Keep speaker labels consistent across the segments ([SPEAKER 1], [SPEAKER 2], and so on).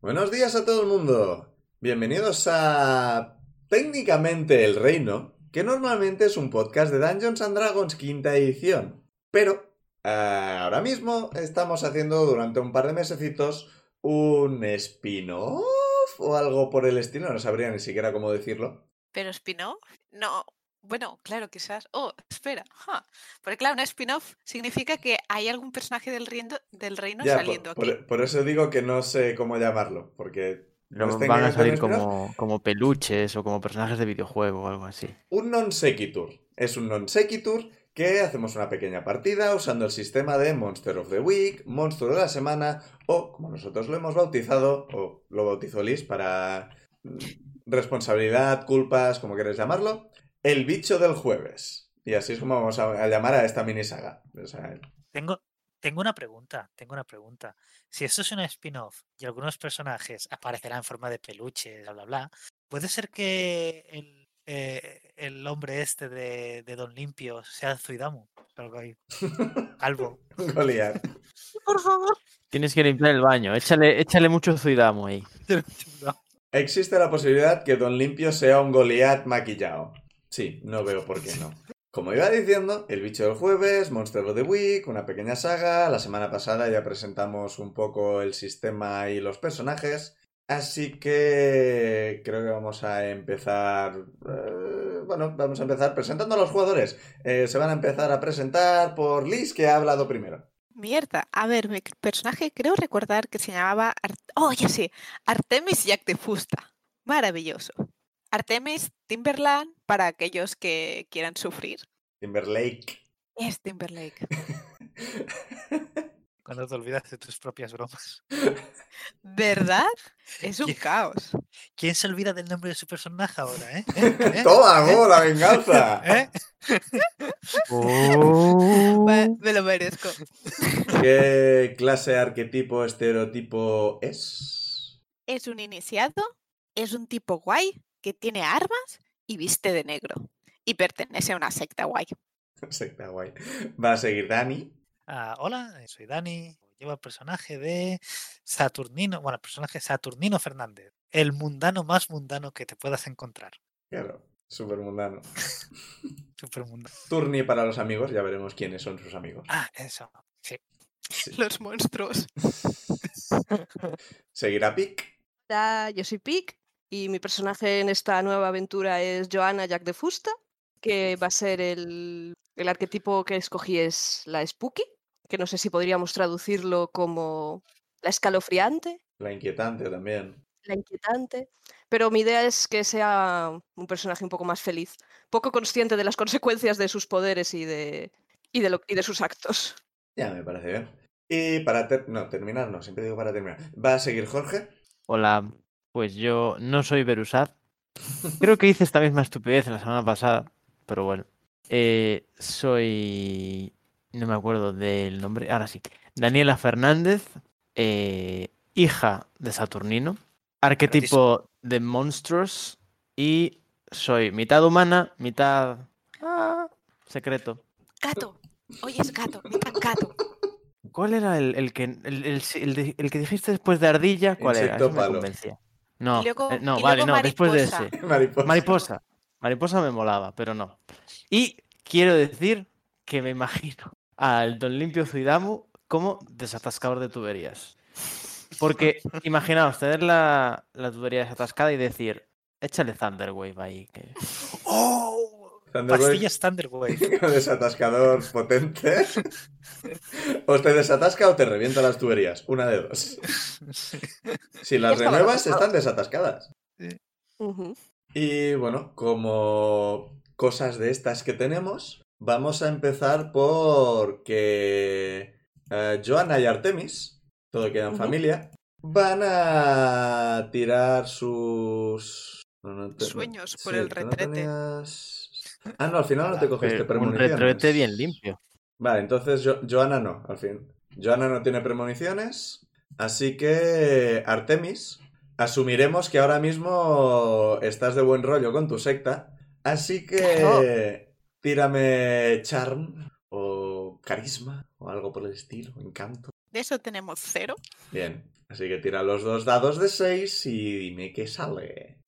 [SPEAKER 1] Buenos días a todo el mundo. Bienvenidos a técnicamente El Reino, que normalmente es un podcast de Dungeons and Dragons quinta edición. Pero ah, ahora mismo estamos haciendo durante un par de mesecitos un spin-off o algo por el estilo, no sabría ni siquiera cómo decirlo.
[SPEAKER 2] ¿Pero spin-off? No. Bueno, claro, quizás. Oh, espera. ja. Porque claro, un spin-off significa que hay algún personaje del, riendo- del reino
[SPEAKER 1] Ya, por-
[SPEAKER 2] saliendo
[SPEAKER 1] por- e-,
[SPEAKER 2] aquí.
[SPEAKER 1] por eso digo que no sé cómo llamarlo, porque
[SPEAKER 3] Lo
[SPEAKER 1] Pues
[SPEAKER 3] van
[SPEAKER 1] técnicamente
[SPEAKER 3] a salir
[SPEAKER 1] no es spin-off.
[SPEAKER 3] como, como peluches o como personajes de videojuego o algo así.
[SPEAKER 1] Un non sequitur. Es un non sequitur que hacemos una pequeña partida usando el sistema de Monster of the Week, Monstruo de la Semana o, como nosotros lo hemos bautizado, o lo bautizó Liz para mm, responsabilidad, culpas, como queréis llamarlo, el bicho del jueves. Y así es como vamos a, a llamar a esta minisaga. O sea,
[SPEAKER 4] Tengo, tengo una pregunta, tengo una pregunta. Si esto es un spin-off y algunos personajes aparecerán en forma de peluche, bla, bla, bla, ¿puede ser que el, eh, el hombre este de, de Don Limpio sea Zuidamu? O algo ahí, Calvo.
[SPEAKER 1] Goliath.
[SPEAKER 4] Por favor.
[SPEAKER 3] Tienes que limpiar el baño. Échale, échale mucho Zuidamo ahí.
[SPEAKER 1] Existe la posibilidad que Don Limpio sea un Goliath maquillado. Sí, no veo por qué no. Como iba diciendo, el bicho del jueves, Monster of the Week, una pequeña saga. La semana pasada ya presentamos un poco el sistema y los personajes. Así que creo que vamos a empezar. eh, bueno, vamos a empezar presentando a los jugadores. Eh, se van a empezar a presentar por Liz, que ha hablado primero.
[SPEAKER 2] Mierda. A ver, mi personaje creo recordar que se llamaba... Ar- Oh, ya sé. Artemis Jack de Fusta. Maravilloso. Artemis Timberland para aquellos que quieran sufrir.
[SPEAKER 1] Timberlake.
[SPEAKER 2] Es Timberlake.
[SPEAKER 4] Cuando te olvidas de tus propias bromas.
[SPEAKER 2] ¿Verdad? Es un
[SPEAKER 4] Qué-
[SPEAKER 2] caos.
[SPEAKER 4] ¿Quién se olvida del nombre de su personaje ahora, eh? ¿Eh? ¿Eh?
[SPEAKER 1] ¡Toma,
[SPEAKER 4] ¿Eh?
[SPEAKER 1] amor, la venganza!
[SPEAKER 4] ¿Eh?
[SPEAKER 2] Va,
[SPEAKER 3] Oh.
[SPEAKER 2] Me lo merezco.
[SPEAKER 1] ¿Qué clase, arquetipo, estereotipo es?
[SPEAKER 2] Es un iniciado, es un tipo guay que tiene armas y viste de negro. Y pertenece a una secta guay.
[SPEAKER 1] Secta guay. Va a seguir Dani.
[SPEAKER 4] Ah, hola, eh, soy Dani. Llevo el personaje de Saturnino, bueno, el personaje Saturnino Fernández, el mundano más mundano que te puedas encontrar.
[SPEAKER 1] Claro, súper mundano.
[SPEAKER 4] Supermundano.
[SPEAKER 1] Turni para los amigos, ya veremos quiénes son sus amigos.
[SPEAKER 4] Ah, eso.
[SPEAKER 2] Los monstruos.
[SPEAKER 1] Seguirá Pic.
[SPEAKER 5] Hola, yo soy Pic y mi personaje en esta nueva aventura es Joana Jack de Fusta, que va a ser el, el arquetipo que escogí es la Spooky, que no sé si podríamos traducirlo como la escalofriante,
[SPEAKER 1] La inquietante también.
[SPEAKER 5] la inquietante, pero mi idea es que sea un personaje un poco más feliz, poco consciente de las consecuencias de sus poderes y de, y de, lo- y de sus actos.
[SPEAKER 1] Ya me parece bien. Y para ter- no, terminar, no, siempre digo para terminar. Va a seguir Jorge.
[SPEAKER 3] Hola, pues yo no soy Berusad. Creo que hice esta misma estupidez la semana pasada, pero bueno. Eh, soy... No me acuerdo del nombre. Ahora sí. Daniela Fernández, eh, hija de Saturnino, arquetipo de monstruos y soy mitad humana, mitad... ah, secreto.
[SPEAKER 2] Gato. Oye, es gato. Mira, gato.
[SPEAKER 3] ¿Cuál era el, el que el, el si- el de- el que dijiste después de ardilla? ¿Cuál era?
[SPEAKER 1] Insecto
[SPEAKER 3] Ese me
[SPEAKER 1] palo.
[SPEAKER 3] convencía. No,
[SPEAKER 2] luego-
[SPEAKER 3] eh, no,
[SPEAKER 2] y
[SPEAKER 3] vale,
[SPEAKER 2] luego
[SPEAKER 3] no, después de
[SPEAKER 2] mariposa.
[SPEAKER 3] ese.
[SPEAKER 1] Mariposa.
[SPEAKER 3] Mariposa. Mariposa me molaba, pero no. Y quiero decir que me imagino al Don Limpio Zuidamu como desatascador de tuberías. Porque imaginaos tener la, la tubería desatascada y decir, échale Thunderwave ahí. que-".
[SPEAKER 4] ¡Oh!
[SPEAKER 1] Thunderbolt,
[SPEAKER 4] Pastillas Thunderwave.
[SPEAKER 1] Desatascador potente. O te desatasca o te revienta las tuberías. Una de dos. Si las
[SPEAKER 5] Estaban
[SPEAKER 1] renuevas,
[SPEAKER 5] atascadas.
[SPEAKER 1] están desatascadas.
[SPEAKER 5] Ujú.
[SPEAKER 1] Y bueno, como cosas de estas que tenemos, vamos a empezar por que eh, Joana y Artemis, todo queda en
[SPEAKER 5] Ujú.
[SPEAKER 1] familia, van a tirar sus no, no te-
[SPEAKER 2] Sueños por
[SPEAKER 1] sí,
[SPEAKER 2] el
[SPEAKER 1] que no
[SPEAKER 2] retrete.
[SPEAKER 1] tenías- Ah, no, al final no te cogiste
[SPEAKER 3] Pero un
[SPEAKER 1] premoniciones.
[SPEAKER 3] retrete bien limpio.
[SPEAKER 1] Vale, entonces Jo- Joana no, al fin. Joana no tiene premoniciones, así que Artemis, asumiremos que ahora mismo estás de buen rollo con tu secta, así que tírame charm o carisma o algo por el estilo, encanto.
[SPEAKER 2] De eso tenemos cero.
[SPEAKER 1] Bien, Así que tira los dos dados de 6 y dime qué sale.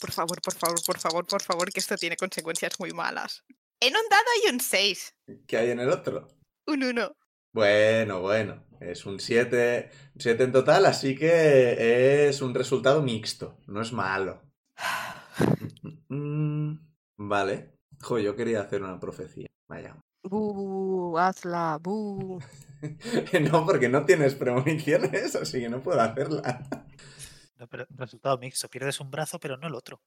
[SPEAKER 2] Por favor, por favor, por favor, por favor, que esto tiene consecuencias muy malas. En un dado hay un 6,
[SPEAKER 1] ¿Qué hay en el otro?
[SPEAKER 2] un 1.
[SPEAKER 1] Bueno, bueno. Es un 7. Un 7 en total, así que es un resultado mixto. No es malo. Mm, Vale. Jo, yo quería hacer una profecía. Vaya.
[SPEAKER 5] Bu, hazla, bu.
[SPEAKER 1] No, porque no tienes premoniciones, así que no puedo hacerla.
[SPEAKER 4] No, pero resultado mixto. Pierdes un brazo, pero no el otro.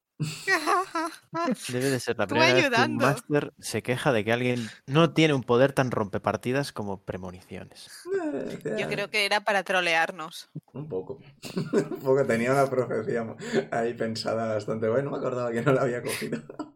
[SPEAKER 3] Debe de ser la
[SPEAKER 2] Tú
[SPEAKER 3] primera vez que un
[SPEAKER 2] ayudando.
[SPEAKER 3] máster se queja de que alguien no tiene un poder tan rompepartidas como premoniciones.
[SPEAKER 2] Yo creo que era para trolearnos.
[SPEAKER 1] Un poco. Un poco. Tenía una profecía mo- ahí pensada bastante bueno. No me acordaba que no la había cogido.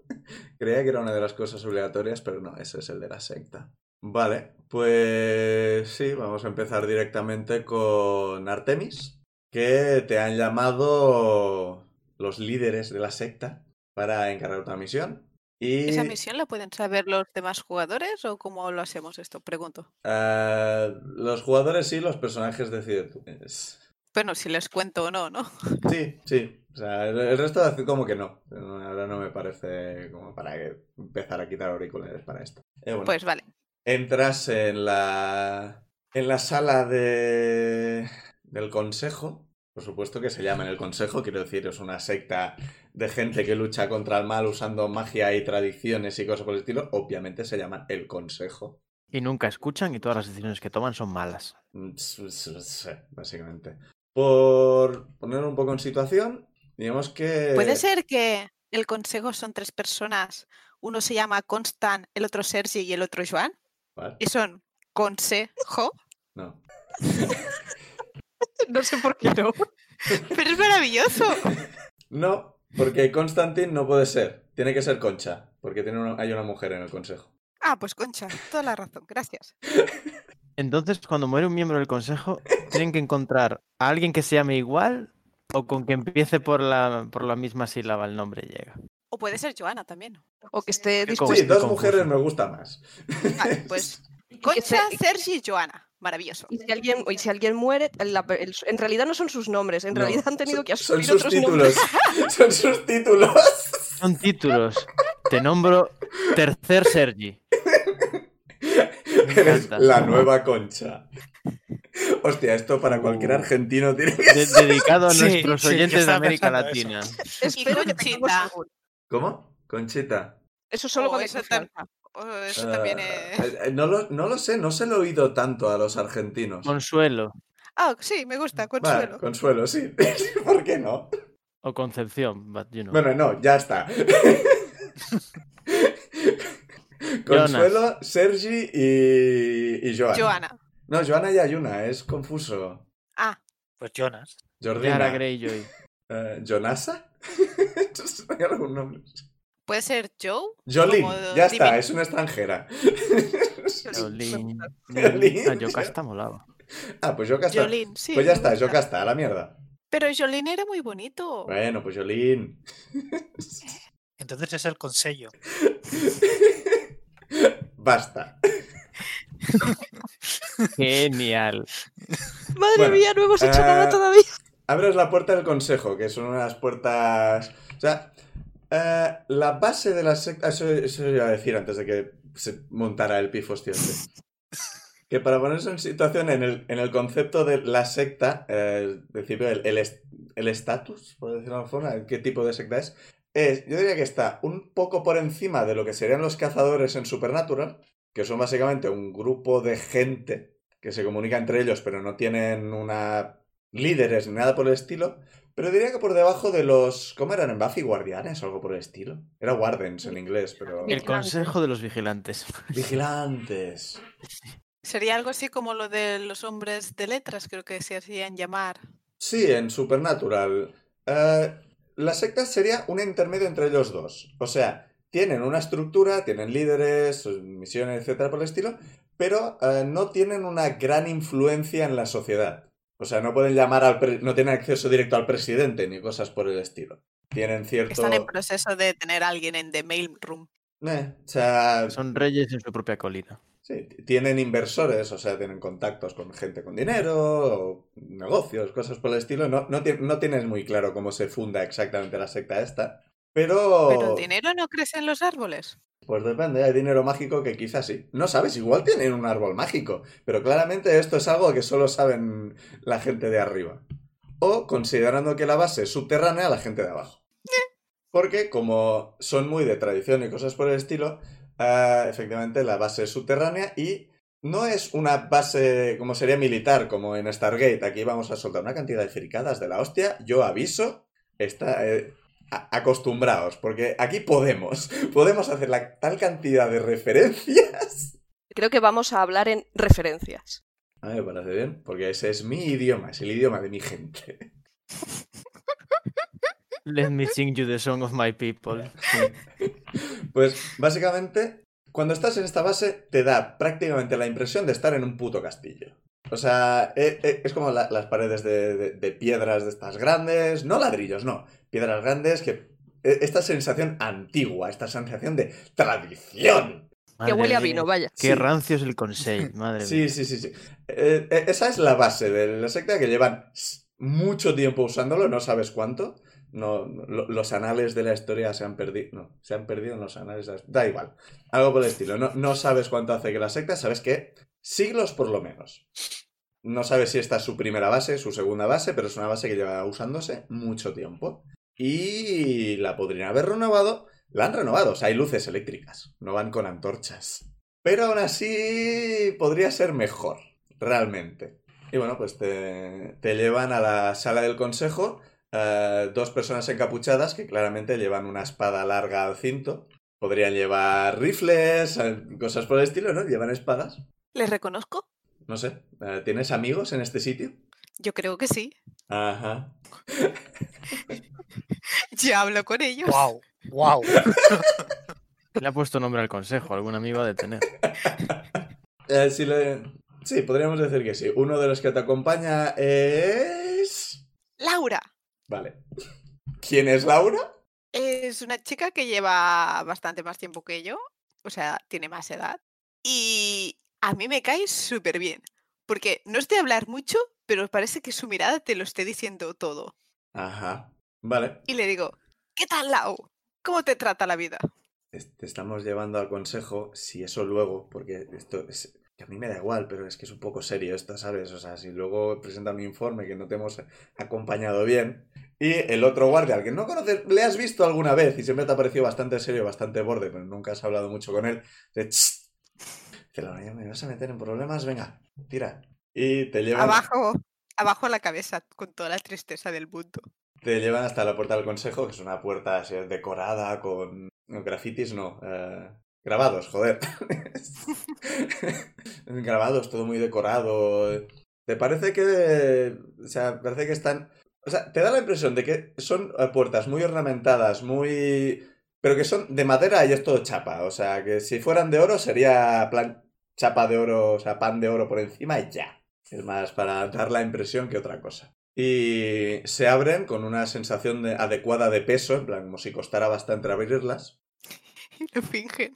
[SPEAKER 1] Creía que era una de las cosas obligatorias, pero no, ese es el de la secta. Vale, pues sí, vamos a empezar directamente con Artemis, que te han llamado los líderes de la secta para encargar una misión. Y
[SPEAKER 2] ¿Esa misión la pueden saber los demás jugadores o cómo lo hacemos esto? Pregunto.
[SPEAKER 1] ah, los jugadores sí, los personajes deciden. tú. Es-
[SPEAKER 2] Bueno, si les cuento o no, ¿no?
[SPEAKER 1] Sí, sí. O sea, el, el resto hace como que no. No, Ahora no me parece como para que- empezar a quitar auriculares para esto. Eh, bueno,
[SPEAKER 2] Pues vale.
[SPEAKER 1] Entras en la. en la sala de. del consejo. Por supuesto que se llama en el consejo, quiero decir, es una secta de gente que lucha contra el mal usando magia y tradiciones y cosas por el estilo. Obviamente se llama el consejo.
[SPEAKER 3] Y nunca escuchan y todas las decisiones que toman son malas.
[SPEAKER 1] Mm, s- s- s- Básicamente. Por poner un poco en situación, digamos que.
[SPEAKER 2] ¿Puede ser que el consejo son tres personas? Uno se llama Constan, el otro Sergi y el otro Joan.
[SPEAKER 1] Vale,
[SPEAKER 2] Y son consejo.
[SPEAKER 1] No.
[SPEAKER 5] No sé por qué no.
[SPEAKER 2] Pero es maravilloso.
[SPEAKER 1] No, porque Constantin no puede ser. Tiene que ser Concha, porque tiene una- hay una mujer en el consejo.
[SPEAKER 2] Ah, pues Concha, toda la razón. Gracias.
[SPEAKER 3] Entonces, cuando muere un miembro del consejo, tienen que encontrar a alguien que se llame igual o con que empiece por la, por la misma sílaba el nombre llega.
[SPEAKER 2] O puede ser Joana también.
[SPEAKER 5] O que esté
[SPEAKER 3] Qué
[SPEAKER 5] dispuesto.
[SPEAKER 3] Pues
[SPEAKER 1] sí, dos
[SPEAKER 3] confuso.
[SPEAKER 1] mujeres me gusta más.
[SPEAKER 2] Vale, pues
[SPEAKER 5] que
[SPEAKER 2] Concha,
[SPEAKER 5] se-
[SPEAKER 2] Sergi y Joana. Maravilloso.
[SPEAKER 5] Y si alguien, y si alguien muere, la pe- el- en realidad no son sus nombres, en
[SPEAKER 1] No,
[SPEAKER 5] realidad han tenido
[SPEAKER 1] son-
[SPEAKER 5] que
[SPEAKER 1] Son
[SPEAKER 5] asumir
[SPEAKER 1] sus
[SPEAKER 5] otros nombres.
[SPEAKER 1] títulos. Son sus títulos.
[SPEAKER 3] Son títulos. Te nombro tercer Sergi. Me
[SPEAKER 1] Eres
[SPEAKER 3] encanta.
[SPEAKER 1] la nueva Concha. Hostia, esto para cualquier
[SPEAKER 3] Uh.
[SPEAKER 1] argentino tiene que
[SPEAKER 3] De-
[SPEAKER 1] ser.
[SPEAKER 3] dedicado a
[SPEAKER 4] Sí,
[SPEAKER 3] nuestros
[SPEAKER 4] sí, yo
[SPEAKER 3] oyentes de
[SPEAKER 4] estaba
[SPEAKER 3] América
[SPEAKER 4] pensando eso.
[SPEAKER 3] Latina.
[SPEAKER 5] Espero que tengamos
[SPEAKER 2] Conchita.
[SPEAKER 5] seguro.
[SPEAKER 1] ¿Cómo? Conchita.
[SPEAKER 5] Eso
[SPEAKER 2] Oh,
[SPEAKER 5] solo cuando
[SPEAKER 2] eso,
[SPEAKER 5] confían.
[SPEAKER 2] tam- oh, eso también
[SPEAKER 1] Eh,
[SPEAKER 2] es...
[SPEAKER 1] eh, no, lo, no lo sé, no se lo he oído tanto a los argentinos.
[SPEAKER 3] Consuelo
[SPEAKER 2] Ah, sí, me gusta,
[SPEAKER 1] Vale,
[SPEAKER 2] Consuelo.
[SPEAKER 1] consuelo, sí. ¿Por qué no?
[SPEAKER 3] o Concepción, but you know.
[SPEAKER 1] Bueno, no, ya está. Consuelo, Sergi y, y Joana.
[SPEAKER 2] Joana.
[SPEAKER 1] No, Joana ya hay una, es confuso.
[SPEAKER 2] Ah,
[SPEAKER 4] Pues Jonas.
[SPEAKER 3] Yara
[SPEAKER 1] Jordina.
[SPEAKER 3] Greyjoy.
[SPEAKER 1] Eh, ¿Jonasa? Hay algún nombre.
[SPEAKER 2] puede ser Joe.
[SPEAKER 1] Jolín,
[SPEAKER 2] Como
[SPEAKER 1] ya está,
[SPEAKER 2] Divi-
[SPEAKER 1] es una extranjera.
[SPEAKER 3] Jolín.
[SPEAKER 1] Jolín.
[SPEAKER 3] Ah, Yoka está molado.
[SPEAKER 1] ah, pues Yoka está.
[SPEAKER 2] Jolín, sí.
[SPEAKER 1] pues ya
[SPEAKER 2] me
[SPEAKER 1] está,
[SPEAKER 2] gusta.
[SPEAKER 1] Yoka está, a la mierda.
[SPEAKER 2] Pero Jolín era muy bonito.
[SPEAKER 1] Bueno, pues Jolín.
[SPEAKER 4] Entonces es el consejo.
[SPEAKER 1] Basta.
[SPEAKER 3] Genial.
[SPEAKER 5] Madre
[SPEAKER 1] Bueno,
[SPEAKER 5] mía, no hemos hecho
[SPEAKER 1] eh,
[SPEAKER 5] nada todavía.
[SPEAKER 1] Abres la puerta del consejo, que son unas puertas. O sea, eh, la base de la secta. Eso, eso iba a decir antes de que se montara el pifo hostia este. Que para ponerse en situación, en el, en el concepto de la secta, eh, en principio, el el est- el estatus, por decirlo de alguna forma, qué tipo de secta es, es, yo diría que está un poco por encima de lo que serían los cazadores en Supernatural, que son básicamente un grupo de gente que se comunica entre ellos, pero no tienen una líderes ni nada por el estilo. Pero diría que por debajo de los. ¿Cómo eran en Buffy? ¿Guardianes o algo por el estilo? Era Wardens en inglés, pero.
[SPEAKER 3] El
[SPEAKER 5] Vigilantes.
[SPEAKER 3] consejo de los vigilantes.
[SPEAKER 1] Vigilantes.
[SPEAKER 2] Sería algo así como lo de los hombres de letras, creo que se hacían llamar.
[SPEAKER 1] Sí, en Supernatural. Eh, la secta sería un intermedio entre ellos dos. O sea, tienen una estructura, tienen líderes, misiones, etcétera, por el estilo, pero eh, no tienen una gran influencia en la sociedad. O sea, no pueden llamar al. pre- no tienen acceso directo al presidente ni cosas por el estilo. Tienen cierto.
[SPEAKER 2] Están en proceso de tener a alguien en The Mail Room.
[SPEAKER 1] Eh, o sea,
[SPEAKER 3] Son reyes en su propia colina.
[SPEAKER 1] Sí, Sí, t- tienen inversores, o sea, tienen contactos con gente con dinero, o negocios, cosas por el estilo. No, no, ti- no tienes muy claro cómo se funda exactamente la secta esta, pero...
[SPEAKER 2] Pero el dinero no crece en los árboles.
[SPEAKER 1] Pues depende, hay dinero mágico que quizás sí. No sabes, igual tienen un árbol mágico, pero claramente esto es algo que solo saben la gente de arriba. O considerando que la base es subterránea, la gente de abajo. Porque como son muy de tradición y cosas por el estilo, ah, efectivamente la base es subterránea y no es una base como sería militar, como en Stargate. Aquí vamos a soltar una cantidad de fricadas de la hostia. Yo aviso, está, eh, a- acostumbraos, porque aquí podemos. Podemos hacer la tal cantidad de referencias.
[SPEAKER 5] Creo que vamos a hablar en referencias.
[SPEAKER 1] A mí me parece bien, porque ese es mi idioma, es el idioma de mi gente.
[SPEAKER 3] Let me sing you the song of my people.
[SPEAKER 1] Pues básicamente, cuando estás en esta base, te da prácticamente la impresión de estar en un puto castillo. O sea, e- e- es como la- las paredes de, de- de piedras de estas grandes, no ladrillos, no, piedras grandes que... e- Esta sensación antigua, esta sensación de tradición.
[SPEAKER 5] que huele a
[SPEAKER 3] Madre
[SPEAKER 5] vino,
[SPEAKER 3] mía,
[SPEAKER 5] vaya.
[SPEAKER 3] Qué
[SPEAKER 1] Sí.
[SPEAKER 3] rancio es el consejo, madre mía.
[SPEAKER 1] Sí, sí, sí, sí. Eh, eh, esa es la base de la secta que llevan s- mucho tiempo usándolo, no sabes cuánto. No, lo- los anales de la historia se han perdido. No, se han perdido en los anales. de la- Da igual. Algo por el estilo. No, no sabes cuánto hace que la secta, sabes que siglos por lo menos. No sabes si esta es su primera base, su segunda base, pero es una base que lleva usándose mucho tiempo. Y la podrían haber renovado. La han renovado, o sea, hay luces eléctricas, no van con antorchas. Pero aún así podría ser mejor, realmente. Y bueno, pues te, te llevan a la sala del consejo eh, dos personas encapuchadas que claramente llevan una espada larga al cinto. Podrían llevar rifles, eh, cosas por el estilo, ¿no? Llevan espadas.
[SPEAKER 2] ¿Les reconozco?
[SPEAKER 1] No sé. eh, ¿Tienes amigos en este sitio?
[SPEAKER 2] Yo creo que sí.
[SPEAKER 1] Ajá.
[SPEAKER 2] Ya hablo con ellos.
[SPEAKER 4] ¡Wow! ¡Wow!
[SPEAKER 3] Le ha puesto nombre al consejo, algún amigo ha de tener.
[SPEAKER 1] Eh, si le- Sí, podríamos decir que sí. Uno de los que te acompaña es...
[SPEAKER 2] Laura
[SPEAKER 1] Vale. ¿Quién es Laura?
[SPEAKER 2] es una chica que lleva bastante más tiempo que yo. O sea, tiene más edad. Y a mí me cae súper bien. Porque no es de hablar mucho, pero parece que su mirada te lo esté diciendo todo.
[SPEAKER 1] Ajá. Vale.
[SPEAKER 2] Y le digo, ¿qué tal, Lau? ¿Cómo te trata la vida?
[SPEAKER 1] es- te estamos llevando al consejo, si eso luego, porque esto es, que a mí me da igual, pero es que es un poco serio esto, ¿sabes? O sea, si luego presenta mi informe que no te hemos acompañado bien. Y el otro guardia, al que no conoces, le has visto alguna vez y siempre te ha parecido bastante serio, bastante borde, pero nunca has hablado mucho con él. De, "Tss". Dice, "Laura, ya me vas a meter en problemas, venga, tira. Y te llevan,
[SPEAKER 2] Abajo, abajo la cabeza, con toda la tristeza del mundo.
[SPEAKER 1] te llevan hasta la puerta del consejo, que es una puerta así decorada con no, grafitis, no. eh, grabados, joder. grabados, todo muy decorado. ¿Te parece que... O sea, parece que están... O sea, te da la impresión de que son eh, puertas muy ornamentadas, muy... Pero que son de madera y es todo chapa. O sea, que si fueran de oro sería plan chapa de oro, o sea, pan de oro por encima y ya. Es más, para dar la impresión que otra cosa. Y se abren con una sensación de- adecuada de peso, en plan, como si costara bastante abrirlas.
[SPEAKER 2] Y lo fingen.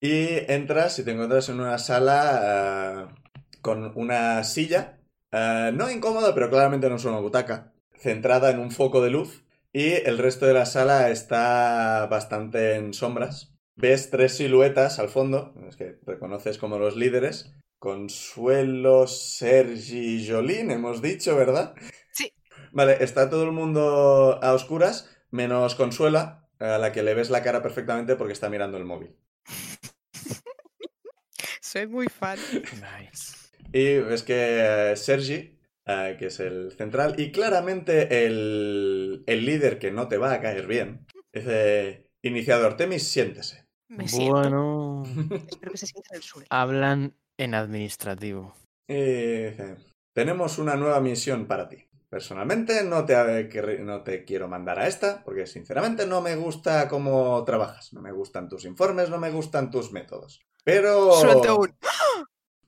[SPEAKER 1] Y entras y te encuentras en una sala eh, con una silla, eh, no incómoda, pero claramente no es una butaca, centrada en un foco de luz. Y el resto de la sala está bastante en sombras. Ves tres siluetas al fondo, es que reconoces como los líderes. Consuelo, Sergi y Jolín, hemos dicho, ¿verdad?
[SPEAKER 2] Sí.
[SPEAKER 1] Vale, está todo el mundo a oscuras, menos Consuela, a la que le ves la cara perfectamente porque está mirando el móvil.
[SPEAKER 2] Soy muy fan.
[SPEAKER 3] Nice.
[SPEAKER 1] Y ves que eh, Sergi, eh, que es el central, y claramente el, el líder que no te va a caer bien, dice, iniciado Artemis, siéntese.
[SPEAKER 2] Me siento.
[SPEAKER 3] Bueno,
[SPEAKER 5] Espero que se sientan el sur.
[SPEAKER 3] hablan en administrativo.
[SPEAKER 1] Y dice, Eh, tenemos una nueva misión para ti. Personalmente no te, eh, querri- no te quiero mandar a esta, porque sinceramente no me gusta cómo trabajas, no me gustan tus informes, no me gustan tus métodos. Pero...
[SPEAKER 2] Suelto un.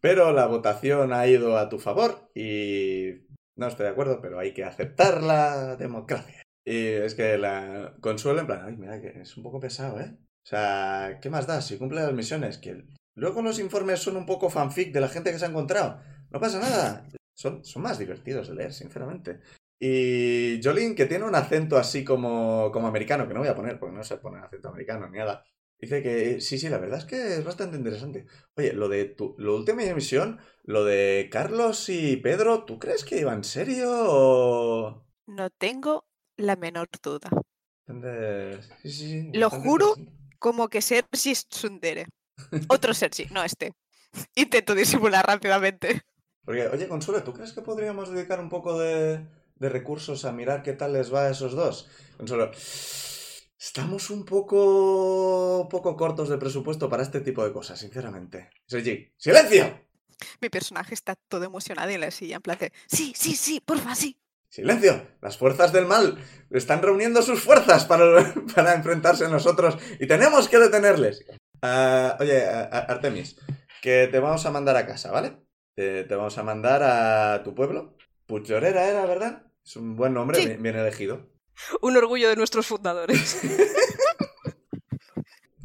[SPEAKER 1] Pero la votación ha ido a tu favor y no estoy de acuerdo, pero hay que aceptar la democracia. Y es que la consuelo en plan, ay, mira, que es un poco pesado, ¿eh? O sea, ¿qué más da? Si cumple las misiones, que Luego los informes son un poco fanfic de la gente que se ha encontrado. No pasa nada. Son, son más divertidos de leer, sinceramente. Y Jolene, que tiene un acento así como, como americano, que no voy a poner porque no sé poner acento americano ni nada, dice que sí, sí, la verdad es que es bastante interesante. Oye, lo de tu lo última emisión, lo de Carlos y Pedro, ¿tú crees que iba en serio o...?
[SPEAKER 2] No tengo la menor duda.
[SPEAKER 1] Bastante- sí, sí, sí,
[SPEAKER 2] Lo
[SPEAKER 1] bastante
[SPEAKER 2] juro.
[SPEAKER 1] interesante.
[SPEAKER 2] Como que Sergi es tsundere. Otro Sergi, no este. Intento disimular rápidamente.
[SPEAKER 1] Porque, oye, Consuelo, ¿tú crees que podríamos dedicar un poco de, de recursos a mirar qué tal les va a esos dos? Consuelo, estamos un poco, poco cortos de presupuesto para este tipo de cosas, sinceramente. Sergi, ¡silencio!
[SPEAKER 2] Mi personaje está todo emocionado en la silla, en plan de, sí, sí, sí, porfa, sí.
[SPEAKER 1] ¡Silencio! Las fuerzas del mal están reuniendo sus fuerzas para, para enfrentarse a nosotros y tenemos que detenerles. Ah, oye, a- a- Artemis, que te vamos a mandar a casa, ¿vale? Te, te vamos a mandar a tu pueblo. Puchorera era, ¿verdad? Es un buen nombre,
[SPEAKER 2] Sí.
[SPEAKER 1] bien- bien elegido.
[SPEAKER 5] Un orgullo de nuestros fundadores.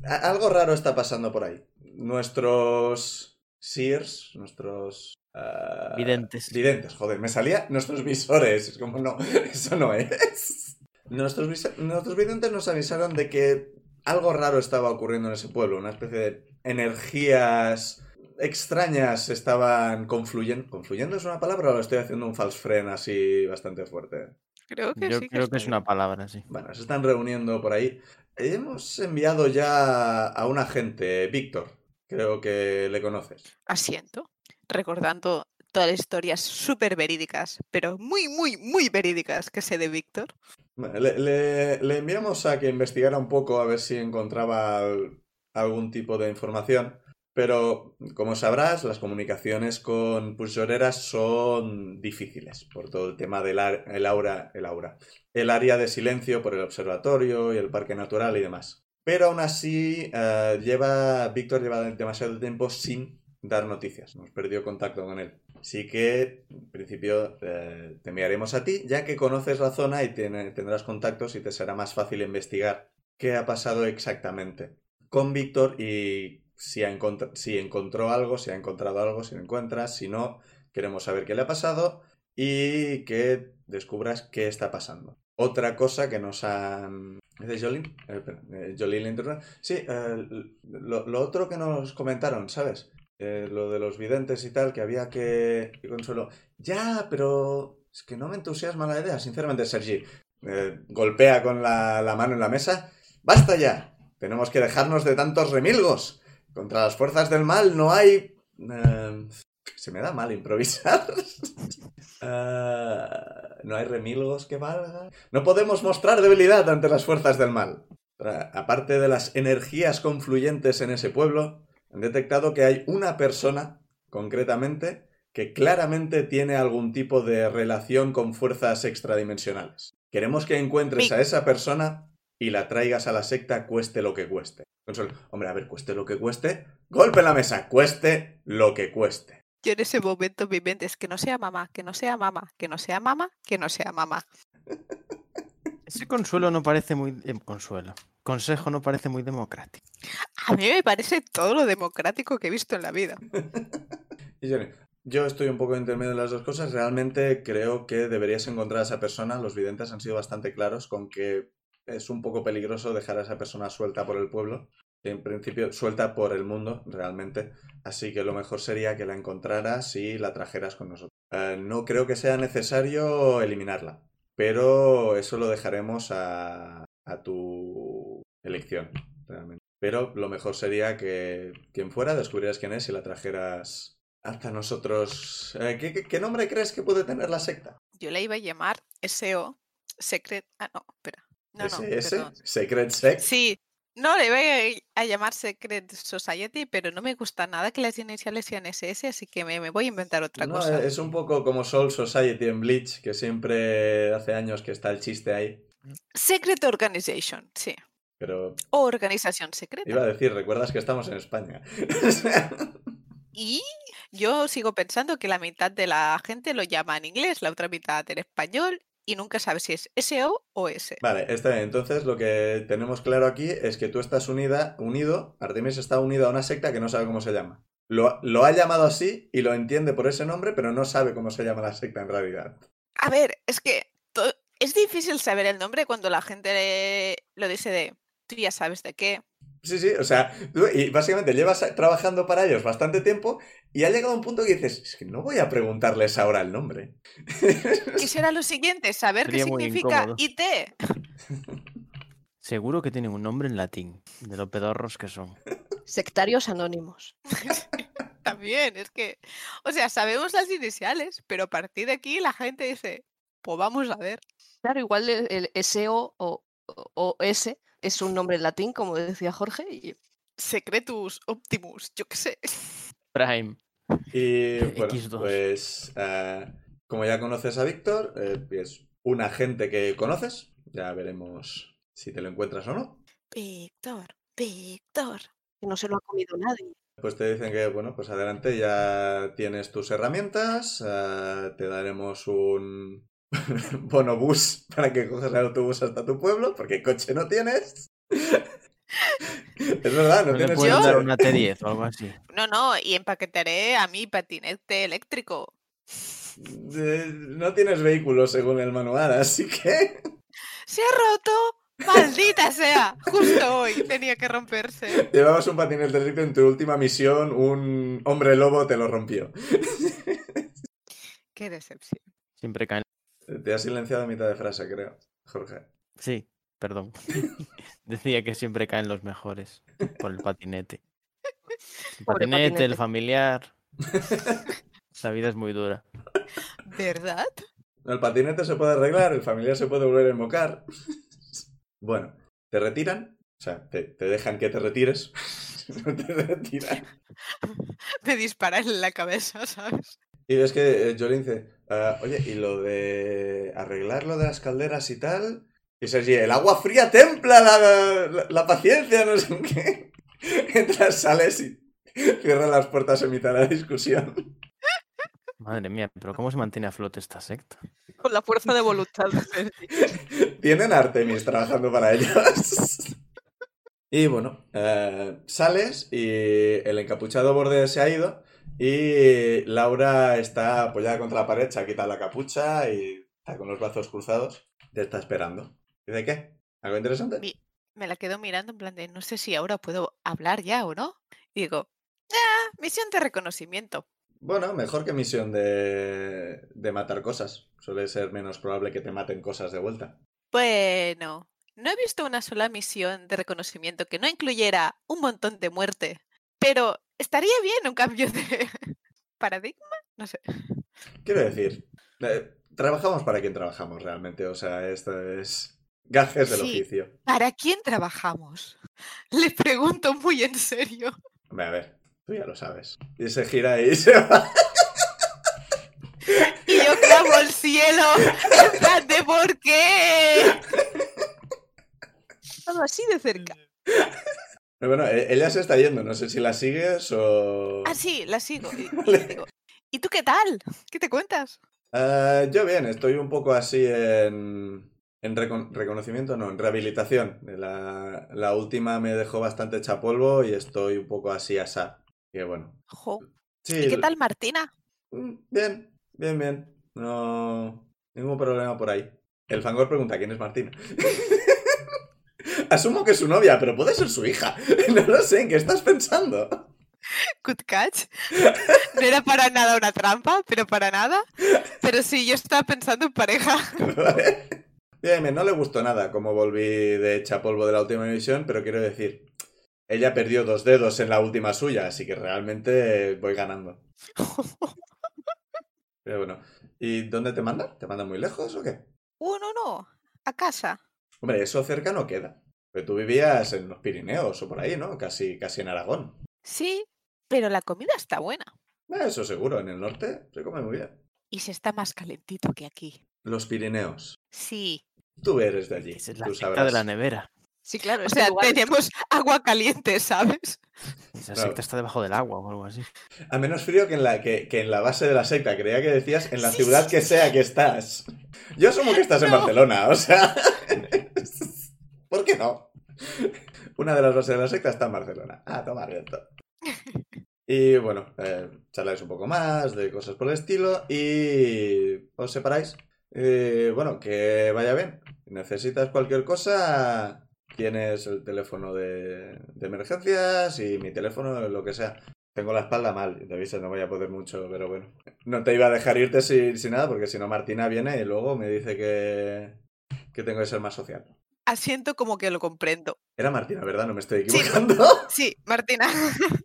[SPEAKER 1] A- Algo raro está pasando por ahí. Nuestros seers, nuestros... ah,
[SPEAKER 3] Videntes.
[SPEAKER 1] Videntes, joder, me salía nuestros visores. Es como, no, eso no es. Nuestros, visa- nuestros videntes nos avisaron de que algo raro estaba ocurriendo en ese pueblo. Una especie de energías extrañas estaban confluyendo. ¿Confluyendo es una palabra o lo estoy haciendo un false friend así bastante fuerte?
[SPEAKER 2] Creo que
[SPEAKER 3] Yo
[SPEAKER 2] sí.
[SPEAKER 3] creo que es
[SPEAKER 2] estoy.
[SPEAKER 3] una palabra, sí.
[SPEAKER 1] Bueno, se están reuniendo por ahí. Hemos enviado ya a un agente, Víctor. Creo que le conoces.
[SPEAKER 2] Asiento, recordando todas las historias súper verídicas, pero muy, muy, muy verídicas que sé de Víctor.
[SPEAKER 1] Bueno, Le, le- le enviamos a que investigara un poco a ver si encontraba al- algún tipo de información. Pero, como sabrás, las comunicaciones con Pujoreras son difíciles por todo el tema del ar- el aura, el aura, el área de silencio por el observatorio y el parque natural y demás. Pero aún así, eh, lleva, Víctor lleva demasiado tiempo sin dar noticias. Hemos perdido contacto con él. Así que, en principio, eh, te enviaremos a ti, ya que conoces la zona y tiene- tendrás contactos y te será más fácil investigar qué ha pasado exactamente con Víctor y si, ha encont- si encontró algo, si ha encontrado algo, si lo encuentra. Si no, queremos saber qué le ha pasado y que descubras qué está pasando. Otra cosa que nos han... ¿Es de Jolín? Eh, espera, eh, Jolín la interna- Sí, eh, lo- lo otro que nos comentaron, ¿sabes? eh, lo de los videntes y tal, que había que... y Consuelo, ya, pero es que no me entusiasma la idea, sinceramente, Sergi. eh, golpea con la, la mano en la mesa. ¡Basta ya! Tenemos que dejarnos de tantos remilgos. Contra las fuerzas del mal no hay... eh, se me da mal improvisar. Ah, no hay remilgos que valgan. No podemos mostrar debilidad ante las fuerzas del mal. Tra- Aparte de las energías confluyentes en ese pueblo, han detectado que hay una persona, concretamente, que claramente tiene algún tipo de relación con fuerzas extradimensionales. Queremos que encuentres
[SPEAKER 2] Mi-
[SPEAKER 1] a esa persona y la traigas a la secta cueste lo que cueste. Consuelo, hombre, a ver, cueste lo que cueste. Golpe en la mesa, cueste lo que cueste.
[SPEAKER 2] Yo en ese momento mi mente es que no sea mamá, que no sea mamá, que no sea mamá, que no sea mamá.
[SPEAKER 3] Ese consuelo no parece muy... eh, consuelo. Consejo no parece muy democrático.
[SPEAKER 2] A mí me parece todo lo democrático que he visto en la vida.
[SPEAKER 1] Y Johnny, yo estoy un poco intermedio en las dos cosas. Realmente creo que deberías encontrar a esa persona. Los videntes han sido bastante claros con que es un poco peligroso dejar a esa persona suelta por el pueblo. En principio, suelta por el mundo, realmente. Así que lo mejor sería que la encontraras y la trajeras con nosotros. Eh, no creo que sea necesario eliminarla, pero eso lo dejaremos a, a tu elección, realmente. Pero lo mejor sería que quien fuera descubrieras quién es y la trajeras hasta nosotros. Eh, ¿qué, qué, qué nombre crees que puede tener la secta?
[SPEAKER 2] Yo la iba a llamar SEO, Secret... Ah, no, espera. No, no,
[SPEAKER 1] ¿SS?
[SPEAKER 2] perdón.
[SPEAKER 1] ¿Secret Sect?
[SPEAKER 2] Sí, no, le voy a, a llamar Secret Society, pero no me gusta nada que las iniciales sean SS, así que me, me voy a inventar otra
[SPEAKER 1] No, eh,
[SPEAKER 2] cosa.
[SPEAKER 1] es un poco como Soul Society en Bleach, que siempre hace años que está el chiste ahí.
[SPEAKER 2] Secret Organization, sí.
[SPEAKER 1] Pero
[SPEAKER 2] O organización secreta.
[SPEAKER 1] iba a decir, recuerdas que estamos en España.
[SPEAKER 2] Y yo sigo pensando que la mitad de la gente lo llama en inglés, la otra mitad en español y nunca sabes si es SO o S.
[SPEAKER 1] Vale, está bien. Entonces lo que tenemos claro aquí es que tú estás unida, unido, Artemis está unida a una secta que no sabe cómo se llama. Lo, lo ha llamado así y lo entiende por ese nombre, pero no sabe cómo se llama la secta en realidad.
[SPEAKER 2] A ver, es que to- es difícil saber el nombre cuando la gente eh, lo dice de tú ya sabes de qué.
[SPEAKER 1] Sí, sí, o sea, tú- y básicamente llevas a- trabajando para ellos bastante tiempo y ha llegado un punto que dices, es que no voy a preguntarles ahora el nombre.
[SPEAKER 2] ¿Qué será lo siguiente? Saber qué
[SPEAKER 3] Sería muy
[SPEAKER 2] significa
[SPEAKER 3] incómodo.
[SPEAKER 2] IT.
[SPEAKER 3] Seguro que tienen un nombre en latín, de los pedorros que son.
[SPEAKER 5] Sectarios anónimos.
[SPEAKER 2] También, es que, o sea, sabemos las iniciales, pero a partir de aquí la gente dice, pues vamos a ver.
[SPEAKER 5] Claro, igual el, el SO o, o- o S es un nombre en latín, como decía Jorge, y
[SPEAKER 2] Secretus Optimus, yo qué sé.
[SPEAKER 3] Prime.
[SPEAKER 1] Y bueno,
[SPEAKER 3] X2.
[SPEAKER 1] pues eh, como ya conoces a Víctor, eh, es un agente que conoces, ya veremos si te lo encuentras o no.
[SPEAKER 2] Víctor, Víctor.
[SPEAKER 5] que no se lo ha comido nadie.
[SPEAKER 1] Pues te dicen que, bueno, pues adelante, ya tienes tus herramientas, eh, te daremos un bonobús para que cojas el autobús hasta tu pueblo, porque coche no tienes. es verdad, no,
[SPEAKER 3] No le
[SPEAKER 1] tienes
[SPEAKER 3] pueden
[SPEAKER 1] coche.
[SPEAKER 3] dar una T10 o algo así.
[SPEAKER 2] No, no, y empaquetaré a mi patinete eléctrico.
[SPEAKER 1] Eh, no tienes vehículo según el manual, así que...
[SPEAKER 2] ¡Se ha roto! ¡Maldita sea! Justo hoy tenía que romperse.
[SPEAKER 1] Llevabas un patinete eléctrico en tu última misión, un hombre lobo te lo rompió.
[SPEAKER 2] Qué decepción.
[SPEAKER 3] Siempre caen.
[SPEAKER 1] Te has silenciado a mitad de frase, creo, Jorge.
[SPEAKER 3] Sí, perdón. Decía que siempre caen los mejores por el patinete. El
[SPEAKER 5] Pobre
[SPEAKER 3] patinete, el
[SPEAKER 5] patinete.
[SPEAKER 3] familiar. La vida es muy dura.
[SPEAKER 2] ¿Verdad?
[SPEAKER 1] El patinete se puede arreglar, el familiar se puede volver a invocar. Bueno, te retiran, o sea, te, te dejan que te retires. No te retiran.
[SPEAKER 2] Me disparan en la cabeza, ¿sabes?
[SPEAKER 1] Y ves que eh, Jolín dice, "Ah, oye, y lo de arreglar lo de las calderas y tal. Y Sergi, el agua fría templa la, la- la paciencia, no sé qué. Entras, sales y cierras las puertas en mitad de la discusión.
[SPEAKER 3] Madre mía, pero ¿cómo se mantiene a flote esta secta?
[SPEAKER 5] Con la fuerza de voluntad. de Sergi.
[SPEAKER 1] Tienen a Artemis trabajando para ellos. Y bueno, eh, sales y el encapuchado borde se ha ido y Laura está apoyada contra la pared, se ha quitado la capucha y está con los brazos cruzados. Te está esperando. ¿Dice qué? ¿Algo interesante?
[SPEAKER 2] Mi- Me la quedo mirando en plan de no sé si ahora puedo hablar ya o no. Y digo, ah, misión de reconocimiento.
[SPEAKER 1] Bueno, mejor que misión de, de matar cosas. Suele ser menos probable que te maten cosas de vuelta.
[SPEAKER 2] Bueno, no he visto una sola misión de reconocimiento que no incluyera un montón de muerte. Pero estaría bien un cambio de paradigma. No sé.
[SPEAKER 1] Quiero decir, eh, trabajamos para quien trabajamos realmente. O sea, esto es gajes del
[SPEAKER 2] Sí.
[SPEAKER 1] oficio.
[SPEAKER 2] ¿Para quién trabajamos? Le pregunto muy en serio.
[SPEAKER 1] Hombre, a ver, tú ya lo sabes. Y se gira y se va.
[SPEAKER 2] Y yo clamo al cielo. En plan de por qué.
[SPEAKER 5] Todo así de cerca.
[SPEAKER 1] Pero bueno, e- ella se está yendo, no sé si la sigues o...
[SPEAKER 2] Ah, sí, la sigo. Y, y
[SPEAKER 1] Vale.
[SPEAKER 2] le digo, ¿y tú qué tal? ¿Qué te cuentas?
[SPEAKER 1] Eh, yo bien, estoy un poco así en... En recon- reconocimiento, no, en rehabilitación. La, la última me dejó bastante hecha polvo y estoy un poco así asá. Que bueno.
[SPEAKER 2] Jo,
[SPEAKER 1] Sí,
[SPEAKER 2] ¿Y qué tal Martina?
[SPEAKER 1] mm, Bien, bien, bien. No... Ningún problema por ahí. El fangor pregunta, ¿quién es Martina? Asumo que es su novia, pero puede ser su hija. No lo sé, ¿en qué estás pensando?
[SPEAKER 2] Good catch. No era para nada una trampa, pero para nada. Pero sí, yo estaba pensando en pareja.
[SPEAKER 1] Vale. Bien, bien, no le gustó nada como volví de hecha polvo de la última misión, pero quiero decir, ella perdió dos dedos en la última suya, así que realmente eh, voy ganando. Pero bueno, ¿y dónde te mandan? ¿Te mandan muy lejos o qué?
[SPEAKER 2] Uh, no, no. A casa.
[SPEAKER 1] Hombre, eso cerca no queda. Pero tú vivías en los Pirineos o por ahí, ¿no? Casi, casi en Aragón.
[SPEAKER 2] Sí, pero la comida está buena.
[SPEAKER 1] Eh, Eso seguro, en el norte se come muy bien.
[SPEAKER 2] Y se está más calentito que aquí.
[SPEAKER 1] Los Pirineos.
[SPEAKER 2] Sí.
[SPEAKER 1] Tú eres de allí.
[SPEAKER 3] Esa es la
[SPEAKER 1] tú
[SPEAKER 3] secta de
[SPEAKER 1] sabrás.
[SPEAKER 3] la nevera.
[SPEAKER 5] Sí, claro.
[SPEAKER 2] O
[SPEAKER 5] este
[SPEAKER 2] sea,
[SPEAKER 5] lugar-
[SPEAKER 2] tenemos agua caliente, ¿sabes?
[SPEAKER 3] Esa
[SPEAKER 1] Claro.
[SPEAKER 3] secta está debajo del agua o algo así.
[SPEAKER 1] A menos frío que en la, que, que en la base de la secta. Creía que decías en la
[SPEAKER 2] Sí,
[SPEAKER 1] ciudad
[SPEAKER 2] sí,
[SPEAKER 1] que
[SPEAKER 2] sí.
[SPEAKER 1] sea que estás. Yo asumo que estás en
[SPEAKER 2] No.
[SPEAKER 1] Barcelona, o sea. ¿Por qué no? Una de las bases de la secta está en Barcelona. Ah, toma, abierto. Y bueno, eh, charláis un poco más de cosas por el estilo y os separáis. Eh, bueno, que vaya bien. Necesitas cualquier cosa, tienes el teléfono de, de emergencias y mi teléfono, lo que sea. Tengo la espalda mal, te aviso, no voy a poder mucho, pero bueno. No te iba a dejar irte sin, sin nada, porque si no Martina viene y luego me dice que, que tengo que ser más social.
[SPEAKER 2] Asiento como que lo comprendo.
[SPEAKER 1] Era Martina, ¿verdad? No me estoy
[SPEAKER 2] Sí.
[SPEAKER 1] equivocando.
[SPEAKER 2] Sí, Martina.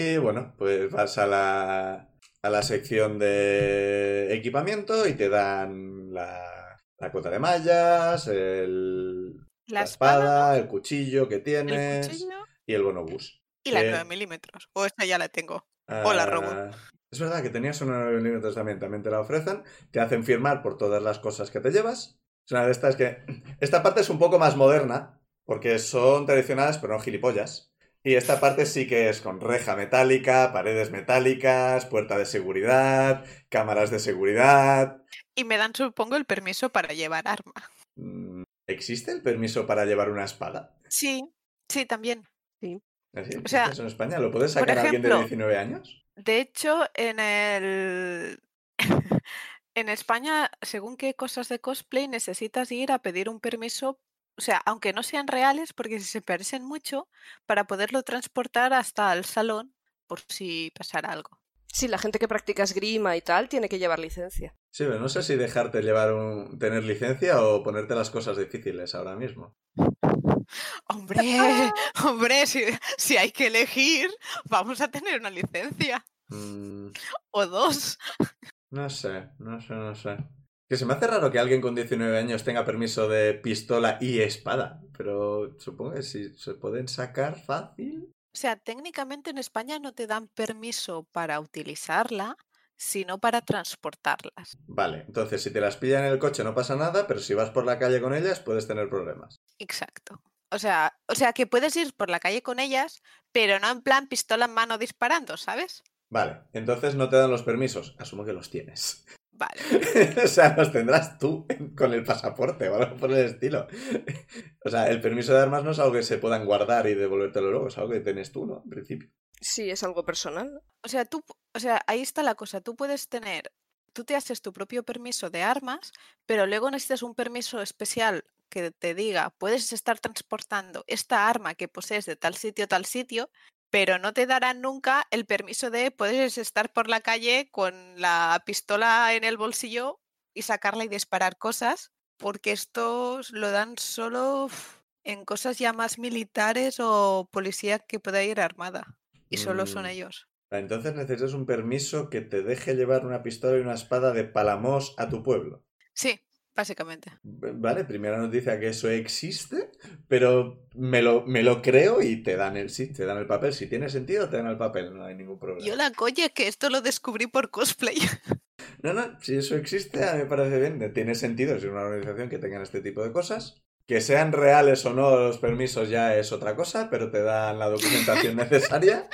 [SPEAKER 1] Y bueno, pues vas a la, a la sección de equipamiento y te dan la, la cota de mallas, el- la,
[SPEAKER 2] La espada,
[SPEAKER 1] espada, el cuchillo que
[SPEAKER 2] el
[SPEAKER 1] tienes
[SPEAKER 2] cuchillo
[SPEAKER 1] y el bonobús.
[SPEAKER 2] y la
[SPEAKER 1] Eh,
[SPEAKER 2] 9 milímetros. O esta ya la tengo. Hola, Robo.
[SPEAKER 1] Ah, Es verdad que tenías una 9 milímetros también, también te la ofrecen. Te hacen firmar por todas las cosas que te llevas. Es una de estas que. Esta parte es un poco más moderna, porque son tradicionales, pero no gilipollas. Y esta parte sí que es con reja metálica, paredes metálicas, puerta de seguridad, cámaras de seguridad.
[SPEAKER 2] Y me dan, supongo, el permiso para llevar arma.
[SPEAKER 1] Mm, ¿Existe el permiso para llevar una espada?
[SPEAKER 2] Sí, sí, también.
[SPEAKER 1] ¿Así
[SPEAKER 2] O sea,
[SPEAKER 1] existe eso en España? ¿Lo puede
[SPEAKER 2] por
[SPEAKER 1] sacar alguien de
[SPEAKER 2] ejemplo,
[SPEAKER 1] 19 años?
[SPEAKER 2] De hecho, en el... en España, según qué cosas de cosplay, necesitas ir a pedir un permiso, o sea, aunque no sean reales, porque si se parecen mucho, para poderlo transportar hasta el salón, por si pasara algo.
[SPEAKER 5] Sí, la gente que practica esgrima y tal tiene que llevar licencia.
[SPEAKER 1] Sí, pero no sé si dejarte llevar un. tener licencia o ponerte las cosas difíciles ahora mismo.
[SPEAKER 2] Hombre, hombre, si, si hay que elegir, vamos a tener una licencia
[SPEAKER 1] Mm,
[SPEAKER 2] o dos.
[SPEAKER 1] no sé, no sé, no sé. Que se me hace raro que alguien con 19 años tenga permiso de pistola y espada. Pero supongo que si se pueden sacar fácil.
[SPEAKER 2] O sea, técnicamente en España no te dan permiso para utilizarla, sino para transportarlas.
[SPEAKER 1] Vale, entonces si te las pillan en el coche no pasa nada, pero si vas por la calle con ellas puedes tener problemas.
[SPEAKER 2] Exacto. O sea, o sea, que puedes ir por la calle con ellas, pero no en plan pistola en mano disparando, ¿sabes?
[SPEAKER 1] Vale, entonces no te dan los permisos. Asumo que los tienes.
[SPEAKER 2] Vale.
[SPEAKER 1] o sea, los tendrás tú con el pasaporte o algo por el estilo. o sea, el permiso de armas no es algo que se puedan guardar y devolvértelo luego, es algo que tienes tú, ¿no? En principio.
[SPEAKER 5] Sí, es algo personal. ¿no?
[SPEAKER 2] O sea, tú, o sea, ahí está la cosa. Tú puedes tener, tú te haces tu propio permiso de armas, pero luego necesitas un permiso especial que te diga, puedes estar transportando esta arma que posees de tal sitio a tal sitio, pero no te darán nunca el permiso de puedes estar por la calle con la pistola en el bolsillo y sacarla y disparar cosas, porque estos lo dan solo uf, en cosas ya más militares o policía que pueda ir armada. Y solo son
[SPEAKER 1] Mm.
[SPEAKER 2] ellos.
[SPEAKER 1] Entonces necesitas un permiso que te deje llevar una pistola y una espada de Palamos a tu pueblo.
[SPEAKER 2] Sí, básicamente.
[SPEAKER 1] V- Vale, primera noticia que eso existe, pero me lo, me lo creo y te dan el sí, te dan el papel. Si tiene sentido, te dan el papel, no hay ningún problema.
[SPEAKER 2] Yo la coña que esto lo descubrí por cosplay.
[SPEAKER 1] No, no, si eso existe, a mí me parece bien. Tiene sentido si una organización que tengan este tipo de cosas. Que sean reales o no los permisos ya es otra cosa, pero te dan la documentación necesaria.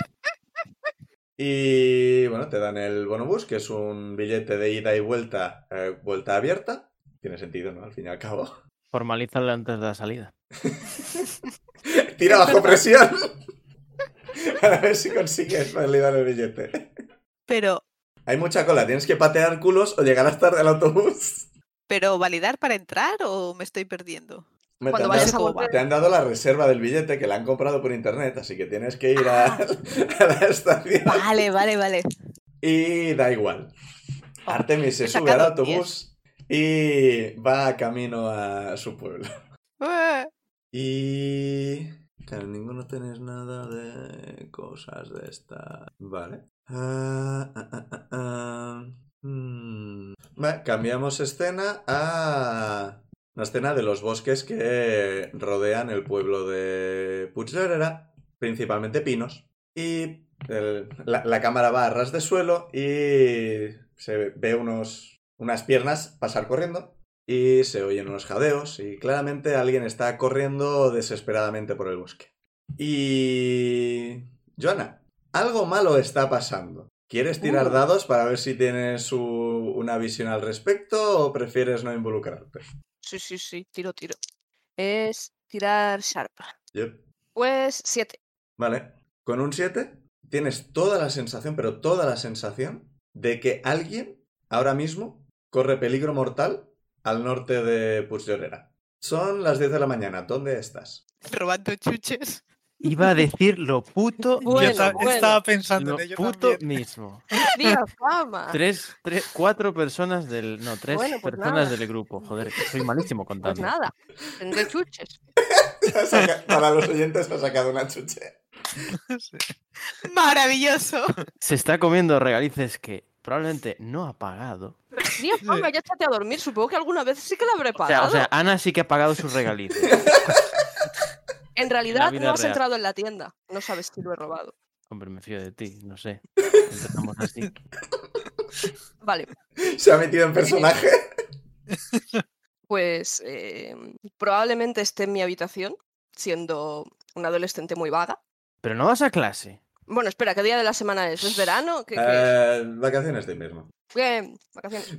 [SPEAKER 1] Y bueno, te dan el bonobús, que es un billete de ida y vuelta, eh, vuelta abierta. Tiene sentido, ¿no? Al fin y al cabo.
[SPEAKER 3] Formalízalo antes de la salida.
[SPEAKER 1] Tira
[SPEAKER 2] Es
[SPEAKER 1] bajo
[SPEAKER 2] verdad.
[SPEAKER 1] presión. A ver si consigues validar el billete.
[SPEAKER 2] Pero,
[SPEAKER 1] Hay mucha cola, tienes que patear culos o llegarás tarde al autobús.
[SPEAKER 2] pero validar para entrar o me estoy perdiendo.
[SPEAKER 1] Me
[SPEAKER 5] Cuando
[SPEAKER 1] tendrás-
[SPEAKER 5] vayas a volver,
[SPEAKER 1] Te han dado la reserva del billete que la han comprado por internet, así que tienes que ir a,
[SPEAKER 2] Ah.
[SPEAKER 1] a la estación.
[SPEAKER 2] Vale, vale, vale.
[SPEAKER 1] Y da igual.
[SPEAKER 2] Oh,
[SPEAKER 1] Artemis se
[SPEAKER 2] he
[SPEAKER 1] sube al
[SPEAKER 2] sacado
[SPEAKER 1] autobús y va camino a su pueblo.
[SPEAKER 2] Ah,
[SPEAKER 1] Y. Claro, ninguno tenéis nada de cosas de esta. Vale. Ah, ah, ah, ah, ah. Mm. Vale, cambiamos escena a. Una escena de los bosques que rodean el pueblo de Puigdemera, principalmente pinos. Y el- la, la cámara va a ras de suelo y se ve unos, unas piernas pasar corriendo y se oyen unos jadeos y claramente alguien está corriendo desesperadamente por el bosque. Y... Joana, algo malo está pasando. ¿Quieres tirar
[SPEAKER 5] Uh.
[SPEAKER 1] dados para ver si tienes u- una visión al respecto o prefieres no involucrarte?
[SPEAKER 5] Sí, sí, sí, tiro, tiro. Es tirar sharp.
[SPEAKER 1] Yep.
[SPEAKER 5] Pues 7.
[SPEAKER 1] Vale. Con un 7 tienes toda la sensación, pero toda la sensación, de que alguien ahora mismo corre peligro mortal al norte de Puigllorera. Son las 10 de la mañana. ¿Dónde estás?
[SPEAKER 2] Robando chuches.
[SPEAKER 3] Iba a decir lo puto
[SPEAKER 4] Yo
[SPEAKER 5] Bueno,
[SPEAKER 4] esta-
[SPEAKER 3] mismo.
[SPEAKER 5] bueno. Ah.
[SPEAKER 4] estaba pensando
[SPEAKER 3] Lo
[SPEAKER 4] en ello
[SPEAKER 3] puto
[SPEAKER 4] también.
[SPEAKER 3] mismo.
[SPEAKER 5] ¡Día fama!
[SPEAKER 3] Tres, tres, cuatro personas del. No, tres
[SPEAKER 5] Bueno, pues
[SPEAKER 3] personas
[SPEAKER 5] nada.
[SPEAKER 3] del grupo. Joder, que soy malísimo
[SPEAKER 5] Pues
[SPEAKER 3] contando.
[SPEAKER 5] nada, tendré chuches.
[SPEAKER 1] Para los oyentes ha sacado una chuche.
[SPEAKER 2] Maravilloso.
[SPEAKER 3] Se está comiendo regalices que probablemente no ha pagado.
[SPEAKER 5] Día fama, ya estate a dormir. Supongo que alguna vez sí que la habré
[SPEAKER 3] O sea,
[SPEAKER 5] pagado.
[SPEAKER 3] o sea, Ana sí que ha pagado sus regalices.
[SPEAKER 5] en realidad
[SPEAKER 3] vida
[SPEAKER 5] no has
[SPEAKER 3] real.
[SPEAKER 5] entrado en la tienda. No sabes si lo he robado.
[SPEAKER 3] Hombre, me fío de ti, no sé. Empezamos así.
[SPEAKER 5] Vale,
[SPEAKER 1] Se ha metido en personaje.
[SPEAKER 5] pues eh, probablemente esté en mi habitación, siendo una adolescente muy vaga.
[SPEAKER 3] Pero no vas a clase.
[SPEAKER 5] Bueno, espera, ¿qué día de la semana es? ¿Es verano? ¿Qué, qué-
[SPEAKER 1] Eh, vacaciones de invierno.
[SPEAKER 5] qué? Vacaciones.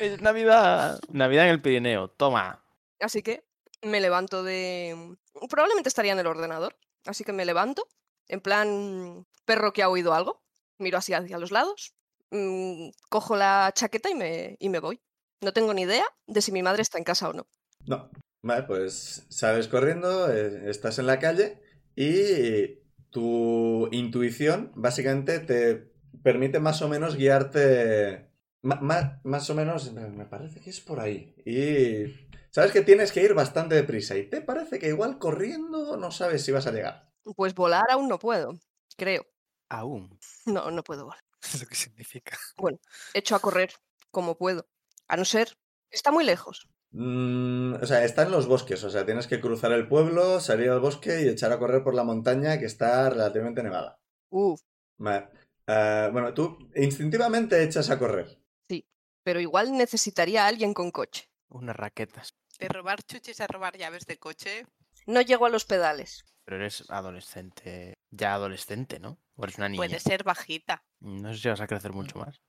[SPEAKER 3] Es Navidad. Navidad en el Pirineo. Toma.
[SPEAKER 5] Así que me levanto de... mm, Probablemente estaría en el ordenador. Así que me levanto, en plan perro que ha oído algo. Miro así hacia los lados, mm, cojo la chaqueta y me, y me voy. No tengo ni idea de si mi madre está en casa o no.
[SPEAKER 1] No. Vale, pues sales corriendo, eh, estás en la calle y tu intuición básicamente te permite más o menos guiarte. ma- ma- más o menos, me me parece que es por ahí. Y sabes que tienes que ir bastante deprisa y te parece que igual corriendo no sabes si vas a llegar.
[SPEAKER 5] Pues volar aún no puedo, creo.
[SPEAKER 3] Aún.
[SPEAKER 5] No, no puedo volar.
[SPEAKER 4] Eso que significa.
[SPEAKER 5] Hecho a correr como puedo. A no ser... Está muy lejos.
[SPEAKER 1] Mm, o sea, está en los bosques, o sea, tienes que cruzar el pueblo, salir al bosque y echar a correr por la montaña que está relativamente nevada.
[SPEAKER 5] Uh,
[SPEAKER 1] Vale. Eh, bueno, tú instintivamente echas a correr.
[SPEAKER 5] pero igual necesitaría a alguien con coche.
[SPEAKER 3] Unas raquetas.
[SPEAKER 2] De robar chuches a robar llaves de coche.
[SPEAKER 5] No llego a los pedales.
[SPEAKER 3] Pero eres adolescente. Ya adolescente, ¿no? O eres una niña.
[SPEAKER 2] Puede ser bajita.
[SPEAKER 3] No sé si vas a crecer mucho más.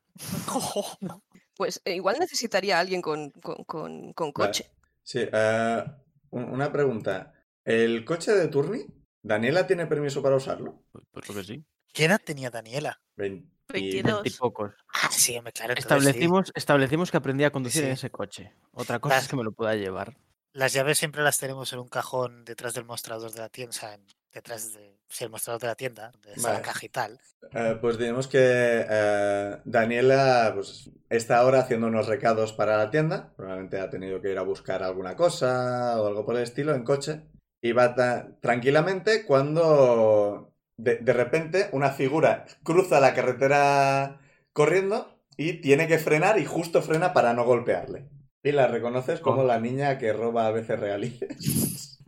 [SPEAKER 5] Pues eh, igual necesitaría a alguien con, con- con- con
[SPEAKER 1] Vale.
[SPEAKER 5] coche.
[SPEAKER 1] Sí, eh, un- una pregunta. ¿El coche de Turni, Daniela tiene permiso para usarlo?
[SPEAKER 3] Pues pues creo que sí.
[SPEAKER 4] ¿Qué edad tenía Daniela?
[SPEAKER 1] 20.
[SPEAKER 2] 22.
[SPEAKER 3] Y pocos.
[SPEAKER 4] Ah, sí, hombre, claro. entonces sí.
[SPEAKER 3] Establecimos, establecimos que aprendí a conducir en
[SPEAKER 4] Sí.
[SPEAKER 3] ese coche. Otra cosa es que me lo pueda llevar.
[SPEAKER 4] Las llaves siempre las tenemos en un cajón detrás del mostrador de la tienda. O sea, en- detrás de. Sí, el mostrador de la tienda, donde está
[SPEAKER 1] Vale.
[SPEAKER 4] la caja y tal.
[SPEAKER 1] Eh, pues digamos que eh, Daniela pues, está ahora haciendo unos recados para la tienda. Probablemente ha tenido que ir a buscar alguna cosa o algo por el estilo en coche. Y va ta- tranquilamente cuando de, de repente una figura cruza la carretera corriendo y tiene que frenar y justo frena para no golpearle. Y la reconoces como la niña que roba a veces realices.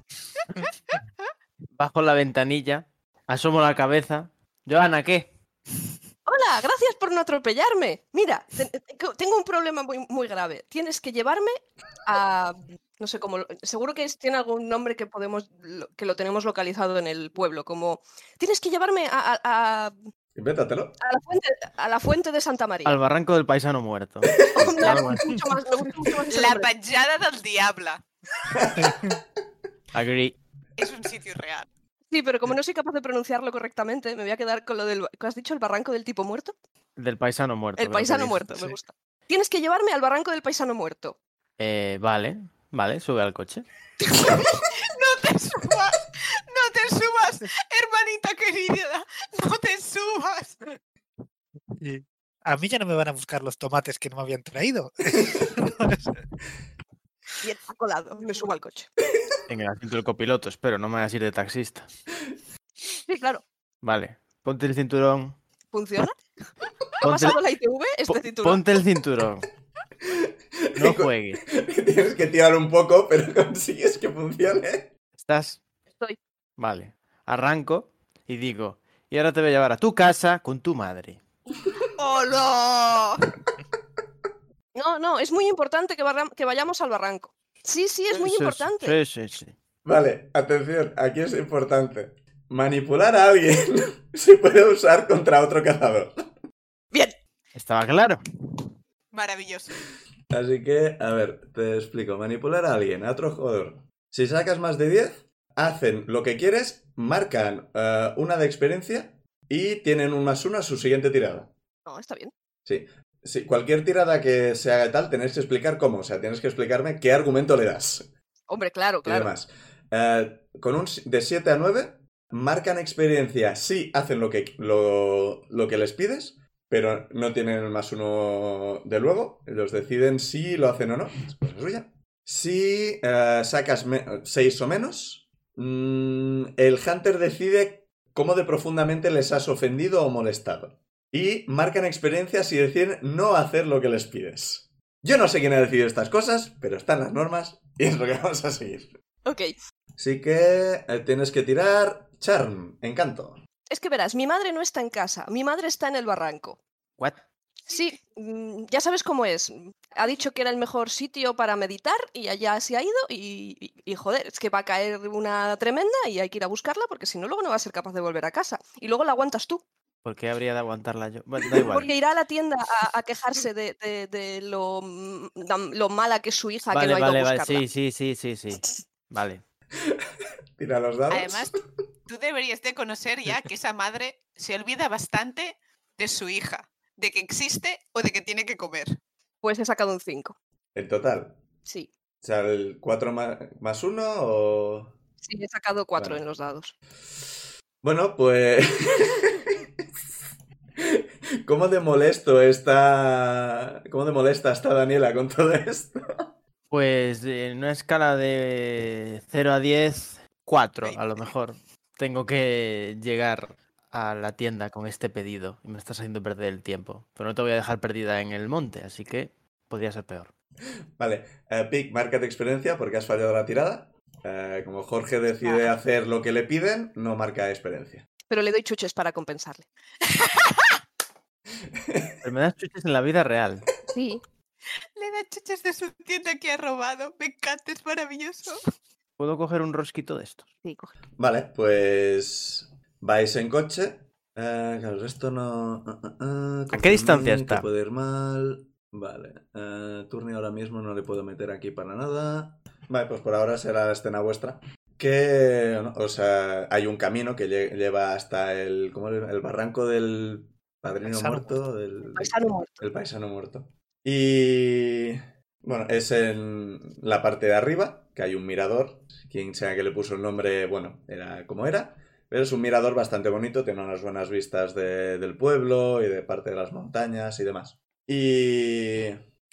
[SPEAKER 3] Bajo la ventanilla, asomo la cabeza. Joana, ¿qué?
[SPEAKER 5] Hola, gracias por no atropellarme. Mira, te- te- co- tengo un problema muy, muy grave. Tienes que llevarme a... No sé cómo... lo- Seguro que es- tiene algún nombre que podemos... lo- que lo tenemos localizado en el pueblo, como... Tienes que llevarme a, a- a- a
[SPEAKER 1] Invéntatelo.
[SPEAKER 5] la, fuente, a la fuente de Santa María.
[SPEAKER 3] Al barranco del paisano muerto.
[SPEAKER 5] Oh, me
[SPEAKER 3] algo
[SPEAKER 5] gusta mucho más- me gusta mucho más ese
[SPEAKER 2] La
[SPEAKER 5] nombre.
[SPEAKER 2] panjada del diablo.
[SPEAKER 3] Agree.
[SPEAKER 2] Es un sitio real.
[SPEAKER 5] Sí, pero como no soy capaz de pronunciarlo correctamente, me voy a quedar con lo del... ¿Qué has dicho? ¿El barranco del tipo muerto?
[SPEAKER 3] Del paisano muerto.
[SPEAKER 5] El
[SPEAKER 3] creo que
[SPEAKER 5] paisano
[SPEAKER 3] dice.
[SPEAKER 5] muerto, me
[SPEAKER 4] sí.
[SPEAKER 5] gusta. Tienes que llevarme al barranco del paisano muerto.
[SPEAKER 3] Eh, vale, vale, sube al coche.
[SPEAKER 2] No te subas. No te subas, hermanita querida. No te subas.
[SPEAKER 4] Y A mí ya no me van a buscar los tomates que no me habían traído.
[SPEAKER 5] Y está colado, me subo al coche.
[SPEAKER 3] En el asiento del copiloto, espero, no me vayas a ir de taxista.
[SPEAKER 5] Sí, claro.
[SPEAKER 3] Vale, ponte el cinturón.
[SPEAKER 5] ¿Funciona? ¿Ha
[SPEAKER 3] Ponte,
[SPEAKER 5] pasado la ITV este
[SPEAKER 3] po-
[SPEAKER 5] título?
[SPEAKER 3] ponte el cinturón. No juegues.
[SPEAKER 1] Tienes que tirar un poco, pero consigues que funcione.
[SPEAKER 3] ¿Estás?
[SPEAKER 5] Estoy.
[SPEAKER 3] Vale. Arranco y digo, y ahora te voy a llevar a tu casa con tu madre.
[SPEAKER 2] ¡Hola!
[SPEAKER 5] No, no, es muy importante que, barra- que vayamos al barranco. Sí, sí, es muy
[SPEAKER 3] Sí, sí,
[SPEAKER 5] importante.
[SPEAKER 3] Sí, sí, sí.
[SPEAKER 1] Vale, atención, aquí es importante. Manipular a alguien se puede usar contra otro cazador.
[SPEAKER 3] Estaba claro.
[SPEAKER 2] Maravilloso.
[SPEAKER 1] Así que, a ver, te explico. Manipular a alguien, a otro jugador. Si sacas más de 10, hacen lo que quieres, marcan eh, una de experiencia y tienen un más uno a su siguiente tirada.
[SPEAKER 5] No, está bien.
[SPEAKER 1] Sí. Sí, cualquier tirada que se haga tal, tenéis que explicar cómo. O sea, tienes que explicarme qué argumento le das.
[SPEAKER 5] Hombre, claro,
[SPEAKER 1] y
[SPEAKER 5] claro.
[SPEAKER 1] demás. Eh, con un s- de 7 a 9, marcan experiencia si hacen lo que, lo, lo que les pides, pero no tienen el más uno de luego. Los deciden si lo hacen o no. Es cosa suya. Si eh, sacas 6 o menos, mm, el Hunter decide cómo de profundamente les has ofendido o molestado. Y marcan experiencia si deciden no hacer lo que les pides. Yo no sé quién ha decidido estas cosas, pero están las normas y es lo que vamos a seguir.
[SPEAKER 5] Ok.
[SPEAKER 1] Así que eh, tienes que tirar charm, encanto.
[SPEAKER 5] Es que verás, mi madre no está en casa, mi madre está en el barranco.
[SPEAKER 3] What?
[SPEAKER 5] Sí, mm, ya sabes cómo es. mm, Ha dicho que era el mejor sitio para meditar y allá se ha ido y, y- y joder, es que va a caer una tremenda y hay que ir a buscarla porque si no luego no va a ser capaz de volver a casa. Y luego la aguantas tú,
[SPEAKER 3] ¿Por qué habría de aguantarla yo? Bueno, da igual.
[SPEAKER 5] porque irá a la tienda a, a quejarse de, de- de lo, mm, dam- lo mala que es su hija que
[SPEAKER 3] Vale,
[SPEAKER 5] no ha ido
[SPEAKER 3] vale,
[SPEAKER 5] a
[SPEAKER 3] vale.
[SPEAKER 5] buscarla.
[SPEAKER 3] Sí, sí, sí, sí, sí. Vale.
[SPEAKER 1] Tira los dados.
[SPEAKER 2] Además, tú deberías de conocer ya que esa madre se olvida bastante de su hija, de que existe o de que tiene que comer.
[SPEAKER 5] Pues he sacado un 5.
[SPEAKER 1] En total.
[SPEAKER 5] Sí,
[SPEAKER 1] O sea, el 4 más 1 o...
[SPEAKER 5] sí, he sacado 4
[SPEAKER 1] Vale.
[SPEAKER 5] en los dados.
[SPEAKER 1] Bueno, pues... ¿Cómo de molesto está... ¿Cómo de molesta está Daniela con todo esto?
[SPEAKER 3] Pues en una escala de 0 a 10, 4 a lo
[SPEAKER 2] Veinte.
[SPEAKER 3] mejor. Tengo que llegar a la tienda con este pedido y me estás haciendo perder el tiempo. Pero no te voy a dejar perdida en el monte, así que podría ser peor.
[SPEAKER 1] Vale, eh, Pic, marca tu experiencia porque has fallado la tirada. Eh, como Jorge decide hacer lo que le piden, no marca experiencia.
[SPEAKER 5] Pero le doy chuches para compensarle.
[SPEAKER 3] Pero me das chuches en la vida real.
[SPEAKER 5] Sí.
[SPEAKER 2] Le da chuches de su tienda que ha robado. Me encanta, es maravilloso.
[SPEAKER 3] ¿Puedo coger un rosquito de estos?
[SPEAKER 5] Sí, coge.
[SPEAKER 1] Vale, pues vais en coche. Eh, claro, el resto no. ah, ah, ah,
[SPEAKER 3] ¿A qué distancia
[SPEAKER 1] confirmé que
[SPEAKER 3] está?
[SPEAKER 1] Puede ir mal. Vale. eh, Turni ahora mismo no le puedo meter aquí para nada. Vale, pues por ahora será la escena vuestra. Que, no, o sea, hay un camino que lle- lleva hasta el, ¿cómo le- el barranco del padrino
[SPEAKER 4] Paisano
[SPEAKER 1] muerto,
[SPEAKER 4] muerto.
[SPEAKER 1] del,
[SPEAKER 5] Paisano muerto.
[SPEAKER 1] el paisano muerto. Y bueno, es en la parte de arriba, que hay un mirador. Quien sea que le puso el nombre, bueno, era como era. Pero es un mirador bastante bonito, tiene unas buenas vistas de- del pueblo y de parte de las montañas y demás. Y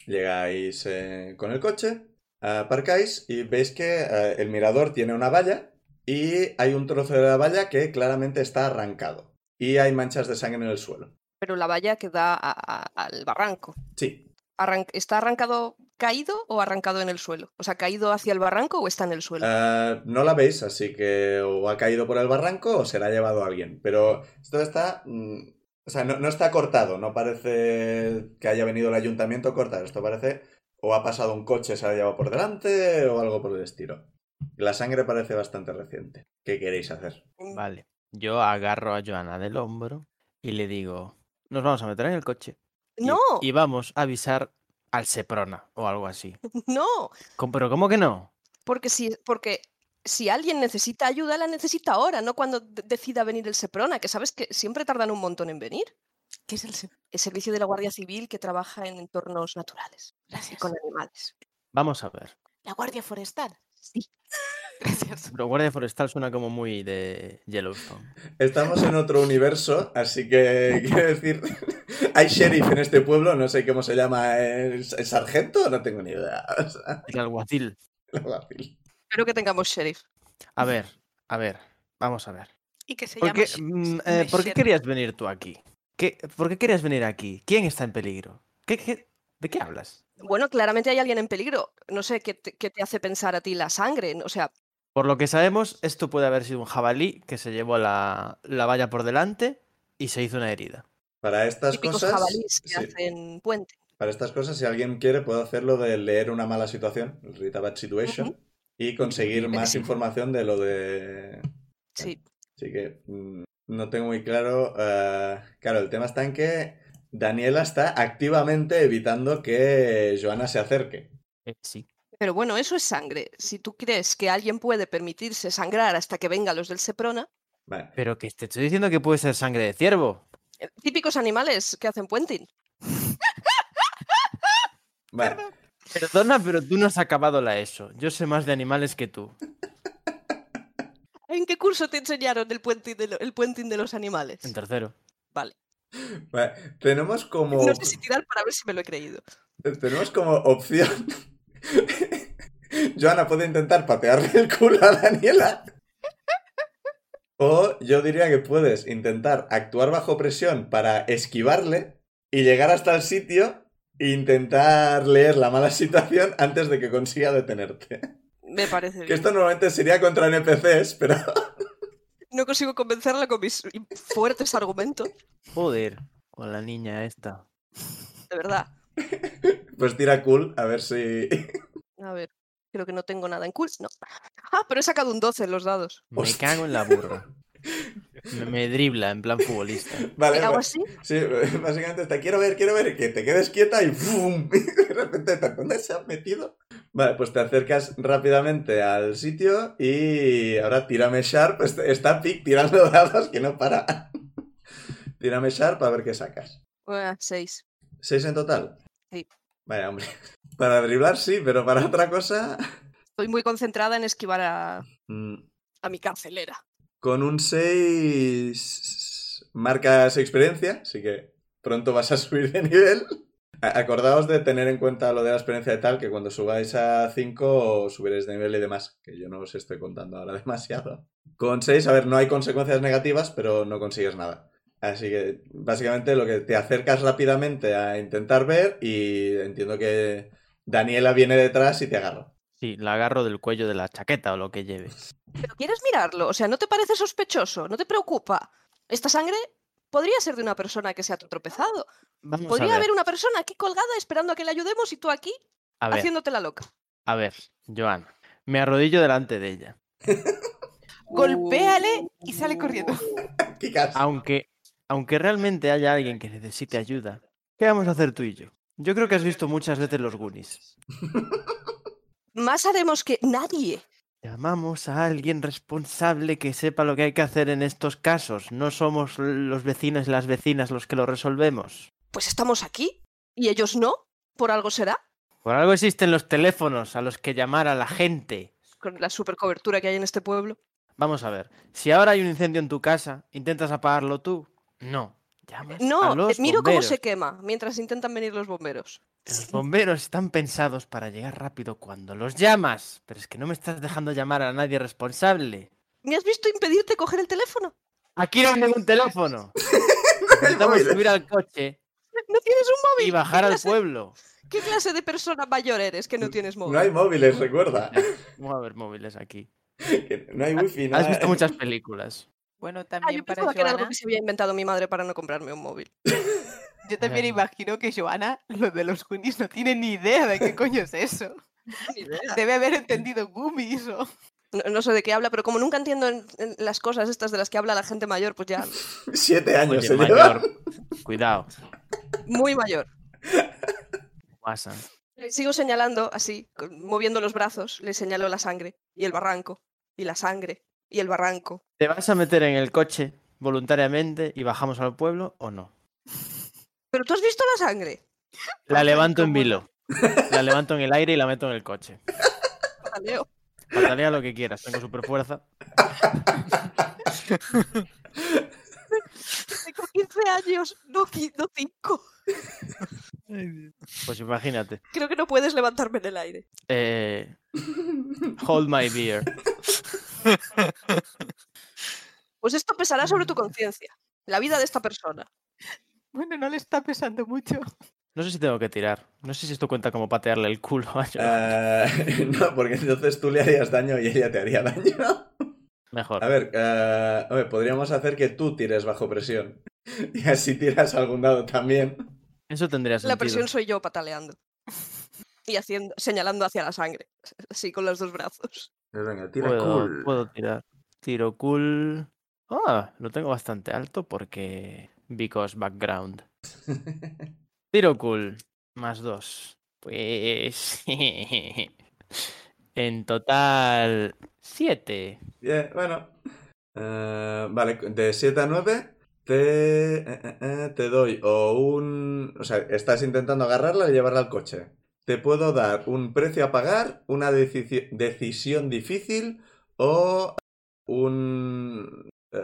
[SPEAKER 1] llegáis eh, con el coche, aparcáis y veis que eh, el mirador tiene una valla y hay un trozo de la valla que claramente está arrancado. Y hay manchas de sangre en el suelo.
[SPEAKER 5] Pero la valla que da a- a- al barranco.
[SPEAKER 1] Sí,
[SPEAKER 5] arran- ¿Está arrancado caído o arrancado en el suelo? O sea, ¿caído hacia el barranco o está en el suelo?
[SPEAKER 1] Ah, no la veis, así que o ha caído por el barranco o se la ha llevado alguien. Pero esto está. mm, o sea, no, no está cortado, no parece que haya venido el ayuntamiento a cortar. Esto parece. O ha pasado un coche, se la ha llevado por delante o algo por el estilo. La sangre parece bastante reciente. ¿Qué queréis hacer?
[SPEAKER 5] Mm,
[SPEAKER 3] Vale. Yo agarro a Joana del hombro y le digo, nos vamos a meter en el coche. y-
[SPEAKER 5] no,
[SPEAKER 3] Y, vamos a avisar al Seprona o algo así.
[SPEAKER 5] no,
[SPEAKER 3] Com- ¿Pero cómo que no?
[SPEAKER 5] porque si, porque si alguien necesita ayuda, la necesita ahora, no cuando de- decida venir el Seprona, que sabes que siempre tardan un montón en venir.
[SPEAKER 2] ¿Qué es el se-
[SPEAKER 5] El servicio de la Guardia Civil que trabaja en entornos naturales y
[SPEAKER 2] Gracias.
[SPEAKER 5] con animales.
[SPEAKER 3] Vamos a ver.
[SPEAKER 2] La Guardia Forestal.
[SPEAKER 5] Sí.
[SPEAKER 2] Gracias.
[SPEAKER 3] Pero Guardia Forestal suena como muy de Yellowstone.
[SPEAKER 1] Estamos en otro universo, así que quiero decir. Hay sheriff en este pueblo, no sé cómo se llama. ¿Es, es sargento? No tengo ni idea. O sea,
[SPEAKER 3] El alguacil.
[SPEAKER 1] lo fácil.
[SPEAKER 5] Espero que tengamos sheriff.
[SPEAKER 3] A ver, a ver, vamos a ver.
[SPEAKER 2] Y que se
[SPEAKER 3] ¿Por
[SPEAKER 2] llama.
[SPEAKER 3] qué,
[SPEAKER 2] Sh-
[SPEAKER 3] mm,
[SPEAKER 2] llama
[SPEAKER 3] eh, por qué
[SPEAKER 2] Sher-
[SPEAKER 3] querías venir tú aquí? ¿Qué- ¿Por qué querías venir aquí? ¿Quién está en peligro? ¿Qué- qué- de qué hablas?
[SPEAKER 5] Bueno, claramente hay alguien en peligro. No sé qué te, qué te hace pensar a ti la sangre. O sea,
[SPEAKER 3] Por lo que sabemos, esto puede haber sido un jabalí que se llevó la, la valla por delante y se hizo una herida.
[SPEAKER 1] Para estas
[SPEAKER 5] típicos
[SPEAKER 1] cosas.
[SPEAKER 5] jabalíes que
[SPEAKER 1] sí.
[SPEAKER 5] hacen puente.
[SPEAKER 1] Para estas cosas, si alguien quiere, puedo hacerlo de leer una mala situación, el Read a Bad Situation, y conseguir más
[SPEAKER 5] Buenísimo.
[SPEAKER 1] información de lo de...
[SPEAKER 5] Sí.
[SPEAKER 1] Así que mm, no tengo muy claro... eh, claro, el tema está en que Daniela está activamente evitando que Joana se acerque.
[SPEAKER 3] Eh, sí.
[SPEAKER 5] Pero bueno, eso es sangre. Si tú crees que alguien puede permitirse sangrar hasta que vengan los del Seprona,
[SPEAKER 1] Vale.
[SPEAKER 3] Pero que te estoy diciendo que puede ser sangre de ciervo.
[SPEAKER 5] eh, típicos animales que hacen puenting.
[SPEAKER 1] vale.
[SPEAKER 3] Perdona, pero tú no has acabado la ESO. Yo sé más de animales que tú.
[SPEAKER 5] ¿En qué curso te enseñaron el puenting de, lo- el puenting de los animales?
[SPEAKER 3] En tercero.
[SPEAKER 1] Vale, Tenemos como,
[SPEAKER 5] No sé si tirar para ver si me lo he creído.
[SPEAKER 1] Eh, tenemos como opción. Joana puede intentar patearle el culo a Daniela. O yo diría que puedes intentar actuar bajo presión para esquivarle y llegar hasta el sitio e intentar leer la mala situación antes de que consiga detenerte.
[SPEAKER 5] Me parece
[SPEAKER 1] Que
[SPEAKER 5] bien.
[SPEAKER 1] esto normalmente sería contra NPCs, pero
[SPEAKER 5] No consigo convencerla con mis fuertes argumentos,
[SPEAKER 3] Joder, con la niña esta.
[SPEAKER 5] de verdad.
[SPEAKER 1] pues tira cool, a ver si...
[SPEAKER 5] A ver, creo que no tengo nada en curso. No. Ah, pero he sacado un 12 en los dados.
[SPEAKER 3] Me
[SPEAKER 1] Hostia.
[SPEAKER 3] cago en la burra. Me, me dribla en plan futbolista.
[SPEAKER 1] Vale,
[SPEAKER 5] ¿Y hago
[SPEAKER 1] va-
[SPEAKER 5] así?
[SPEAKER 1] Sí, básicamente te quiero ver, quiero ver, que te quedes quieta y ¡fum! Y de repente, ¿te- ¿dónde se han metido? Vale, pues te acercas rápidamente al sitio y ahora tírame Sharp. Est- Está Pic tirando dados que no para. Tírame Sharp a ver qué sacas.
[SPEAKER 5] Ah, seis.
[SPEAKER 1] ¿Seis en total?
[SPEAKER 5] Sí.
[SPEAKER 1] Vale, hombre. Para driblar sí, pero para otra cosa...
[SPEAKER 5] Estoy muy concentrada en esquivar a,
[SPEAKER 1] mm,
[SPEAKER 5] a mi carcelera.
[SPEAKER 1] Con un 6 marcas experiencia, así que pronto vas a subir de nivel. A- Acordaos de tener en cuenta lo de la experiencia y tal, que cuando subáis a 5 subiréis de nivel y demás, que yo no os estoy contando ahora demasiado. Con 6, a ver, no hay consecuencias negativas, pero no consigues nada. Así que básicamente lo que te acercas rápidamente a intentar ver y entiendo que Daniela viene detrás y te agarra.
[SPEAKER 3] Sí, la agarro del cuello de la chaqueta o lo que lleve.
[SPEAKER 5] ¿Pero quieres mirarlo? O sea, ¿no te parece sospechoso? ¿No te preocupa? Esta sangre podría ser de una persona que se ha tropezado.
[SPEAKER 3] Vamos a
[SPEAKER 5] Podría
[SPEAKER 3] ver.
[SPEAKER 5] haber una persona aquí colgada esperando a que le ayudemos y tú aquí
[SPEAKER 3] A ver,
[SPEAKER 5] haciéndote la loca.
[SPEAKER 3] a ver, Joan. Me arrodillo delante de ella.
[SPEAKER 2] Golpéale y sale
[SPEAKER 5] Uh.
[SPEAKER 2] corriendo.
[SPEAKER 1] Kikas.
[SPEAKER 3] Aunque, aunque realmente haya alguien que necesite ayuda, ¿qué vamos a hacer tú y yo? Yo creo que has visto muchas veces los Goonies.
[SPEAKER 5] Más haremos que nadie.
[SPEAKER 3] Llamamos a alguien responsable que sepa lo que hay que hacer en estos casos. No somos los vecinos y las vecinas los que lo resolvemos.
[SPEAKER 5] Pues estamos aquí y ellos no. Por algo será.
[SPEAKER 3] Por algo existen los teléfonos a los que llamar a la gente.
[SPEAKER 5] Con la supercobertura que hay en este pueblo.
[SPEAKER 3] Vamos a ver, si ahora hay un incendio en tu casa, ¿intentas apagarlo tú? No. Llamas a
[SPEAKER 5] No, eh,
[SPEAKER 3] los
[SPEAKER 5] miro cómo
[SPEAKER 3] bomberos.
[SPEAKER 5] se quema mientras intentan venir los bomberos.
[SPEAKER 3] Los bomberos están pensados para llegar rápido cuando los llamas. Pero es que no me estás dejando llamar a nadie responsable.
[SPEAKER 5] ¿Me has visto impedirte coger el teléfono?
[SPEAKER 3] Aquí no hay ningún teléfono.
[SPEAKER 1] Hay
[SPEAKER 3] Necesitamos
[SPEAKER 1] móviles.
[SPEAKER 3] subir al coche
[SPEAKER 5] ¿No tienes un móvil?
[SPEAKER 3] y bajar
[SPEAKER 5] ¿Qué
[SPEAKER 3] al
[SPEAKER 5] clase,
[SPEAKER 3] pueblo.
[SPEAKER 5] ¿Qué clase de persona mayor eres que no tienes móvil?
[SPEAKER 1] No hay móviles, recuerda.
[SPEAKER 3] Vamos a ver móviles aquí.
[SPEAKER 1] Que No hay wifi, nada.
[SPEAKER 3] Has visto muchas películas.
[SPEAKER 2] Bueno,
[SPEAKER 5] Ah, yo
[SPEAKER 2] también para
[SPEAKER 5] pensaba que era algo
[SPEAKER 2] Joana.
[SPEAKER 5] que se había inventado mi madre para no comprarme un móvil.
[SPEAKER 2] Yo también
[SPEAKER 3] Bueno.
[SPEAKER 2] imagino que Joana, lo de los Goonies, no tiene ni idea de qué coño es eso.
[SPEAKER 5] Ni idea.
[SPEAKER 2] Debe haber entendido Goomies o...
[SPEAKER 5] No, no sé de qué habla, pero como nunca entiendo en- en las cosas estas de las que habla la gente mayor, pues ya
[SPEAKER 1] Siete años,
[SPEAKER 3] Oye,
[SPEAKER 1] se lleva.
[SPEAKER 3] mayor, Cuidado.
[SPEAKER 5] muy mayor.
[SPEAKER 3] WhatsApp.
[SPEAKER 5] Sigo señalando así, con- moviendo los brazos, le señalo la sangre y el barranco y la sangre y el barranco.
[SPEAKER 3] ¿Te vas a meter en el coche voluntariamente y bajamos al pueblo o no?
[SPEAKER 5] Pero tú has visto la sangre.
[SPEAKER 3] La
[SPEAKER 2] Ajá,
[SPEAKER 3] levanto en
[SPEAKER 2] ¿cómo no?
[SPEAKER 3] vilo. La levanto en el aire y la meto en el coche.
[SPEAKER 5] Pataleo.
[SPEAKER 3] Patalea lo que quieras, tengo super fuerza.
[SPEAKER 5] Tengo 15 años, no 5.
[SPEAKER 3] Pues imagínate.
[SPEAKER 5] Creo que no puedes levantarme en el aire.
[SPEAKER 3] Eh, hold my beer.
[SPEAKER 5] Pues esto pesará sobre tu conciencia, la vida de esta persona.
[SPEAKER 2] Bueno, no le está pesando mucho.
[SPEAKER 3] No sé si tengo que tirar. No sé si esto cuenta como patearle el culo a Joan.
[SPEAKER 1] Eh, no, porque entonces tú le harías daño y ella te haría daño.
[SPEAKER 3] Mejor.
[SPEAKER 1] A ver, eh, hombre, podríamos hacer que tú tires bajo presión. Y así tiras algún dado también.
[SPEAKER 3] Eso tendría sentido.
[SPEAKER 5] La presión soy yo pataleando y haciendo, señalando hacia la sangre, así con los dos brazos.
[SPEAKER 1] Venga,
[SPEAKER 3] puedo, puedo tirar. Tiro cool. Ah, lo tengo bastante alto porque. Because background. Tiro cool, más dos. Pues. en total, siete.
[SPEAKER 1] Bien, bueno. Eh, vale, de 7 a 9 te, eh, eh, eh, te doy o un... O sea, estás intentando agarrarla y llevarla al coche. Te puedo dar un precio a pagar, una deci- decisión difícil o un... eh,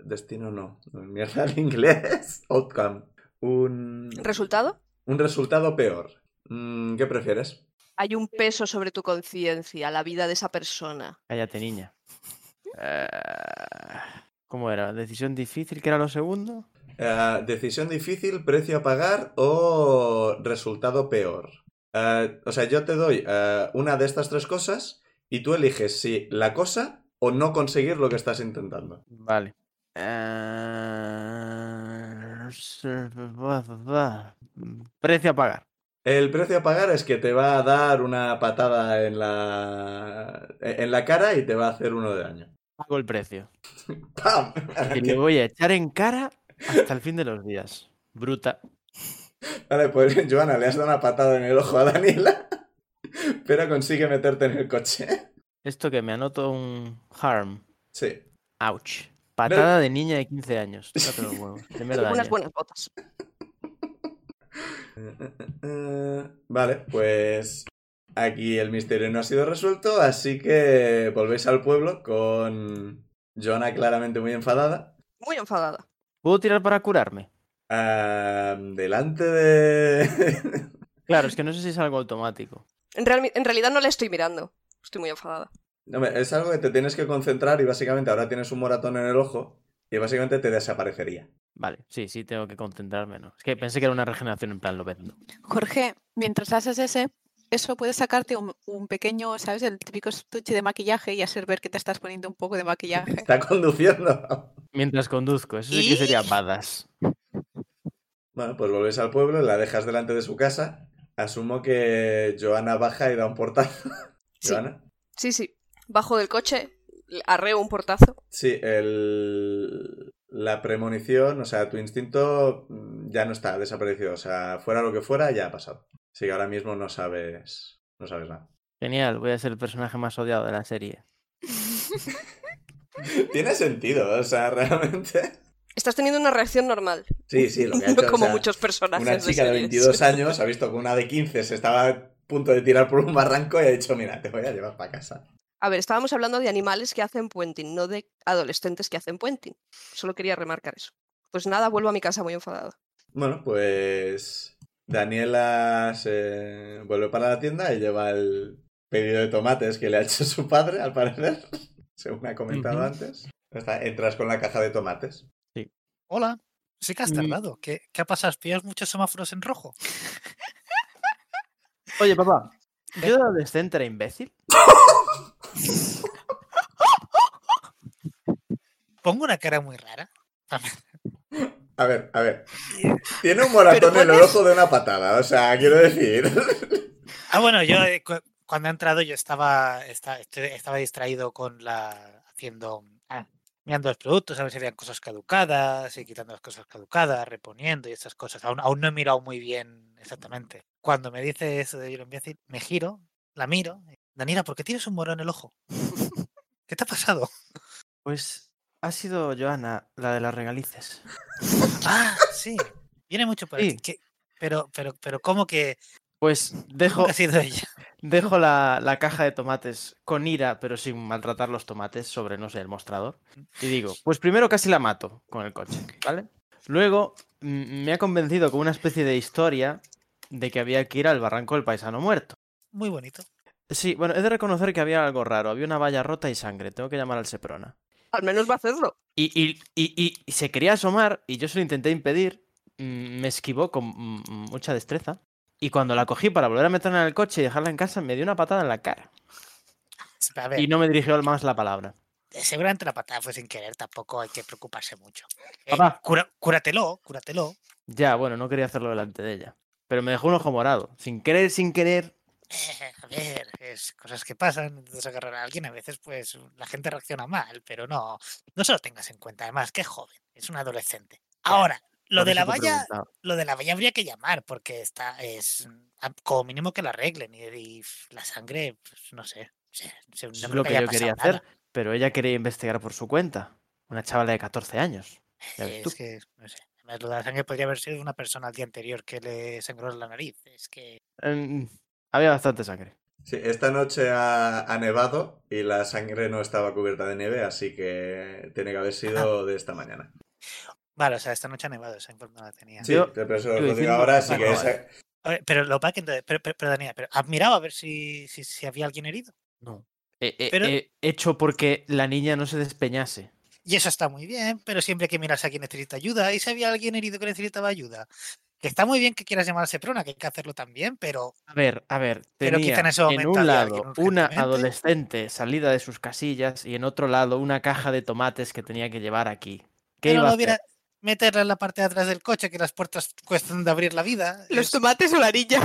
[SPEAKER 1] destino no. Mierda en inglés. Outcome. Un,
[SPEAKER 5] ¿Resultado?
[SPEAKER 1] un resultado peor. Mm, ¿Qué prefieres?
[SPEAKER 5] Hay un peso sobre tu conciencia, la vida de esa persona.
[SPEAKER 3] Cállate, niña. Ah, ¿Cómo era? ¿Decisión difícil que era lo segundo?
[SPEAKER 1] Eh, decisión difícil, precio a pagar o resultado peor. Eh, o sea, yo te doy eh, una de estas tres cosas y tú eliges si la cosa o no conseguir lo que estás intentando.
[SPEAKER 3] Vale. Ah, Precio a pagar.
[SPEAKER 1] El precio a pagar es que te va a dar una patada en la, en la cara y te va a hacer uno de daño.
[SPEAKER 3] Pago el precio.
[SPEAKER 1] ¡Pam!
[SPEAKER 3] Y le voy a echar en cara hasta el fin de los días. Bruta.
[SPEAKER 1] Vale, pues Joana, le has dado una patada en el ojo a Daniela, pero consigue meterte en el coche.
[SPEAKER 3] Esto que me anoto un harm.
[SPEAKER 1] Sí.
[SPEAKER 3] Ouch. Patada de niña de 15 años. Tócate los huevos. Primer
[SPEAKER 5] Unas
[SPEAKER 3] daño.
[SPEAKER 5] buenas botas.
[SPEAKER 1] Eh, Vale, pues aquí el misterio no ha sido resuelto, así que volvéis al pueblo con Joana claramente muy enfadada.
[SPEAKER 5] Muy enfadada.
[SPEAKER 3] ¿Puedo tirar para curarme?
[SPEAKER 1] Ah, delante de...
[SPEAKER 3] Claro, es que no sé si es algo automático.
[SPEAKER 5] En, real- en realidad no la estoy mirando. Estoy muy enfadada.
[SPEAKER 1] No, hombre, es algo que te tienes que concentrar y básicamente ahora tienes un moratón en el ojo y básicamente te desaparecería.
[SPEAKER 3] Vale, sí, sí, tengo que concentrarme, ¿no? Es que pensé que era una regeneración en plan lo vendo.
[SPEAKER 2] Jorge, mientras haces ese, eso puedes sacarte un, un pequeño, ¿sabes? El típico estuche de maquillaje y hacer ver que te estás poniendo un poco de maquillaje.
[SPEAKER 1] Está conduciendo.
[SPEAKER 3] Mientras conduzco, eso sí que sería badas.
[SPEAKER 1] Bueno, pues volvéis al pueblo, la dejas delante de su casa. Asumo que Joana baja y da un portazo.
[SPEAKER 5] Sí.
[SPEAKER 1] Joana.
[SPEAKER 5] Sí, sí. Bajo del coche, arreo un portazo.
[SPEAKER 1] Sí, el... la premonición, o sea, tu instinto mm, ya no está, ha desaparecido. O sea, fuera lo que fuera, ya ha pasado. Así que ahora mismo no sabes, no sabes nada.
[SPEAKER 3] Genial, voy a ser el personaje más odiado de la serie.
[SPEAKER 1] Tiene sentido, o sea, realmente.
[SPEAKER 5] Estás teniendo una reacción normal.
[SPEAKER 1] Sí, sí, lo que ha hecho.
[SPEAKER 5] no
[SPEAKER 1] o
[SPEAKER 5] como
[SPEAKER 1] sea,
[SPEAKER 5] muchos personajes.
[SPEAKER 1] Una chica de
[SPEAKER 5] series.
[SPEAKER 1] 22 años ha visto que una de 15 se estaba a punto de tirar por un barranco y ha dicho, mira, te voy a llevar para casa.
[SPEAKER 5] A ver, estábamos hablando de animales que hacen puenting, no de adolescentes que hacen puenting. Solo quería remarcar eso. Pues nada, vuelvo a mi casa muy enfadada.
[SPEAKER 1] Bueno, pues Daniela se vuelve para la tienda y lleva el pedido de tomates que le ha hecho su padre, al parecer, según me ha comentado
[SPEAKER 3] Ujú.
[SPEAKER 1] antes. Ya está, entras con la caja de tomates.
[SPEAKER 4] Hola. Sí que has
[SPEAKER 3] Mm.
[SPEAKER 4] tardado. ¿Qué, qué ha pasado? ¿Has pillado muchos semáforos en rojo?
[SPEAKER 3] Oye, papá, ¿yo de adolescente era imbécil?
[SPEAKER 4] Pongo una cara muy rara.
[SPEAKER 1] A ver, a ver. Tiene un moratón en el ojo de una patada, o sea, quiero decir.
[SPEAKER 4] Ah, bueno, yo eh, cu- cuando he entrado yo estaba, esta- estoy- estaba distraído con la haciendo ah, mirando los productos, a ver si habían cosas caducadas y quitando las cosas caducadas, reponiendo y esas cosas. Aún, aún no he mirado muy bien exactamente. Cuando me dice eso de yo lo empiezo a decir, me giro, la miro. y, Daniela, ¿por qué tienes un morón en el ojo? ¿Qué te ha pasado?
[SPEAKER 3] Pues ha sido Joana, la de las regalices.
[SPEAKER 4] Ah, sí. Viene mucho por
[SPEAKER 3] Sí.
[SPEAKER 4] aquí. ¿qué? Pero, pero, pero, ¿cómo que
[SPEAKER 3] Pues dejo,
[SPEAKER 4] ha sido ella?
[SPEAKER 3] Dejo la, la caja de tomates con ira, pero sin maltratar los tomates sobre, no sé, el mostrador. Y digo, pues primero casi la mato con el coche, ¿vale? Luego mm, me ha convencido con una especie de historia de que había que ir al barranco del paisano muerto.
[SPEAKER 4] Muy bonito.
[SPEAKER 3] Sí, bueno, he de reconocer que había algo raro. Había una valla rota y sangre. Tengo que llamar al Seprona.
[SPEAKER 5] Al menos va a hacerlo.
[SPEAKER 3] Y, y- y- y- y se quería asomar y yo se lo intenté impedir. mm, Me esquivó con mm, mucha destreza. Y cuando la cogí para volver a meterla en el coche y dejarla en casa, me dio una patada en la cara.
[SPEAKER 4] A ver,
[SPEAKER 3] Y no me dirigió más la palabra.
[SPEAKER 4] eh, seguramente la patada fue sin querer, tampoco hay que preocuparse mucho. Eh,
[SPEAKER 3] Papá.
[SPEAKER 4] cura- cúratelo, cúratelo.
[SPEAKER 3] Ya, bueno, no quería hacerlo delante de ella. Pero me dejó un ojo morado. Sin querer, sin querer.
[SPEAKER 4] Eh, a ver, es cosas que pasan, entonces agarrar a alguien, a veces pues la gente reacciona mal, pero no, no se lo tengas en cuenta, además que es joven, es un adolescente. Ahora, Lo
[SPEAKER 3] por
[SPEAKER 4] de,
[SPEAKER 3] eso
[SPEAKER 4] la
[SPEAKER 3] te
[SPEAKER 4] valla,
[SPEAKER 3] preguntaba.
[SPEAKER 4] lo de la valla habría que llamar, porque está, es a- como mínimo que la arreglen. Y, y, pf, la sangre, pues, no sé. se- se- no
[SPEAKER 3] Eso es
[SPEAKER 4] creo
[SPEAKER 3] lo
[SPEAKER 4] que
[SPEAKER 3] que
[SPEAKER 4] haya
[SPEAKER 3] yo quería
[SPEAKER 4] pasado
[SPEAKER 3] hacer, pero ella quería investigar por su cuenta. Una chavala de 14 años. Ya
[SPEAKER 4] nada.
[SPEAKER 3] ves
[SPEAKER 4] Es
[SPEAKER 3] tú.
[SPEAKER 4] que, no sé. Además, lo de la sangre podría haber sido de una persona al día anterior que le sangró la nariz. Es que.
[SPEAKER 3] Em, había bastante sangre.
[SPEAKER 1] Sí, esta noche ha, ha nevado y la sangre no estaba cubierta de nieve, así que tiene que haber sido de esta mañana.
[SPEAKER 4] Vale, o sea, esta noche ha nevado, esa información no la tenía.
[SPEAKER 1] Sí,
[SPEAKER 3] Yo-
[SPEAKER 1] pero eso
[SPEAKER 3] yo
[SPEAKER 1] os lo digo
[SPEAKER 3] diciendo
[SPEAKER 1] ahora,
[SPEAKER 3] que
[SPEAKER 1] así
[SPEAKER 3] está
[SPEAKER 1] que
[SPEAKER 3] nevado.
[SPEAKER 1] esa-
[SPEAKER 4] A ver, pero lo que entonces, pero, pero, pero, Daniela, pero ¿has mirado a ver si, si, si había alguien herido?
[SPEAKER 3] No. He- he-
[SPEAKER 4] Pero-
[SPEAKER 3] he Eh, hecho porque la niña no se despeñase.
[SPEAKER 4] Y eso está muy bien, pero siempre hay que miras a quien necesita ayuda. Y si había alguien herido que necesitaba ayuda. Que está muy bien que quieras llamarse prona, que hay que hacerlo también, pero
[SPEAKER 3] A ver, a ver,
[SPEAKER 4] Pero quizá
[SPEAKER 3] tenía
[SPEAKER 4] en ese
[SPEAKER 3] en
[SPEAKER 4] momento
[SPEAKER 3] un
[SPEAKER 4] había alguien
[SPEAKER 3] lado una
[SPEAKER 4] urgentemente.
[SPEAKER 3] adolescente salida de sus casillas y en otro lado una caja de tomates que tenía que llevar aquí. ¿Qué
[SPEAKER 4] pero
[SPEAKER 3] iba a
[SPEAKER 4] no
[SPEAKER 3] hacer?
[SPEAKER 4] hubiera meterla en la parte de atrás del coche, que las puertas cuestan de abrir la vida.
[SPEAKER 2] Los
[SPEAKER 4] es-
[SPEAKER 2] tomates o la niña.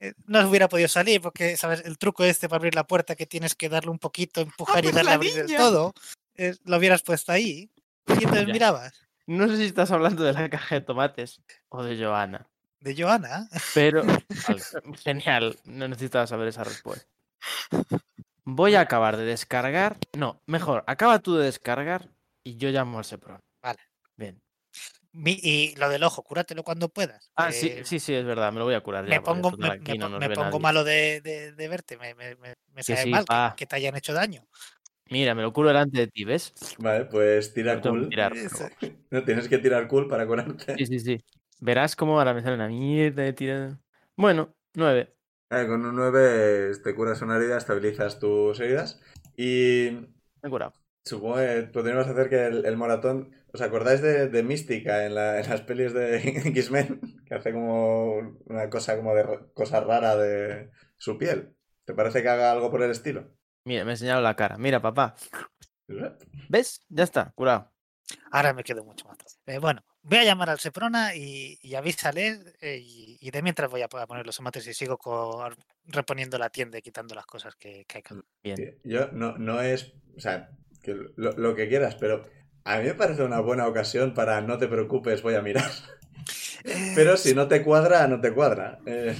[SPEAKER 4] eh, no hubiera podido salir, porque sabes, el truco este para abrir la puerta que tienes que darle un poquito, empujar y
[SPEAKER 2] pues
[SPEAKER 4] darle a
[SPEAKER 2] la
[SPEAKER 4] abrir del
[SPEAKER 2] niña.
[SPEAKER 4] todo, es- lo hubieras puesto ahí. Y entonces
[SPEAKER 3] Ya.
[SPEAKER 4] mirabas
[SPEAKER 3] No sé si estás hablando de la caja de tomates o de Joana,
[SPEAKER 4] de Joana.
[SPEAKER 3] pero vale, genial, no necesitaba saber esa respuesta. Voy a acabar de descargar. No, mejor, acaba tú de descargar y yo llamo al Sepron.
[SPEAKER 4] Vale.
[SPEAKER 3] Bien.
[SPEAKER 4] Mi- y lo del ojo, cúratelo cuando puedas.
[SPEAKER 3] Ah, sí,
[SPEAKER 4] eh,
[SPEAKER 3] sí, sí, es verdad, me lo voy a curar
[SPEAKER 4] me
[SPEAKER 3] ya. porque
[SPEAKER 4] pongo,
[SPEAKER 3] total,
[SPEAKER 4] me, me
[SPEAKER 3] aquí no
[SPEAKER 4] pon-
[SPEAKER 3] nos
[SPEAKER 4] me
[SPEAKER 3] ve
[SPEAKER 4] pongo
[SPEAKER 3] nadie.
[SPEAKER 4] malo de, de- de verte, me, me- me- me sabe
[SPEAKER 3] sí, ah.
[SPEAKER 4] mal que-
[SPEAKER 3] pa.
[SPEAKER 4] que, te hayan hecho daño.
[SPEAKER 3] Mira, me lo curo delante de ti, ¿ves?
[SPEAKER 1] Vale, pues tira
[SPEAKER 3] No tengo que
[SPEAKER 1] cool.
[SPEAKER 3] tirar,
[SPEAKER 4] Eso.
[SPEAKER 3] pero-
[SPEAKER 1] No tienes que tirar cool para curarte.
[SPEAKER 3] Sí, sí, sí. Verás cómo ahora me sale una mierda de tirada. Bueno, nueve.
[SPEAKER 1] Ah, con un 9 te curas una herida, estabilizas tus heridas. Y
[SPEAKER 3] Me he curado.
[SPEAKER 1] supongo que podríamos hacer que el, el moratón. ¿Os acordáis de, de Mística en, la- en las pelis de X-Men? Que hace como una cosa como de ra- cosa rara de su piel. ¿Te parece que haga algo por el estilo?
[SPEAKER 3] Mira, me he enseñado la cara. Mira, papá.
[SPEAKER 1] ¿Verdad?
[SPEAKER 3] ¿Ves? Ya está, curado.
[SPEAKER 4] Ahora me quedo mucho más. tranquilo. Eh, bueno, voy a llamar al Seprona y, y avísale eh, y, y de mientras voy a po- a poner los tomates y sigo co- reponiendo la tienda y quitando las cosas que, que hay que-
[SPEAKER 3] Bien.
[SPEAKER 1] Yo no, no es. O sea, que lo, lo que quieras, pero a mí me parece una buena ocasión para no te preocupes, voy a mirar. Pero si no te cuadra, no te cuadra. Eh,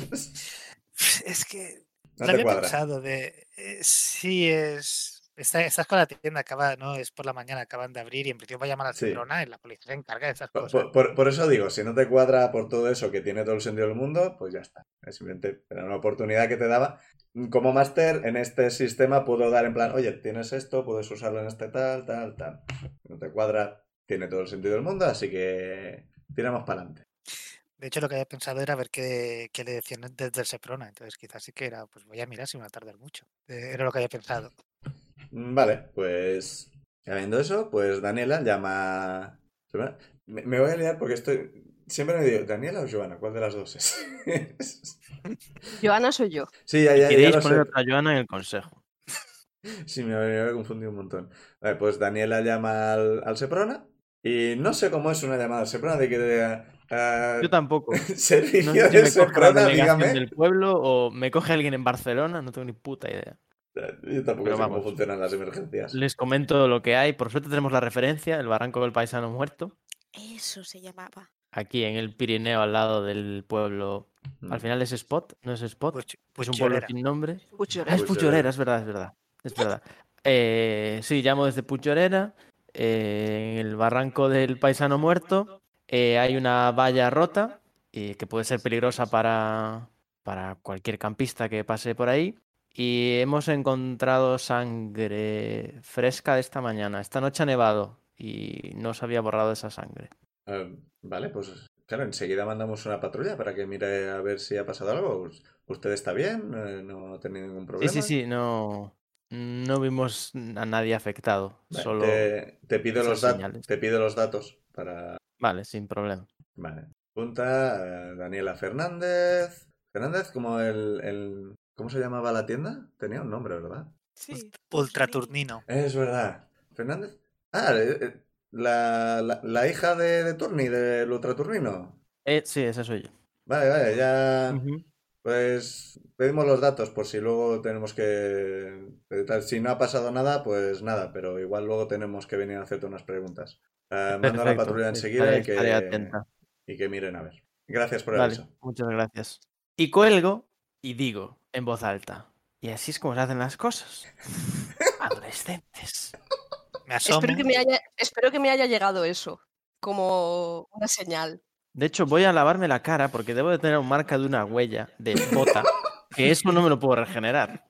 [SPEAKER 4] Es que
[SPEAKER 1] no
[SPEAKER 4] lo
[SPEAKER 1] te
[SPEAKER 4] había
[SPEAKER 1] cuadra.
[SPEAKER 4] pensado de... eh, sí, es... está- estás con la tienda, acaba, no es por la mañana, acaban de abrir y en principio voy a llamar al
[SPEAKER 1] Sí.
[SPEAKER 4] Seprona y la policía se encarga de esas
[SPEAKER 1] Por,
[SPEAKER 4] cosas.
[SPEAKER 1] por- por- por eso digo, si no te cuadra por todo eso que tiene todo el sentido del mundo, pues ya está. Es Simplemente era una oportunidad que te daba. Como máster, en este sistema puedo dar en plan, oye, tienes esto, puedes usarlo en este tal, tal, tal. No te cuadra, tiene todo el sentido del mundo, así que tiramos para adelante.
[SPEAKER 4] De hecho, lo que había pensado era ver qué, qué le decían desde el Seprona. Entonces, quizás sí que era, pues voy a mirar si me va a tardar mucho. Eh, Era lo que había pensado.
[SPEAKER 1] Mm, Vale, pues. Habiendo eso, pues Daniela llama. Me, me voy a liar porque estoy. Siempre me digo, ¿Daniela o Joana? ¿Cuál de las dos es?
[SPEAKER 5] Joana soy yo.
[SPEAKER 1] sí, ya, ya, ya
[SPEAKER 3] Queréis
[SPEAKER 1] lo
[SPEAKER 3] poner
[SPEAKER 1] sé.
[SPEAKER 3] otra Joana en el consejo.
[SPEAKER 1] Sí, me había me había confundido un montón. Vale, pues Daniela llama al, al Seprona. Y no sé cómo es una llamada al Seprona de que. ah,
[SPEAKER 3] Yo tampoco. No
[SPEAKER 1] servicio
[SPEAKER 3] sé
[SPEAKER 1] del
[SPEAKER 3] si me coge la
[SPEAKER 1] Seprona,
[SPEAKER 3] delegación
[SPEAKER 1] dígame.
[SPEAKER 3] del pueblo o me coge alguien en Barcelona, no tengo ni puta idea.
[SPEAKER 1] Yo tampoco
[SPEAKER 3] Pero
[SPEAKER 1] sé cómo
[SPEAKER 3] vamos.
[SPEAKER 1] funcionan las emergencias.
[SPEAKER 3] Les comento lo que hay. Por suerte tenemos la referencia, el barranco del paisano muerto,
[SPEAKER 2] Eso se llamaba.
[SPEAKER 3] aquí en el Pirineo al lado del pueblo.
[SPEAKER 1] Mm,
[SPEAKER 3] Al final es Spot, no es Spot.
[SPEAKER 4] Pues,
[SPEAKER 3] es un pueblo
[SPEAKER 4] Puchorera.
[SPEAKER 3] sin nombre. Ah,
[SPEAKER 5] Puchorera.
[SPEAKER 3] es
[SPEAKER 1] Puchorera.
[SPEAKER 3] Puchorera, es verdad, es verdad. Es verdad. Eh, sí, llamo desde Puchorera, eh, en el barranco del paisano muerto. eh, hay una valla rota y que puede ser peligrosa para, para cualquier campista que pase por ahí. Y hemos encontrado sangre fresca de esta mañana. Esta noche ha nevado y no se había borrado esa sangre.
[SPEAKER 1] Ah, vale, pues claro, enseguida mandamos una patrulla para que mire a ver si ha pasado algo. Us- ¿Usted está bien? Eh, ¿No ha tenido ningún
[SPEAKER 3] Sí,
[SPEAKER 1] problema?
[SPEAKER 3] sí, sí, no, no vimos a nadie afectado.
[SPEAKER 1] Vale, eh
[SPEAKER 3] Solo.
[SPEAKER 1] te, te pido
[SPEAKER 3] esas
[SPEAKER 1] los dat-
[SPEAKER 3] señales.
[SPEAKER 1] te pido los datos para...
[SPEAKER 3] Vale, sin problema.
[SPEAKER 1] Vale. Punta Daniela Fernández. Fernández, como el, el- ¿Cómo se llamaba la tienda? Tenía un nombre, ¿verdad?
[SPEAKER 2] Sí. pues
[SPEAKER 4] Ultraturnino.
[SPEAKER 1] Es verdad. Fernández. Ah, eh, eh, la, la- la hija de, de Turni, del ultraturnino.
[SPEAKER 3] Eh, sí, ese soy yo.
[SPEAKER 1] Vale, vale, ya...
[SPEAKER 3] Ujú.
[SPEAKER 1] Pues pedimos los datos por si luego tenemos que... eh, Si no ha pasado nada, pues nada, pero igual luego tenemos que venir a hacerte unas preguntas. Eh, mando a la
[SPEAKER 3] Perfecto,
[SPEAKER 1] patrulla enseguida
[SPEAKER 3] estaré-
[SPEAKER 1] y
[SPEAKER 3] estaré
[SPEAKER 1] que,
[SPEAKER 3] atenta.
[SPEAKER 1] y que miren a ver. Gracias por el
[SPEAKER 3] Vale,
[SPEAKER 1] aviso.
[SPEAKER 3] muchas gracias. Y cuelgo y digo en voz alta. Y así es como se hacen las cosas. Adolescentes.
[SPEAKER 4] Me asomo.
[SPEAKER 5] Espero que, me haya, espero que me haya llegado eso como una señal.
[SPEAKER 3] De hecho, voy a lavarme la cara porque debo de tener un marca de una huella de bota. Que eso no me lo puedo regenerar.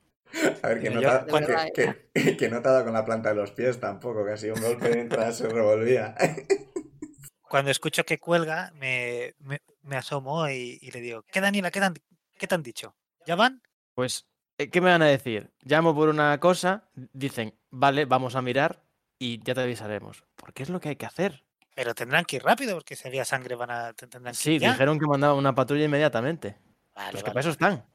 [SPEAKER 1] A ver, que
[SPEAKER 3] Yo-
[SPEAKER 1] no, te ha-
[SPEAKER 5] de verdad, ¿eh?
[SPEAKER 1] que- que- que no te ha dado con la planta de los pies tampoco, que ha sido un golpe mientras se revolvía.
[SPEAKER 4] Cuando escucho que cuelga, me, me, me asomo y, y le digo, ¿qué Daniela? ¿Qué te han- qué te han dicho? ¿Ya van?
[SPEAKER 3] Pues, eh, ¿qué me van a decir? Llamo por una cosa, dicen, vale, vamos a mirar y ya te avisaremos. Porque es lo que hay que hacer.
[SPEAKER 4] Pero tendrán que ir rápido porque si había sangre van a te- tendrán que
[SPEAKER 3] Sí,
[SPEAKER 4] ir ya.
[SPEAKER 3] dijeron que mandaban una patrulla inmediatamente.
[SPEAKER 4] Vale,
[SPEAKER 3] Los que
[SPEAKER 4] vale.
[SPEAKER 3] para eso están.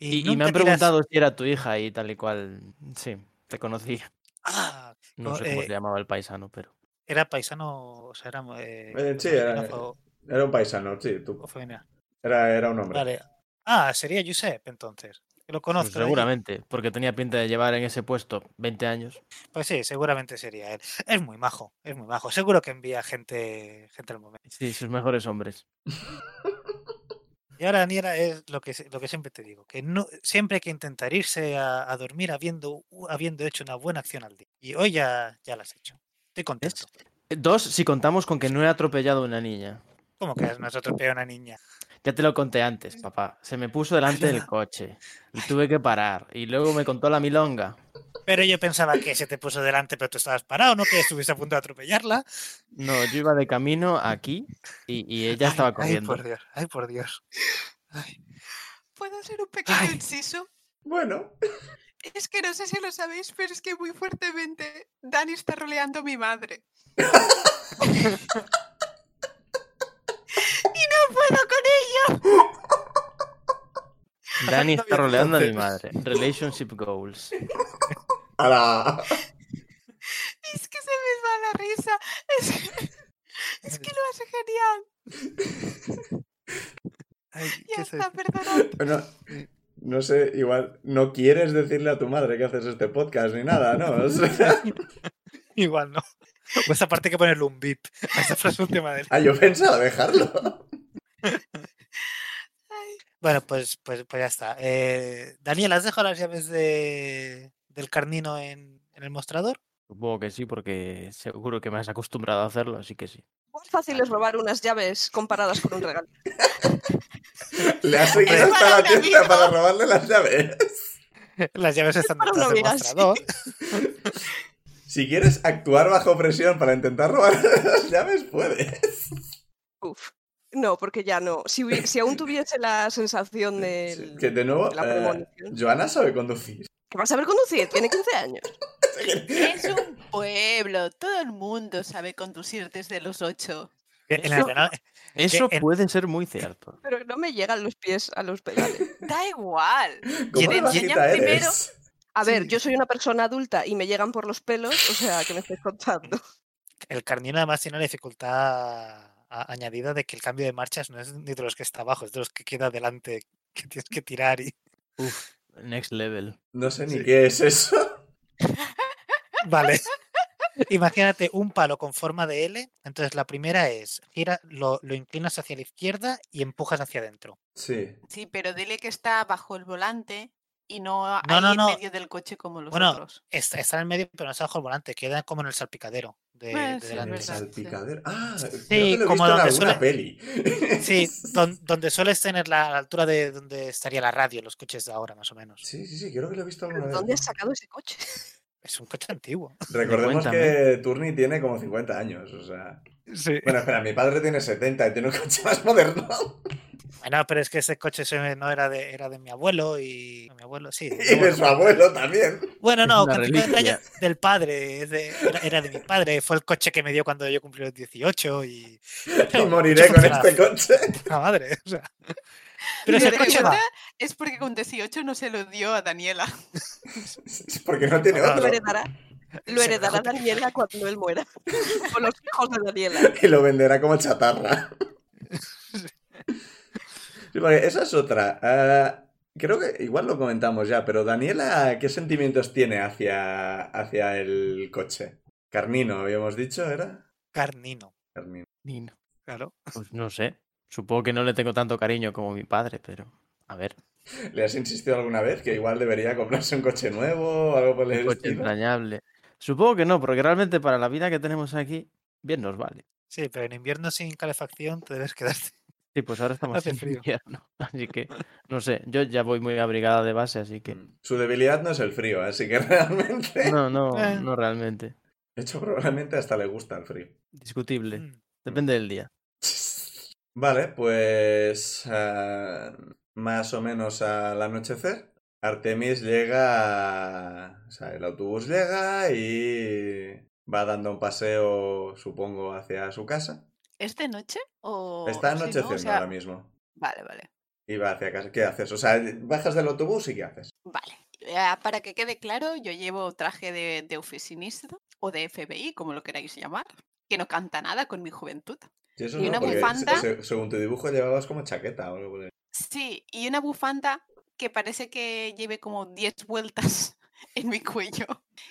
[SPEAKER 3] Y, y me
[SPEAKER 4] nunca
[SPEAKER 3] han
[SPEAKER 4] tiras-
[SPEAKER 3] preguntado si era tu hija y tal y cual. Sí, te conocí.
[SPEAKER 4] Ah,
[SPEAKER 3] No
[SPEAKER 4] Co-
[SPEAKER 3] sé cómo
[SPEAKER 4] eh,
[SPEAKER 3] se llamaba el paisano, pero.
[SPEAKER 4] era paisano, o sea, era... eh,
[SPEAKER 1] Eh, sí,
[SPEAKER 4] masculino
[SPEAKER 1] era-
[SPEAKER 4] o-
[SPEAKER 1] Era un paisano, sí, tú-
[SPEAKER 4] o femenina.
[SPEAKER 1] Era, era un hombre.
[SPEAKER 4] Vale. Ah, sería Josep entonces. Lo
[SPEAKER 3] pues
[SPEAKER 4] conozco. ¿eh? de allí.
[SPEAKER 3] seguramente, porque tenía pinta de llevar en ese puesto 20 años.
[SPEAKER 4] Pues sí, seguramente sería él. Es muy majo, es muy majo. Seguro que envía gente, gente al momento.
[SPEAKER 3] Sí, sus mejores hombres.
[SPEAKER 4] Y ahora, Daniela, es lo que, se- lo que siempre te digo, que no, siempre hay que intentar irse a, a dormir habiendo, u- habiendo hecho una buena acción al día. Y hoy ya, ya la has hecho. Estoy contento.
[SPEAKER 3] Eh, Dos, si contamos con que no he atropellado a una niña.
[SPEAKER 4] ¿Cómo que has atropellado a una niña?
[SPEAKER 3] Ya te lo conté antes, papá. Se me puso delante del coche y tuve que parar. Y luego me contó la milonga.
[SPEAKER 4] Pero yo pensaba que se te puso delante, pero tú estabas parado, ¿no? Que estuviste a punto de atropellarla.
[SPEAKER 3] No, yo iba de camino aquí y, y ella
[SPEAKER 4] Ay,
[SPEAKER 3] estaba
[SPEAKER 4] Ay,
[SPEAKER 3] corriendo.
[SPEAKER 4] por Dios, ay, por Dios. Ay.
[SPEAKER 2] ¿Puedo hacer un pequeño
[SPEAKER 4] Ay.
[SPEAKER 2] inciso?
[SPEAKER 1] Bueno,
[SPEAKER 2] Es que no sé si lo sabéis, pero es que muy fuertemente Dani está roleando a mi madre. y no puedo con ello.
[SPEAKER 3] Dani está
[SPEAKER 4] bien,
[SPEAKER 3] roleando a mi madre.
[SPEAKER 1] entonces.
[SPEAKER 3] Relationship goals.
[SPEAKER 1] a la...
[SPEAKER 2] Es que se me va la risa. Es, es que lo hace genial.
[SPEAKER 4] Ay,
[SPEAKER 2] Ya
[SPEAKER 4] ¿qué es
[SPEAKER 2] está,
[SPEAKER 4] esto?
[SPEAKER 2] perdonad.
[SPEAKER 1] No, no sé, igual no quieres decirle a tu madre que haces este podcast ni nada, ¿no? O sea,
[SPEAKER 4] Igual no. O esa parte hay que ponerle un bip. a Esa frase última de él.
[SPEAKER 1] ah, yo pensaba dejarlo.
[SPEAKER 2] Ay,
[SPEAKER 4] Bueno, pues, pues, pues ya está. Eh, Daniel, ¿has dejado las llaves de, del carnino en, en el mostrador?
[SPEAKER 3] Supongo que sí, porque seguro que me has acostumbrado a hacerlo, así que sí.
[SPEAKER 5] Más fácil es robar unas llaves comparadas con un regalo.
[SPEAKER 1] Le has seguido
[SPEAKER 2] Es
[SPEAKER 1] hasta
[SPEAKER 2] para
[SPEAKER 1] la
[SPEAKER 2] un
[SPEAKER 1] tienda
[SPEAKER 2] amigo.
[SPEAKER 1] para robarle las llaves.
[SPEAKER 4] Las llaves están
[SPEAKER 5] para
[SPEAKER 4] detrás
[SPEAKER 5] una
[SPEAKER 4] del
[SPEAKER 5] amiga, sí.
[SPEAKER 4] mostrador.
[SPEAKER 1] Si quieres actuar bajo presión para intentar robar las llaves, puedes.
[SPEAKER 5] Uf. No, porque ya no. Si, hubi- si aún tuviese la sensación del-
[SPEAKER 1] Que
[SPEAKER 5] de
[SPEAKER 1] de nuevo,
[SPEAKER 5] la
[SPEAKER 1] eh,
[SPEAKER 5] premonición.
[SPEAKER 1] Joana sabe conducir.
[SPEAKER 5] ¿Que vas a ver conducir? Tiene 15 años.
[SPEAKER 2] Es un pueblo. Todo el mundo sabe conducir desde los ocho.
[SPEAKER 4] En el
[SPEAKER 3] Eso-
[SPEAKER 4] rena-
[SPEAKER 3] Eso
[SPEAKER 4] en-
[SPEAKER 3] puede ser muy cierto.
[SPEAKER 5] Pero no me llegan los pies a los pedales.
[SPEAKER 2] Da igual.
[SPEAKER 1] ¿Cómo
[SPEAKER 4] te
[SPEAKER 1] de bajita
[SPEAKER 2] enseñan primero?
[SPEAKER 1] eres?
[SPEAKER 5] A ver,
[SPEAKER 4] Sí.
[SPEAKER 5] yo soy una persona adulta y me llegan por los pelos, o sea, ¿qué me estáis contando?
[SPEAKER 4] el carnino además tiene la dificultad a- añadida de que el cambio de marchas no es ni de los que está abajo, es de los que queda delante, que tienes que tirar y...
[SPEAKER 3] Uf, next level.
[SPEAKER 1] No sé ni
[SPEAKER 4] Sí.
[SPEAKER 1] qué es eso.
[SPEAKER 4] Vale. Imagínate un palo con forma de L. Entonces la primera es, gira, lo, lo inclinas hacia la izquierda y empujas hacia adentro.
[SPEAKER 1] Sí.
[SPEAKER 2] Sí, pero dile que está bajo el volante y no,
[SPEAKER 4] No,
[SPEAKER 2] ahí
[SPEAKER 4] no,
[SPEAKER 2] en
[SPEAKER 4] no.
[SPEAKER 2] medio del coche como los
[SPEAKER 4] Bueno,
[SPEAKER 2] otros.
[SPEAKER 4] Está, está en el medio, pero no está bajo el volante, queda como en el salpicadero de,
[SPEAKER 2] Bueno,
[SPEAKER 4] de
[SPEAKER 2] sí, es
[SPEAKER 1] En el
[SPEAKER 4] delante.
[SPEAKER 2] verdad, sí.
[SPEAKER 1] salpicadero. Ah, creo
[SPEAKER 4] Sí,
[SPEAKER 1] que lo he
[SPEAKER 4] como
[SPEAKER 1] visto en
[SPEAKER 4] donde
[SPEAKER 1] alguna
[SPEAKER 4] suele-
[SPEAKER 1] peli.
[SPEAKER 4] Sí, don- donde sueles tener la altura de donde estaría la radio, los coches de ahora, más o menos.
[SPEAKER 1] Sí, sí, sí, creo que lo he visto alguna
[SPEAKER 5] ¿Pero
[SPEAKER 1] vez.
[SPEAKER 5] ¿Dónde has sacado ese coche?
[SPEAKER 4] Es un coche antiguo.
[SPEAKER 1] Recordemos
[SPEAKER 3] Cuéntame.
[SPEAKER 1] que Turni tiene como 50 años, o sea.
[SPEAKER 4] Sí.
[SPEAKER 1] Bueno, espera, mi padre tiene 70 y tiene un coche más moderno.
[SPEAKER 4] Bueno, pero es que ese coche se- no era de, era de mi abuelo y. de mi abuelo, sí. de mi
[SPEAKER 1] Y de
[SPEAKER 4] abuelo.
[SPEAKER 1] su abuelo también.
[SPEAKER 4] Bueno,
[SPEAKER 3] Es
[SPEAKER 4] no,
[SPEAKER 3] una
[SPEAKER 4] con 50 años
[SPEAKER 3] reliquia.
[SPEAKER 4] del padre. es de- era, era de mi padre. Fue el coche que me dio cuando yo cumplí los 18 y.
[SPEAKER 1] Y
[SPEAKER 4] no,
[SPEAKER 1] moriré
[SPEAKER 4] mucho
[SPEAKER 1] con
[SPEAKER 4] funcionaba.
[SPEAKER 1] este coche.
[SPEAKER 4] La madre, o sea.
[SPEAKER 2] Pero
[SPEAKER 4] Pero ese
[SPEAKER 2] de
[SPEAKER 4] coche va.
[SPEAKER 2] verdad es porque con 18 no se lo dio a Daniela.
[SPEAKER 1] Es Porque no tiene
[SPEAKER 4] Claro.
[SPEAKER 5] Lo
[SPEAKER 1] otro.
[SPEAKER 5] heredará, lo
[SPEAKER 4] Se me
[SPEAKER 5] heredará
[SPEAKER 4] dejó-
[SPEAKER 5] Daniela cuando él muera. O los hijos de Daniela.
[SPEAKER 1] Y lo venderá como chatarra. Sí, porque esa es otra. Ah, creo que igual lo comentamos ya, pero Daniela, ¿qué sentimientos tiene hacia, hacia el coche? Carnino, habíamos dicho, ¿era?
[SPEAKER 4] Carnino,
[SPEAKER 1] Carnino.
[SPEAKER 3] Nino.
[SPEAKER 4] claro.
[SPEAKER 3] Pues no sé. Supongo que no le tengo tanto cariño como mi padre, pero. A ver.
[SPEAKER 1] ¿Le has insistido alguna vez que igual debería comprarse un coche nuevo o algo por el
[SPEAKER 3] Un coche
[SPEAKER 1] estilo?
[SPEAKER 3] entrañable. Supongo que no, porque realmente para la vida que tenemos aquí, bien nos vale.
[SPEAKER 4] Sí, pero en invierno sin calefacción te debes quedarte.
[SPEAKER 3] Sí, pues ahora estamos
[SPEAKER 4] Hace
[SPEAKER 3] en
[SPEAKER 4] frío.
[SPEAKER 3] invierno, así que no sé, yo ya voy muy abrigada de base, así que
[SPEAKER 1] Mm. Su debilidad no es el frío, así que realmente...
[SPEAKER 3] no, no,
[SPEAKER 4] Eh.
[SPEAKER 3] no realmente.
[SPEAKER 1] De hecho, probablemente hasta le gusta el frío.
[SPEAKER 3] Discutible,
[SPEAKER 4] Mm.
[SPEAKER 3] depende del día.
[SPEAKER 1] Vale, pues ah, más o menos al anochecer, Artemis llega, a- o sea, el autobús llega y va dando un paseo, supongo, hacia su casa.
[SPEAKER 2] ¿Es de noche o...?
[SPEAKER 1] Está
[SPEAKER 2] sí, Oh, ¿no? O
[SPEAKER 1] anocheciendo
[SPEAKER 2] sea,
[SPEAKER 1] ahora mismo
[SPEAKER 2] Vale, vale.
[SPEAKER 1] y va hacia casa. ¿Qué haces? O sea, bajas del autobús y ¿qué haces?
[SPEAKER 2] Vale. Ya, para que quede claro, yo llevo traje de, de oficinista o de FBI, como lo queráis llamar, que no canta nada con mi juventud.
[SPEAKER 1] Y eso
[SPEAKER 2] Y
[SPEAKER 1] no,
[SPEAKER 2] una
[SPEAKER 1] porque se-
[SPEAKER 2] bufanda.
[SPEAKER 1] se- según tu dibujo llevabas como chaqueta o algo por el-
[SPEAKER 2] Sí, y una bufanda que parece que lleve como 10 vueltas en mi cuello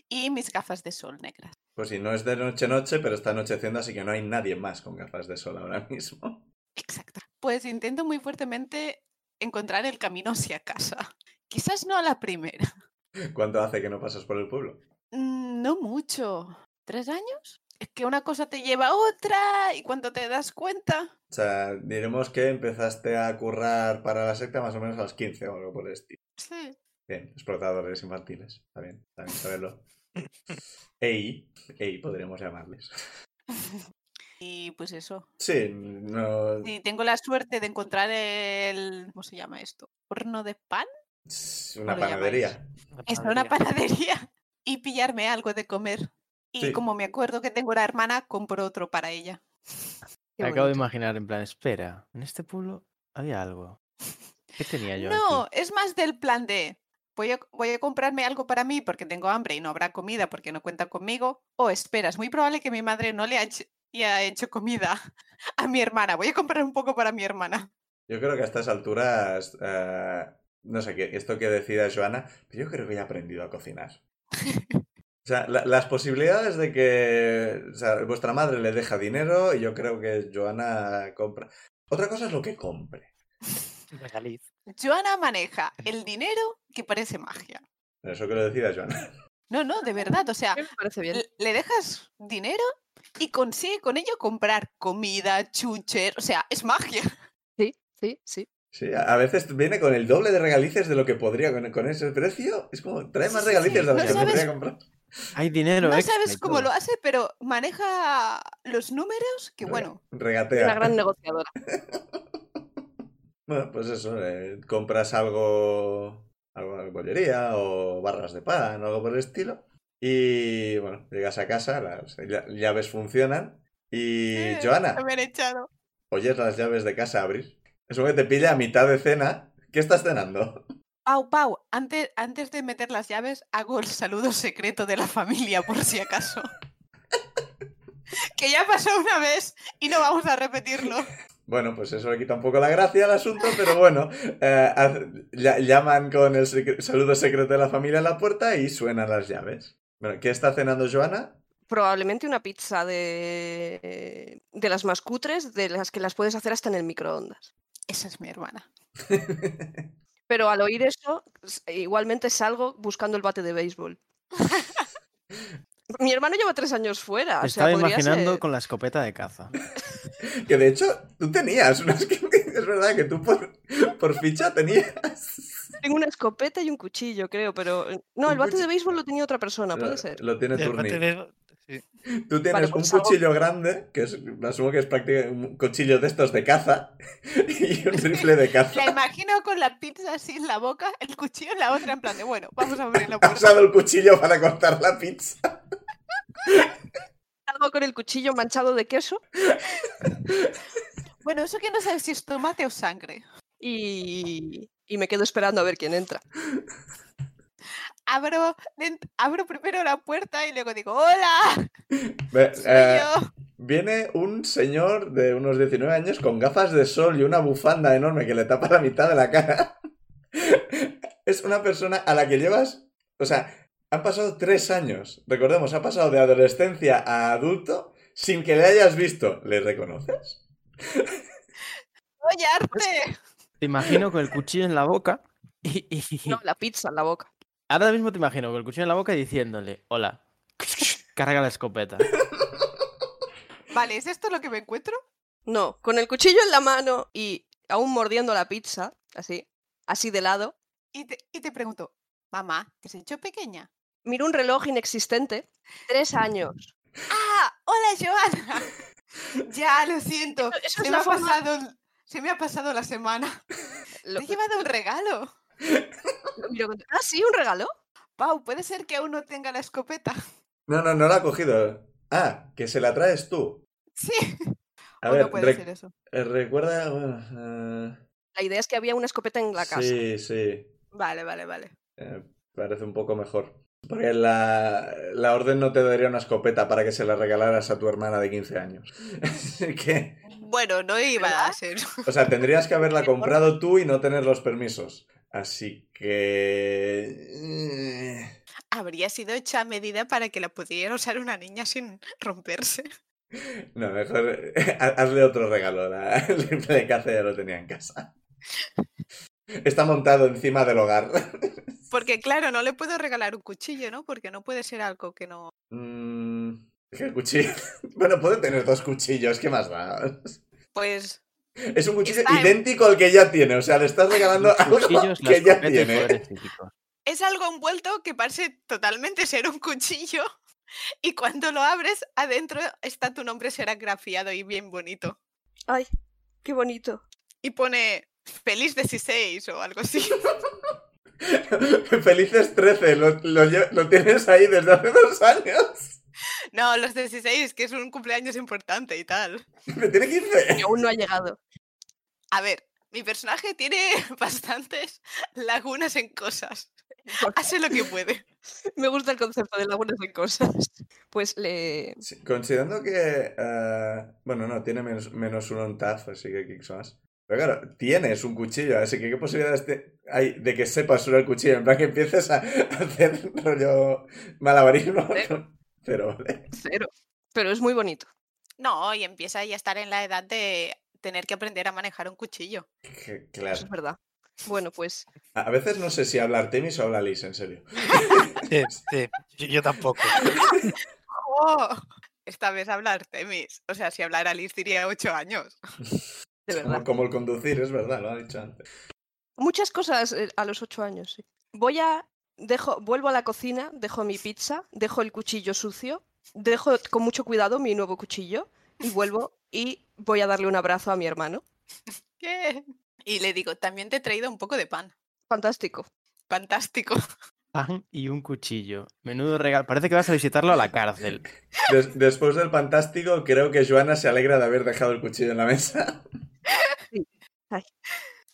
[SPEAKER 2] y mis gafas de sol negras.
[SPEAKER 1] Pues si no es de noche noche, pero está anocheciendo, así que no hay nadie más con gafas de sol ahora mismo.
[SPEAKER 2] Exacto. Pues intento muy fuertemente encontrar el camino hacia casa. Quizás no a la primera.
[SPEAKER 1] ¿Cuánto hace que no pasas por el pueblo?
[SPEAKER 2] Mm, No mucho. ¿Tres años? Es que una cosa te lleva a otra y cuando te das cuenta...
[SPEAKER 1] O sea, diremos que empezaste a currar para la secta más o menos a los 15 o algo por el estilo.
[SPEAKER 2] Sí.
[SPEAKER 1] Bien, explotadores infantiles. Está bien, está bien saberlo. EI, EI podríamos llamarles.
[SPEAKER 2] Y pues eso.
[SPEAKER 1] Sí, no...
[SPEAKER 2] Si tengo la suerte de encontrar el... ¿Cómo se llama esto? ¿Horno de pan?
[SPEAKER 1] es Una
[SPEAKER 2] ¿Cómo lo
[SPEAKER 1] panadería.
[SPEAKER 2] Es una
[SPEAKER 4] panadería.
[SPEAKER 2] panadería y pillarme algo de comer. Y
[SPEAKER 1] Sí.
[SPEAKER 2] como me acuerdo que tengo una hermana, compro otro para ella.
[SPEAKER 5] Qué
[SPEAKER 3] Me acabo de
[SPEAKER 5] bonito.
[SPEAKER 3] imaginar en plan, espera, en este pueblo había algo. ¿Qué tenía yo
[SPEAKER 2] No,
[SPEAKER 3] aquí?
[SPEAKER 2] es más del plan de voy a, voy a comprarme algo para mí porque tengo hambre y no habrá comida porque no cuenta conmigo. O espera, es muy probable que mi madre no le haya haya hecho comida a mi hermana. Voy a comprar un poco para mi hermana.
[SPEAKER 1] Yo creo que a estas alturas... eh, no sé, qué esto que decida Joana, pero yo creo que ya he aprendido a cocinar. O sea, la- las posibilidades de que o sea, vuestra madre le deja dinero y yo creo que Joana compra. Otra cosa es lo que compre.
[SPEAKER 4] Regaliz.
[SPEAKER 2] Joana maneja el dinero que parece magia.
[SPEAKER 1] Eso que lo decida Joana.
[SPEAKER 2] No, no, de verdad. O sea,
[SPEAKER 5] Me parece bien.
[SPEAKER 2] le- le dejas dinero y consigue con ello comprar comida, chucher, o sea, es magia.
[SPEAKER 5] Sí, sí, sí.
[SPEAKER 1] Sí, a a veces viene con el doble de regalices de lo que podría con, con ese precio. Es como, trae más
[SPEAKER 2] Sí, sí,
[SPEAKER 1] regalices de los
[SPEAKER 2] no
[SPEAKER 1] que
[SPEAKER 2] sabes-
[SPEAKER 1] podría comprar.
[SPEAKER 3] Hay dinero,
[SPEAKER 2] No
[SPEAKER 3] extra
[SPEAKER 2] sabes
[SPEAKER 3] y
[SPEAKER 2] cómo lo
[SPEAKER 3] todo.
[SPEAKER 2] hace, pero maneja los números que
[SPEAKER 1] Rega-
[SPEAKER 2] bueno.
[SPEAKER 5] Es
[SPEAKER 1] Regatea.
[SPEAKER 5] una gran negociadora.
[SPEAKER 1] Bueno, pues eso, eh, compras algo, algo de bollería o barras de pan o algo por el estilo. Y bueno, llegas a casa, las lla- llaves funcionan. Y
[SPEAKER 2] eh,
[SPEAKER 1] Joana,
[SPEAKER 2] se me han echado.
[SPEAKER 1] oyes las llaves de casa abrir. Eso que te pilla a mitad de cena. ¿Qué estás cenando?
[SPEAKER 2] Pau, Pau, antes, antes de meter las llaves, hago el saludo secreto de la familia, por si acaso. que ya pasó una vez y no vamos a repetirlo.
[SPEAKER 1] Bueno, pues eso le quita un poco la gracia al asunto, pero bueno, eh, haz- lla- llaman con el secre- saludo secreto de la familia a la puerta y suenan las llaves. Bueno, ¿qué está cenando Joana?
[SPEAKER 5] Probablemente una pizza de... de las más cutres, de las que las puedes hacer hasta en el microondas.
[SPEAKER 2] Esa es mi hermana.
[SPEAKER 5] Pero al oír eso, s- e, igualmente salgo buscando el bate de béisbol. Mi hermano lleva tres años fuera.
[SPEAKER 3] Me
[SPEAKER 5] o sea,
[SPEAKER 3] estaba
[SPEAKER 5] podría
[SPEAKER 3] imaginando
[SPEAKER 5] ser-
[SPEAKER 3] con la escopeta de caza.
[SPEAKER 1] Que de hecho, tú tenías unas que es verdad que tú por, por ficha tenías.
[SPEAKER 5] Tengo una escopeta y un cuchillo, creo, pero. eh, No,
[SPEAKER 1] Un
[SPEAKER 5] el bate de
[SPEAKER 1] cuchillo.
[SPEAKER 5] béisbol lo tenía otra persona,
[SPEAKER 1] Lo,
[SPEAKER 5] puede ser.
[SPEAKER 1] lo tiene
[SPEAKER 4] Y aparte
[SPEAKER 1] Turni.
[SPEAKER 4] de- sí.
[SPEAKER 1] Tú tienes
[SPEAKER 5] pues
[SPEAKER 1] un
[SPEAKER 5] hago-
[SPEAKER 1] cuchillo grande, que es, asumo que es prácticamente un cuchillo de estos de caza, y un rifle de
[SPEAKER 2] La
[SPEAKER 1] caza.
[SPEAKER 2] imagino con la pizza así en la boca, el cuchillo en la otra, en plan de bueno, vamos a abrir la
[SPEAKER 1] Ha
[SPEAKER 2] puerta.
[SPEAKER 1] usado el cuchillo para cortar la pizza.
[SPEAKER 5] Salgo con el cuchillo manchado de queso
[SPEAKER 2] Bueno, eso que no sabes si es tomate o sangre.
[SPEAKER 5] y, y me quedo esperando a ver quién entra.
[SPEAKER 2] Abro, dent- abro primero la puerta y luego digo, ¡Hola!
[SPEAKER 1] Ve,
[SPEAKER 2] ¡Soy
[SPEAKER 1] eh,
[SPEAKER 2] yo!
[SPEAKER 1] Viene un señor de unos 19 años con gafas de sol y una bufanda enorme que le tapa la mitad de la cara. es una persona a la que llevas... O sea, han pasado tres años. Recordemos, ha pasado de adolescencia a adulto sin que le hayas visto. ¿Le reconoces?
[SPEAKER 2] ¡Oye, arte!
[SPEAKER 3] Te imagino con el cuchillo en la boca y, y-
[SPEAKER 5] No, la pizza en la boca.
[SPEAKER 3] ahora mismo te imagino con el cuchillo en la boca y diciéndole, hola, carga la escopeta.
[SPEAKER 2] Vale, ¿es esto lo que me encuentro?
[SPEAKER 5] No, con el cuchillo en la mano y aún mordiendo la pizza, así, así de lado,
[SPEAKER 2] Y te, y te pregunto, mamá, ¿te has hecho pequeña?
[SPEAKER 5] miro un reloj inexistente, tres años.
[SPEAKER 2] ¡Ah! ¡Hola, Joana! ya, lo siento.
[SPEAKER 5] Eso-
[SPEAKER 2] se,
[SPEAKER 5] eso es
[SPEAKER 2] me
[SPEAKER 5] la
[SPEAKER 2] ha
[SPEAKER 5] forma-
[SPEAKER 2] pasado, el- se me ha pasado la semana.
[SPEAKER 5] Lo-
[SPEAKER 2] Te he llevado un regalo.
[SPEAKER 5] lo miro con- Ah, sí, un regalo.
[SPEAKER 2] Pau, puede ser que aún no tenga la escopeta.
[SPEAKER 1] No, no, no la ha cogido. Ah, que se la traes tú.
[SPEAKER 2] Sí.
[SPEAKER 1] A
[SPEAKER 2] o
[SPEAKER 1] ver,
[SPEAKER 2] no puede
[SPEAKER 1] re-
[SPEAKER 2] ser eso.
[SPEAKER 1] eh, recuerda... bueno, eh,
[SPEAKER 5] La idea es que había una escopeta en la casa.
[SPEAKER 1] Sí, sí.
[SPEAKER 2] Vale, vale, vale.
[SPEAKER 1] Eh, parece un poco mejor. Porque la, la orden no te daría una escopeta para que se la regalaras a tu hermana de 15 años. Así que,
[SPEAKER 2] Bueno, no iba a
[SPEAKER 5] ¿Verdad?
[SPEAKER 2] ser.
[SPEAKER 1] o sea, tendrías que haberla comprado tú y no tener los permisos. Así que... eh,
[SPEAKER 2] Habría sido hecha a medida para que la pudiera usar una niña sin romperse.
[SPEAKER 1] No, mejor eh, ha- hazle otro regalo. La el rifle de caza ya lo tenía en casa. Está montado encima del hogar.
[SPEAKER 2] Porque claro, no le puedo regalar un cuchillo, ¿no? Porque no puede ser algo que no...
[SPEAKER 1] Mm, ¿Qué cuchillo? Bueno, puede tener dos cuchillos, ¿qué más da?
[SPEAKER 2] Pues
[SPEAKER 1] Es un cuchillo
[SPEAKER 2] Está en-
[SPEAKER 1] idéntico al que ya tiene, o sea, le estás regalando
[SPEAKER 3] Los
[SPEAKER 1] algo
[SPEAKER 3] cuchillos, la
[SPEAKER 1] que ya
[SPEAKER 3] escopeta y
[SPEAKER 1] tiene.
[SPEAKER 3] poderes psíquicos.
[SPEAKER 2] es algo envuelto que parece totalmente ser un cuchillo y cuando lo abres, adentro está tu nombre serigrafiado y bien bonito.
[SPEAKER 5] Ay, qué bonito.
[SPEAKER 2] Y pone feliz 16 o algo así.
[SPEAKER 1] Felices 13, lo, lo lle- lo tienes ahí desde hace dos años.
[SPEAKER 2] No, los 16, que es un cumpleaños importante y tal.
[SPEAKER 1] Me tiene 15.
[SPEAKER 5] Y aún no ha llegado.
[SPEAKER 2] A ver, mi personaje tiene bastantes lagunas en cosas. Hace lo que puede.
[SPEAKER 5] Me gusta el concepto de lagunas en cosas. Pues le.
[SPEAKER 1] Sí, considerando que. eh, bueno, no, tiene menos, menos uno en TAF, así que kicks más. Pero claro, tienes un cuchillo, así que ¿qué posibilidades te- hay de que sepas usar el cuchillo? En plan que empieces a, a hacer rollo malabarismo.
[SPEAKER 5] Cero.
[SPEAKER 1] Pero vale.
[SPEAKER 5] Cero. Pero es muy bonito.
[SPEAKER 2] No, y empieza ya a estar en la edad de tener que aprender a manejar un cuchillo.
[SPEAKER 1] Que-
[SPEAKER 5] Eso
[SPEAKER 1] Claro.
[SPEAKER 5] es verdad. Bueno, pues.
[SPEAKER 1] A a veces no sé si habla Artemis o habla Liz, en serio.
[SPEAKER 4] Sí, sí, yo, yo tampoco.
[SPEAKER 2] ¡Oh! Esta vez habla Artemis. O sea, si hablara Liz diría ocho años.
[SPEAKER 5] De
[SPEAKER 1] Como-
[SPEAKER 5] verdad.
[SPEAKER 1] Como el conducir, es verdad, lo ha dicho antes.
[SPEAKER 5] Muchas cosas eh, a los ocho años, sí. Voy a. Dejo, vuelvo a la cocina, dejo mi pizza, dejo el cuchillo sucio, dejo con mucho cuidado mi nuevo cuchillo y vuelvo y voy a darle un abrazo a mi hermano.
[SPEAKER 2] ¿Qué? Y le digo, también te he traído un poco de pan.
[SPEAKER 5] Fantástico.
[SPEAKER 2] Fantástico.
[SPEAKER 3] Pan y un cuchillo. Menudo regalo. Parece que vas a visitarlo a la cárcel.
[SPEAKER 1] Des- después del fantástico, creo que Joana se alegra de haber dejado el cuchillo en la mesa.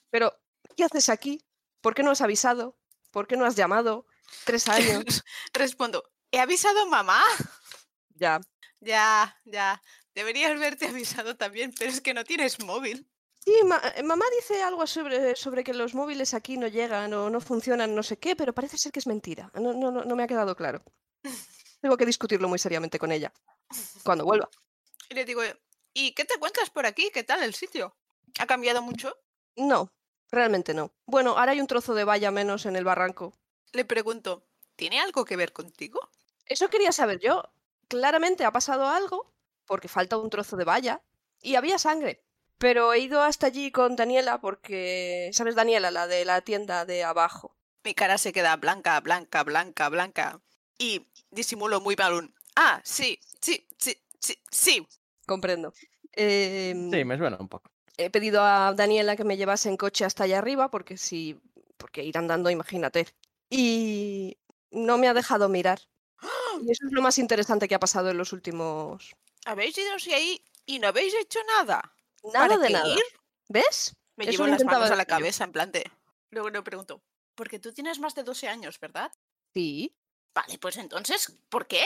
[SPEAKER 5] Pero, ¿qué haces aquí? ¿Por qué no has avisado? ¿Por qué no has llamado? Tres años.
[SPEAKER 2] Respondo, he avisado a mamá.
[SPEAKER 5] ya.
[SPEAKER 2] Ya, ya. Deberías haberte avisado también, pero es que no tienes móvil.
[SPEAKER 5] Sí, ma- eh, mamá dice algo sobre, sobre que los móviles aquí no llegan o no funcionan, no sé qué, pero parece ser que es mentira. No, no, no, no me ha quedado claro. Tengo que discutirlo muy seriamente con ella cuando vuelva.
[SPEAKER 2] Y le digo, ¿y qué te cuentas por aquí? ¿Qué tal el sitio? ¿Ha cambiado mucho?
[SPEAKER 5] No, realmente no. Bueno, ahora hay un trozo de valla menos en el barranco.
[SPEAKER 2] Le pregunto, ¿tiene algo que ver contigo?
[SPEAKER 5] Eso quería saber yo. Claramente ha pasado algo porque falta un trozo de valla y había sangre. Pero he ido hasta allí con Daniela porque, ¿sabes Daniela, la de la tienda de abajo?
[SPEAKER 2] Mi cara se queda blanca, blanca, blanca, blanca. Y disimulo muy mal un... Ah, sí, sí, sí, sí, sí.
[SPEAKER 5] Comprendo. Em,
[SPEAKER 3] Sí, me suena un poco.
[SPEAKER 5] he pedido a Daniela que me llevase en coche hasta allá arriba, porque si, porque ir andando, imagínate. Y no me ha dejado mirar.
[SPEAKER 2] ¡Ah!
[SPEAKER 5] Y eso es lo más interesante que ha pasado en los últimos.
[SPEAKER 2] Habéis ido hacia ahí y no habéis hecho nada.
[SPEAKER 5] Nada
[SPEAKER 2] ¿Para
[SPEAKER 5] de
[SPEAKER 2] qué
[SPEAKER 5] nada.
[SPEAKER 2] ir?
[SPEAKER 5] ¿Ves?
[SPEAKER 2] Me
[SPEAKER 5] Eso
[SPEAKER 2] llevo
[SPEAKER 5] lo
[SPEAKER 2] las
[SPEAKER 5] intentaba
[SPEAKER 2] manos a la
[SPEAKER 5] decir yo.
[SPEAKER 2] cabeza en plan de... Luego le pregunto, porque tú tienes más de 12 años, ¿verdad?
[SPEAKER 5] Sí.
[SPEAKER 2] Vale, pues entonces, ¿por qué?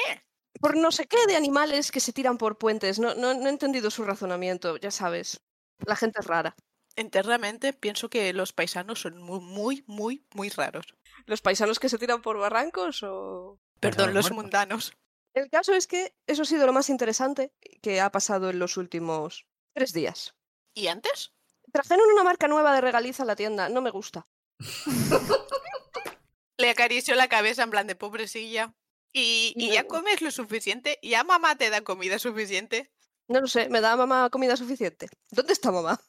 [SPEAKER 5] por no sé qué de animales que se tiran por puentes. No, no, no he entendido su razonamiento, ya sabes. La gente es rara.
[SPEAKER 2] Internamente pienso que los paisanos son muy, muy, muy, muy raros.
[SPEAKER 5] ¿Los paisanos que se tiran por barrancos o...?
[SPEAKER 2] Perdón,
[SPEAKER 4] Paisanos
[SPEAKER 2] los
[SPEAKER 4] muertos.
[SPEAKER 2] mundanos.
[SPEAKER 5] El caso es que eso ha sido lo más interesante que ha pasado en los últimos tres días.
[SPEAKER 2] ¿Y antes?
[SPEAKER 5] Trajeron una marca nueva de regaliz a la tienda. No me gusta.
[SPEAKER 2] Le acarició la cabeza en plan de pobrecilla. ¿Y, y ya
[SPEAKER 5] No.
[SPEAKER 2] comes lo suficiente? ¿Ya mamá te da comida suficiente?
[SPEAKER 5] No lo sé, ¿me da mamá comida suficiente? ¿Dónde está mamá?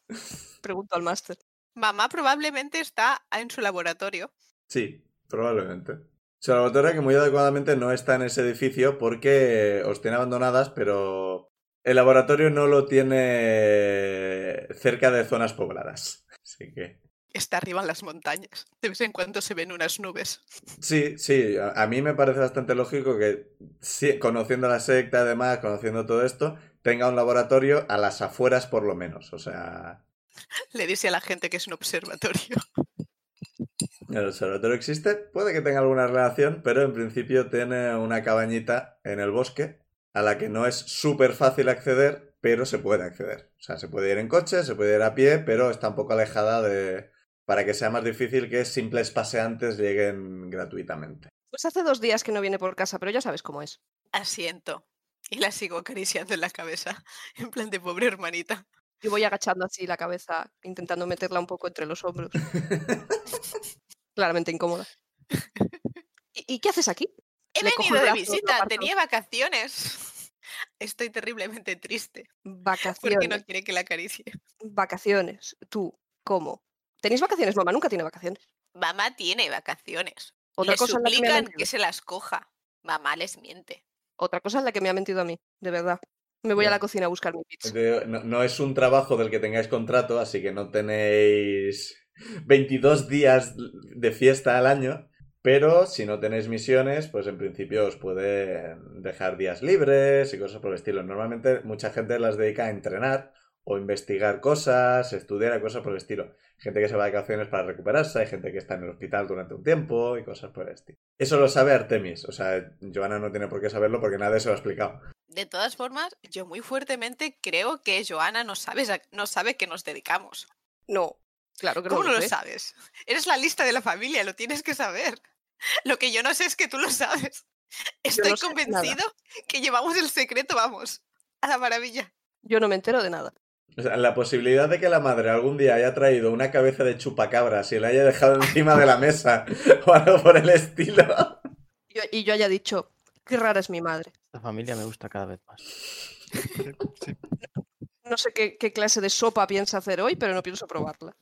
[SPEAKER 5] Pregunto al máster.
[SPEAKER 2] Mamá probablemente está en su laboratorio.
[SPEAKER 1] Sí, probablemente. Su laboratorio que muy adecuadamente no está en ese edificio porque eh, os tiene abandonadas, pero el laboratorio no lo tiene cerca de zonas pobladas. Así que...
[SPEAKER 2] Está arriba en las montañas. De vez en cuando se ven unas nubes.
[SPEAKER 1] Sí, sí, a, a mí me parece bastante lógico que, sí, conociendo la secta, además, conociendo todo esto, tenga un laboratorio a las afueras por lo menos. O sea,
[SPEAKER 2] Le dice a la gente que es un observatorio.
[SPEAKER 1] El observatorio existe, puede que tenga alguna relación, pero en principio tiene una cabañita en el bosque a la que no es súper fácil acceder, pero se puede acceder. O sea, se puede ir en coche, se puede ir a pie, pero está un poco alejada de... para que sea más difícil que simples paseantes lleguen gratuitamente.
[SPEAKER 5] Pues hace dos días que no viene por casa, pero ya sabes cómo es.
[SPEAKER 2] Asiento. Y la sigo acariciando en la cabeza. En plan de pobre hermanita.
[SPEAKER 5] Yo voy agachando así la cabeza, intentando meterla un poco entre los hombros. Claramente incómoda. ¿Y, y qué haces aquí?
[SPEAKER 2] He
[SPEAKER 5] Le cojo
[SPEAKER 2] venido
[SPEAKER 5] el
[SPEAKER 2] de
[SPEAKER 5] brazo, lo
[SPEAKER 2] visita,
[SPEAKER 5] aparto.
[SPEAKER 2] tenía vacaciones. Estoy terriblemente triste porque
[SPEAKER 5] Vacaciones.
[SPEAKER 2] no quiere que la acaricie.
[SPEAKER 5] Vacaciones. ¿Tú, ¿cómo? ¿Tenéis vacaciones? Mamá nunca tiene vacaciones.
[SPEAKER 2] Mamá tiene vacaciones.
[SPEAKER 5] Otra
[SPEAKER 2] Le
[SPEAKER 5] cosa, en la que me ha
[SPEAKER 2] suplican
[SPEAKER 5] mentido.
[SPEAKER 2] que se las coja. Mamá les miente.
[SPEAKER 5] Otra cosa en la que me ha mentido a mí, de verdad. Me voy a
[SPEAKER 1] Ya.
[SPEAKER 5] la cocina a buscar mi pizza.
[SPEAKER 1] Te- No, no es un trabajo del que tengáis contrato, así que no tenéis 22 días de fiesta al año, pero si no tenéis misiones, pues en principio os pueden dejar días libres y cosas por el estilo. Normalmente mucha gente las dedica a entrenar o investigar cosas, estudiar a cosas por el estilo. Gente que se va de vacaciones para recuperarse, hay gente que está en el hospital durante un tiempo y cosas por el estilo. Eso lo sabe Artemis, o sea, Joana no tiene por qué saberlo porque nadie se lo ha explicado.
[SPEAKER 2] De todas formas, yo muy fuertemente creo que Joana no sabe, sa- no sabe que nos dedicamos.
[SPEAKER 5] No, claro que
[SPEAKER 2] ¿Cómo
[SPEAKER 5] no
[SPEAKER 2] no
[SPEAKER 5] lo
[SPEAKER 2] lo
[SPEAKER 5] sé.
[SPEAKER 2] sabes? Eres la lista de la familia, lo tienes que saber. Lo que yo no sé es que tú lo sabes. Estoy
[SPEAKER 5] no sé nada.
[SPEAKER 2] convencido que llevamos el secreto, vamos, a la maravilla.
[SPEAKER 5] Yo no me entero de nada.
[SPEAKER 1] O sea, la posibilidad de que la madre algún día haya traído una cabeza de chupacabras y la haya dejado encima de la mesa o algo por el estilo.
[SPEAKER 5] Yo- y yo haya dicho, qué rara es mi madre.
[SPEAKER 3] Esta familia me gusta cada vez más.
[SPEAKER 5] No sé qué, qué clase de sopa piensa hacer hoy, pero no pienso probarla.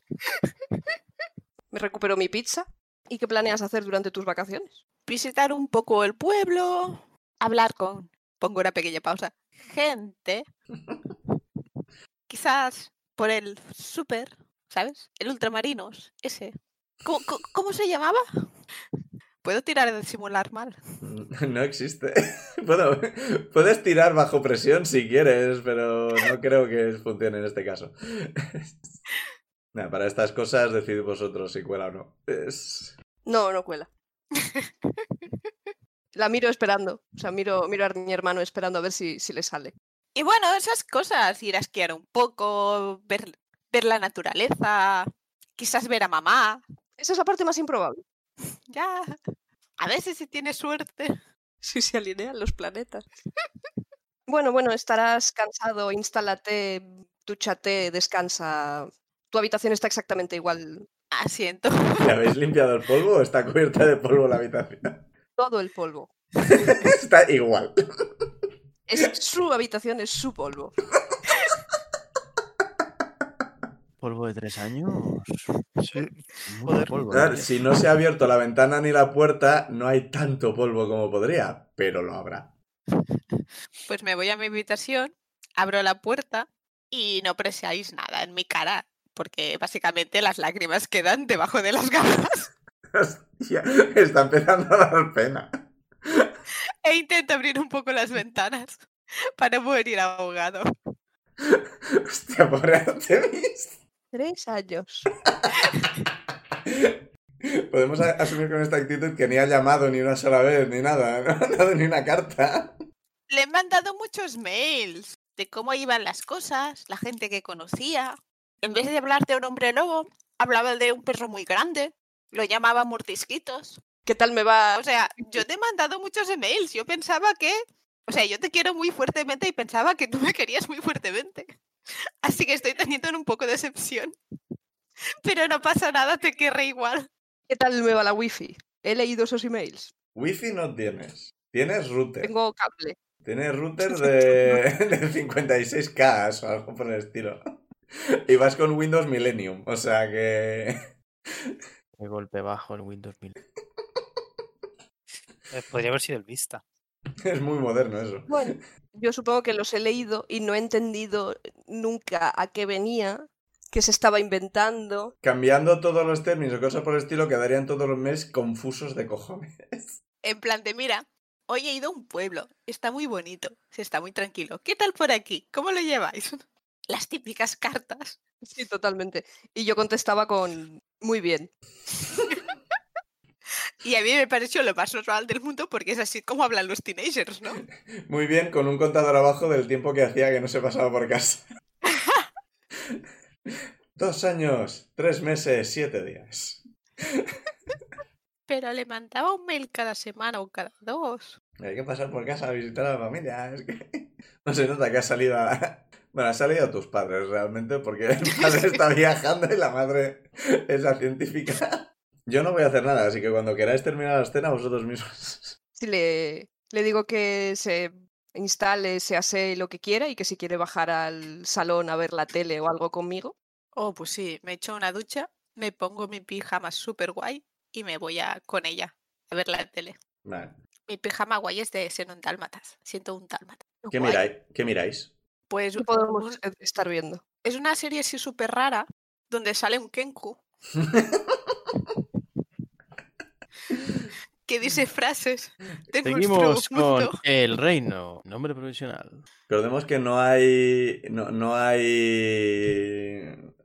[SPEAKER 5] me recupero mi pizza. ¿Y qué planeas hacer durante tus vacaciones?
[SPEAKER 2] Visitar un poco el pueblo, hablar con, pongo una pequeña pausa, gente. Quizás por el super, ¿sabes? El ultramarinos, ese. ¿Cómo, cómo- cómo se llamaba? Puedo tirar de simular mal.
[SPEAKER 1] No existe. Bueno, puedes tirar bajo presión si quieres, pero no creo que funcione en este caso. Nada, para estas cosas decidid vosotros si cuela o no. Es...
[SPEAKER 5] No, no cuela. La miro esperando. O sea, miro, miro a mi hermano esperando a ver si, si le sale.
[SPEAKER 2] Y bueno, esas cosas, ir a esquiar un poco, ver, ver la naturaleza, quizás ver a mamá,
[SPEAKER 5] Esa es la parte más improbable.
[SPEAKER 2] ya. A veces si tienes suerte.
[SPEAKER 5] Si se alinean los planetas. Bueno, bueno, estarás cansado, instálate, dúchate, descansa. Tu habitación está exactamente igual.
[SPEAKER 2] Asiento.
[SPEAKER 1] ¿Le habéis limpiado el polvo o está cubierta de polvo la habitación?
[SPEAKER 5] Todo el polvo.
[SPEAKER 1] Está igual.
[SPEAKER 5] Es su habitación, es su polvo.
[SPEAKER 3] Polvo de tres años. mucho
[SPEAKER 4] Joder.
[SPEAKER 3] polvo,
[SPEAKER 1] Claro,
[SPEAKER 3] ¿eh?
[SPEAKER 1] si no se ha abierto la ventana ni la puerta, no hay tanto polvo como podría, pero lo habrá.
[SPEAKER 2] Pues me voy a mi habitación, abro la puerta y no presáis nada en mi cara, porque básicamente las lágrimas quedan debajo de las gafas.
[SPEAKER 1] Hostia, está empezando a dar pena.
[SPEAKER 2] E intento abrir un poco las ventanas para no morir ahogado.
[SPEAKER 1] Hostia, pobre Artemis.
[SPEAKER 5] Tres años.
[SPEAKER 1] Podemos a- asumir con esta actitud que ni ha llamado ni una sola vez, ni nada, no ha dado ni una carta.
[SPEAKER 2] Le he mandado muchos mails de cómo iban las cosas, la gente que conocía. En vez de hablar de un hombre lobo, hablaba de un perro muy grande. Lo llamaba Mortisquitos.
[SPEAKER 5] ¿Qué tal me va?
[SPEAKER 2] O sea, yo te he mandado muchos emails. Yo pensaba que. O sea, yo te quiero muy fuertemente y pensaba que tú me querías muy fuertemente. Así que estoy teniendo un poco de decepción. Pero no pasa nada, te querré igual.
[SPEAKER 5] ¿Qué tal me va la wifi? He leído esos emails.
[SPEAKER 1] Wifi no tienes. Tienes router.
[SPEAKER 5] Tengo cable.
[SPEAKER 1] Tienes router de, de 56K o algo por el estilo. Y vas con Windows Millennium. O sea que.
[SPEAKER 3] Qué golpe bajo el Windows 1000.
[SPEAKER 4] Eh, Podría haber sido el Vista.
[SPEAKER 1] Es muy moderno eso.
[SPEAKER 5] Bueno, yo supongo que los he leído y no he entendido nunca a qué venía, qué se estaba inventando.
[SPEAKER 1] Cambiando todos los términos o cosas por el estilo, quedarían todos los meses confusos de cojones.
[SPEAKER 2] En plan de, mira, hoy he ido a un pueblo, está muy bonito, se está muy tranquilo. ¿Qué tal por aquí? ¿Cómo lo lleváis? Las típicas cartas.
[SPEAKER 5] Sí, totalmente. Y yo contestaba con muy bien.
[SPEAKER 2] Y a mí me pareció lo más normal del mundo porque es así como hablan los teenagers, ¿no?
[SPEAKER 1] Muy bien, con un contador abajo del tiempo que hacía que no se pasaba por casa. Dos años, tres meses, siete días.
[SPEAKER 2] Pero le mandaba un mail cada semana o cada dos.
[SPEAKER 1] Hay que pasar por casa a visitar a la familia. Es que no se nota que ha salido a... Bueno, ha salido a tus padres realmente porque el padre está viajando y la madre es la científica. Yo no voy a hacer nada, así que cuando queráis terminar la escena vosotros mismos.
[SPEAKER 5] Si le, le digo que se instale, se hace lo que quiera y que si quiere bajar al salón a ver la tele o algo conmigo.
[SPEAKER 2] Oh, pues sí, me echo una ducha, me pongo mi pijama súper guay y me voy a con ella a ver la tele.
[SPEAKER 1] Vale.
[SPEAKER 2] Mi pijama guay es de Xenon Dálmatas. Siento un dálmata.
[SPEAKER 1] ¿Qué
[SPEAKER 2] Guay.
[SPEAKER 1] miráis? ¿Qué miráis?
[SPEAKER 2] Pues
[SPEAKER 5] ¿Qué podemos
[SPEAKER 2] un-
[SPEAKER 5] estar viendo?
[SPEAKER 2] es una serie así súper rara donde sale un Kenku. que dice frases de
[SPEAKER 3] Seguimos
[SPEAKER 2] nuestro
[SPEAKER 3] con
[SPEAKER 2] mundo.
[SPEAKER 3] El Reino, nombre provisional.
[SPEAKER 1] Recordemos que no hay. No, no hay.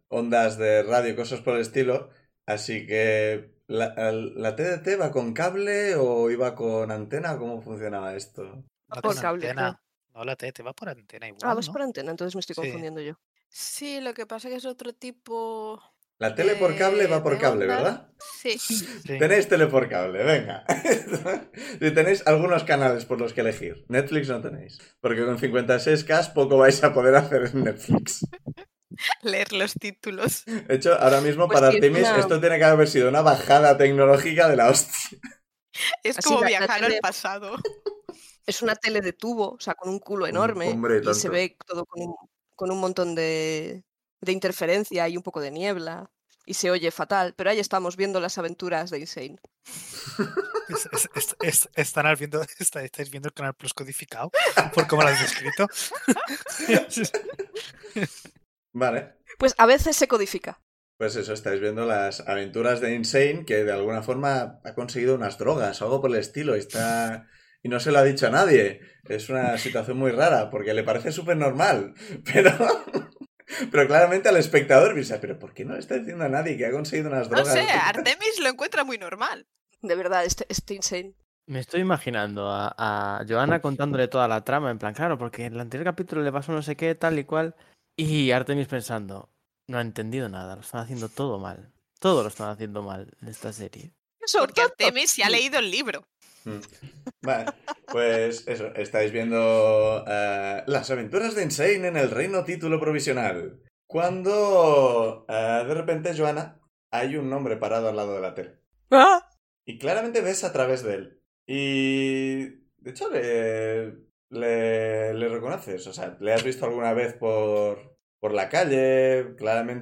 [SPEAKER 1] ondas de radio, cosas por el estilo. Así que. ¿La, el- la TDT va con cable o iba con antena? ¿Cómo funcionaba esto?
[SPEAKER 4] Va
[SPEAKER 5] por
[SPEAKER 4] con
[SPEAKER 5] cable,
[SPEAKER 4] antena.
[SPEAKER 5] creo.
[SPEAKER 4] No la te, te va por antena igual.
[SPEAKER 5] Ah, vas
[SPEAKER 4] ¿no?
[SPEAKER 5] por antena, entonces me estoy
[SPEAKER 4] Sí.
[SPEAKER 5] confundiendo yo.
[SPEAKER 2] Sí, lo que pasa que es otro tipo.
[SPEAKER 1] La tele por cable va
[SPEAKER 2] de-
[SPEAKER 1] por
[SPEAKER 2] de
[SPEAKER 1] cable,
[SPEAKER 2] ondas.
[SPEAKER 1] ¿verdad?
[SPEAKER 2] Sí.
[SPEAKER 4] Sí.
[SPEAKER 1] Tenéis tele por cable, venga. si tenéis algunos canales por los que elegir. Netflix no tenéis. Porque con 56K poco vais a poder hacer en Netflix.
[SPEAKER 2] Leer los títulos.
[SPEAKER 1] De hecho, ahora mismo
[SPEAKER 5] Pues
[SPEAKER 1] para
[SPEAKER 5] sí, es
[SPEAKER 1] Artemis
[SPEAKER 5] una-
[SPEAKER 1] esto tiene que haber sido una bajada tecnológica de la hostia.
[SPEAKER 2] Es
[SPEAKER 5] Así
[SPEAKER 2] como
[SPEAKER 5] la- la
[SPEAKER 2] viajar al
[SPEAKER 5] tele-
[SPEAKER 2] pasado.
[SPEAKER 5] Es una tele de tubo, o sea, con un culo enorme.
[SPEAKER 1] hombre,
[SPEAKER 5] y se
[SPEAKER 1] tanto.
[SPEAKER 5] ve todo con un, con un montón de, de interferencia y un poco de niebla. Y se oye fatal, pero ahí estamos viendo las aventuras de Insane.
[SPEAKER 4] Es- es- es- es- están al viendo, está- estáis viendo el canal Plus codificado por cómo lo has descrito.
[SPEAKER 1] Vale.
[SPEAKER 5] Pues a veces se codifica.
[SPEAKER 1] Pues eso, estáis viendo las aventuras de Insane, que de alguna forma ha conseguido unas drogas o algo por el estilo. y Está... Y no se lo ha dicho a nadie. Es una situación muy rara, porque le parece súper normal. Pero... pero claramente al espectador piensa, pero ¿por qué no le está diciendo a nadie que ha conseguido unas
[SPEAKER 2] No
[SPEAKER 1] drogas?
[SPEAKER 2] sé, Artemis lo encuentra muy normal.
[SPEAKER 5] De verdad, este, este Insane.
[SPEAKER 3] Me estoy imaginando a, a Joana contándole toda la trama, en plan, claro, porque en el anterior capítulo le pasó no sé qué, tal y cual, y Artemis pensando, no ha entendido nada, lo están haciendo todo mal. Todo lo están haciendo mal en esta serie.
[SPEAKER 5] Son
[SPEAKER 2] Porque
[SPEAKER 5] tontos.
[SPEAKER 2] Artemis ya ha leído el libro.
[SPEAKER 1] Vale, pues eso, estáis viendo eh, las aventuras de Insane en el reino título provisional. Cuando eh, de repente, Joana, hay un nombre parado al lado de la tele.
[SPEAKER 5] ¡Ah!
[SPEAKER 1] Y claramente ves a través de él. Y. De hecho, le. Le, le reconoces. O sea, le has visto alguna vez por. Por la calle.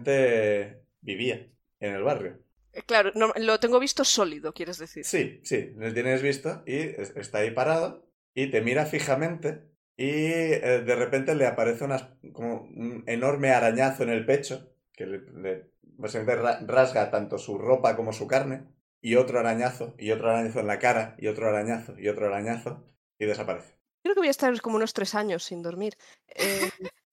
[SPEAKER 1] Claramente vivía en el barrio.
[SPEAKER 5] Eh, Claro, no- lo tengo visto sólido, quieres decir.
[SPEAKER 1] Sí, sí, le tienes visto. Y es- está ahí parado. Y te mira fijamente. Y eh, de repente le aparece unas, como un enorme arañazo en el pecho. Que le, le- básicamente ra- rasga tanto su ropa como su carne. y otro arañazo, y otro arañazo en la cara, y otro arañazo, y otro arañazo, y desaparece.
[SPEAKER 5] Creo que voy a estar como unos tres años sin dormir. Eh,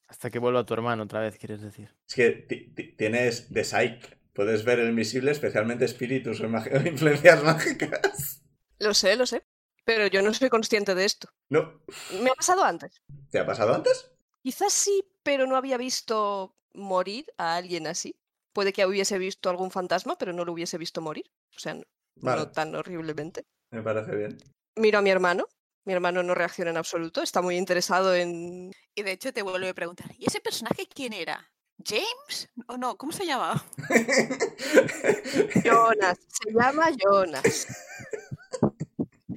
[SPEAKER 3] Hasta que vuelva tu hermano otra vez, quieres decir.
[SPEAKER 1] Es que ti- ti- tienes de Psych. Puedes ver el invisible, especialmente espíritus o, magi- o influencias mágicas.
[SPEAKER 5] lo sé, lo sé. Pero yo no soy consciente de esto.
[SPEAKER 1] No.
[SPEAKER 5] Me ha pasado antes.
[SPEAKER 1] ¿Te ha pasado antes?
[SPEAKER 5] Quizás sí, pero no había visto morir a alguien así. Puede que hubiese visto algún fantasma, pero no lo hubiese visto morir. O sea, no,
[SPEAKER 1] Vale,
[SPEAKER 5] no tan horriblemente.
[SPEAKER 1] me parece bien.
[SPEAKER 5] Miro a mi hermano. Mi hermano no reacciona en absoluto. Está muy interesado en...
[SPEAKER 2] Y de hecho te vuelve a preguntar, ¿y ese personaje quién era? ¿James? ¿O no? ¿Cómo se llamaba?
[SPEAKER 5] Jonas. Se llama Jonas.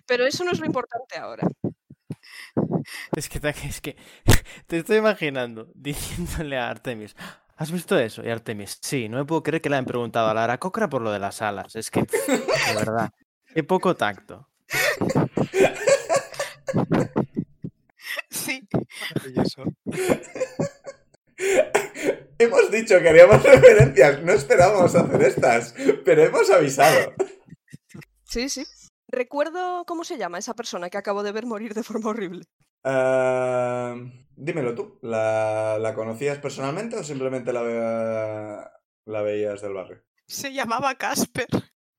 [SPEAKER 5] Pero eso no es lo importante ahora.
[SPEAKER 3] Es que, te- es que te estoy imaginando diciéndole a Artemis, ¿has visto eso? Y Artemis, sí, no me puedo creer que le han preguntado a Lara Cocra por lo de las alas. Es que, de verdad, qué poco tacto.
[SPEAKER 2] Sí.
[SPEAKER 4] Maravilloso.
[SPEAKER 1] Hemos dicho que haríamos referencias, no esperábamos hacer estas, pero hemos avisado.
[SPEAKER 5] Sí, sí. Recuerdo cómo se llama esa persona que acabo de ver morir de forma horrible.
[SPEAKER 1] Ah, dímelo tú, ¿la, la conocías personalmente o simplemente la, ve- la veías del barrio?
[SPEAKER 2] Se llamaba Casper.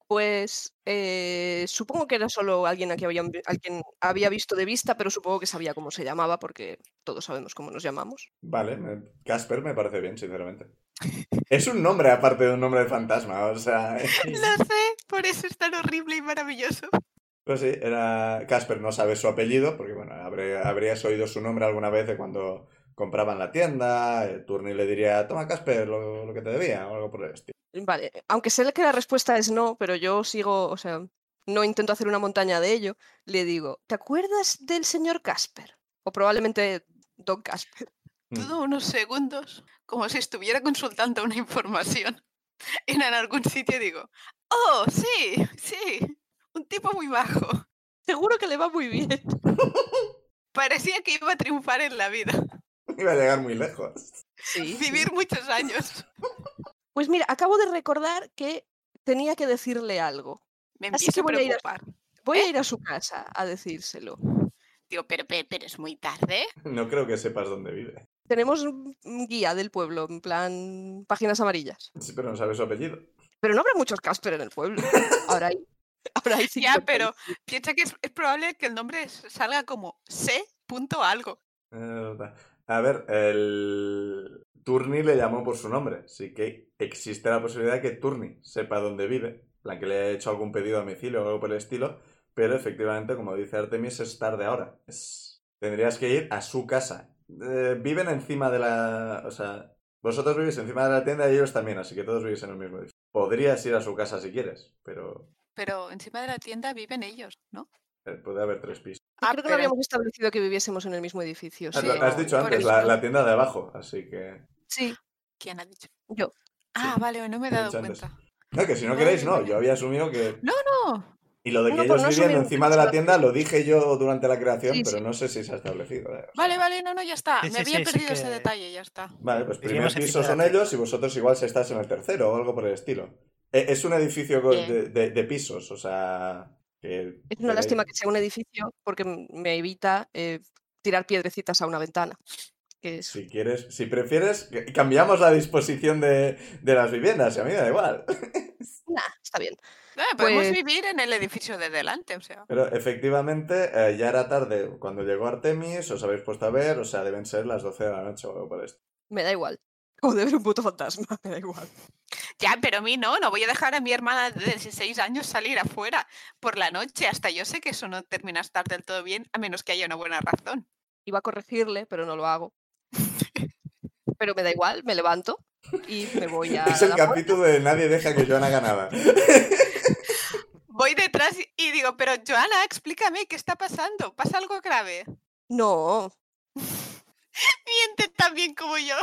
[SPEAKER 5] Pues eh, supongo que era solo alguien a quien, habían vi- al quien había visto de vista, pero supongo que sabía cómo se llamaba porque todos sabemos cómo nos llamamos.
[SPEAKER 1] Vale, me- Casper me parece bien, sinceramente. Es un nombre aparte de un nombre de fantasma, o sea...
[SPEAKER 2] Lo sé, por eso es tan horrible y maravilloso.
[SPEAKER 1] Pues sí, era Casper, no sabes su apellido, porque bueno, habré- habrías oído su nombre alguna vez de cuando compraban la tienda, el turni le diría, toma Casper, lo, lo que te debía, o algo por el estilo.
[SPEAKER 5] Vale, eh, aunque sé que la respuesta es no, pero yo sigo, o sea, no intento hacer una montaña de ello. Le digo, ¿te acuerdas del señor Casper? O probablemente Don Casper.
[SPEAKER 1] Mm.
[SPEAKER 2] Todo unos segundos, como si estuviera consultando una información. En algún sitio digo, oh, sí, sí, un tipo muy bajo.
[SPEAKER 5] Seguro que le va muy bien.
[SPEAKER 2] Parecía que iba a triunfar en la vida,
[SPEAKER 1] Iba a llegar muy lejos.
[SPEAKER 5] Sí, sí.
[SPEAKER 2] vivir muchos años.
[SPEAKER 5] Pues mira, acabo de recordar que tenía que decirle algo.
[SPEAKER 2] Me
[SPEAKER 5] Así
[SPEAKER 2] empiezo
[SPEAKER 5] que
[SPEAKER 2] a
[SPEAKER 5] voy a ir a-
[SPEAKER 2] preocupar.
[SPEAKER 5] Voy a ir a su casa a decírselo.
[SPEAKER 2] Digo, pero, pero, pero es muy tarde.
[SPEAKER 1] No creo que sepas dónde vive.
[SPEAKER 5] Tenemos un un guía del pueblo, en plan páginas amarillas.
[SPEAKER 1] Sí, pero no sabes su apellido.
[SPEAKER 5] Pero no habrá muchos Casper en el pueblo. Ahora hay. Ahora hay
[SPEAKER 2] Ya,
[SPEAKER 5] cinco
[SPEAKER 2] pero
[SPEAKER 5] Casper.
[SPEAKER 2] piensa que es, es probable que el nombre s- salga como C. Punto algo.
[SPEAKER 1] Eh, verdad. A ver, el Turni le llamó por su nombre, así que existe la posibilidad de que Turni sepa dónde vive, la que le ha hecho algún pedido a domicilio o algo por el estilo, pero efectivamente, como dice Artemis, es tarde ahora. Es- Tendrías que ir a su casa. Eh, viven encima de la... O sea, vosotros vivís encima de la tienda y ellos también, así que todos vivís en el mismo edificio. Podrías ir a su casa si quieres, pero
[SPEAKER 2] Pero encima de la tienda viven ellos, ¿no?
[SPEAKER 1] eh, puede haber tres pisos.
[SPEAKER 5] Y
[SPEAKER 2] Ah,
[SPEAKER 5] creo que
[SPEAKER 2] pero-
[SPEAKER 5] no habíamos establecido que viviésemos en el mismo edificio.
[SPEAKER 1] Ah,
[SPEAKER 5] sí,
[SPEAKER 1] lo- Has
[SPEAKER 5] no,
[SPEAKER 1] dicho
[SPEAKER 5] por
[SPEAKER 1] antes,
[SPEAKER 5] eso.
[SPEAKER 1] la, la tienda de abajo, así que...
[SPEAKER 5] Sí,
[SPEAKER 2] ¿Quién ha dicho?
[SPEAKER 5] yo.
[SPEAKER 2] Ah, vale, no me he
[SPEAKER 1] lo he
[SPEAKER 2] dado
[SPEAKER 1] dicho antes.
[SPEAKER 2] cuenta. Oh.
[SPEAKER 1] No, que si no
[SPEAKER 2] Madre
[SPEAKER 1] queréis, no.
[SPEAKER 2] mía.
[SPEAKER 1] Yo había asumido que
[SPEAKER 2] No,
[SPEAKER 1] Y lo de que
[SPEAKER 5] No, por
[SPEAKER 1] ellos
[SPEAKER 5] no
[SPEAKER 1] vivían
[SPEAKER 5] asumir
[SPEAKER 1] encima de la tienda lo dije yo durante la creación,
[SPEAKER 5] Sí,
[SPEAKER 1] pero
[SPEAKER 5] sí.
[SPEAKER 1] no sé si se ha establecido. ¿eh? O
[SPEAKER 2] vale,
[SPEAKER 1] sea,
[SPEAKER 2] vale, no, no, ya está.
[SPEAKER 4] Sí,
[SPEAKER 2] Me
[SPEAKER 4] sí,
[SPEAKER 2] había
[SPEAKER 4] sí, sí
[SPEAKER 2] perdido ese
[SPEAKER 4] que-
[SPEAKER 2] detalle, ya está.
[SPEAKER 1] Vale, pues primer
[SPEAKER 4] Vivíamos encima
[SPEAKER 1] piso
[SPEAKER 4] de la
[SPEAKER 1] son
[SPEAKER 4] tienda.
[SPEAKER 1] ellos y vosotros igual si estás en el tercero o algo por el estilo. E- Es un edificio co- de,
[SPEAKER 2] Bien.
[SPEAKER 1] de- de pisos, o sea... que
[SPEAKER 5] Es una
[SPEAKER 1] tenéis-
[SPEAKER 5] lástima que sea un edificio porque m- me evita eh, tirar piedrecitas a una ventana. Que es-
[SPEAKER 1] Si quieres, si prefieres, que- cambiamos la disposición de, de las viviendas, y a mí me da igual.
[SPEAKER 5] Nah, está bien.
[SPEAKER 2] Ah, podemos
[SPEAKER 5] Pues-
[SPEAKER 2] vivir en el edificio de delante, o sea.
[SPEAKER 1] Pero efectivamente, eh, ya era tarde. Cuando llegó Artemis, os habéis puesto a ver, o sea, deben ser las 12 de la noche o algo por el estilo.
[SPEAKER 5] Me da igual. Como de ver un puto fantasma, me da igual.
[SPEAKER 2] Ya, pero a mí no, no voy a dejar a mi hermana de 16 años salir afuera por la noche. Hasta yo sé que eso no termina de estar del todo bien, a menos que haya una buena razón.
[SPEAKER 5] iba a corregirle, pero no lo hago. Pero me da igual, me levanto y me voy a.
[SPEAKER 1] Es el
[SPEAKER 5] la puerta.
[SPEAKER 1] capítulo de Nadie deja que Joana ganada.
[SPEAKER 2] Voy detrás y- y digo, pero Joana, explícame qué está pasando. ¿Pasa algo grave?
[SPEAKER 5] No,
[SPEAKER 2] Miente tan bien como yo.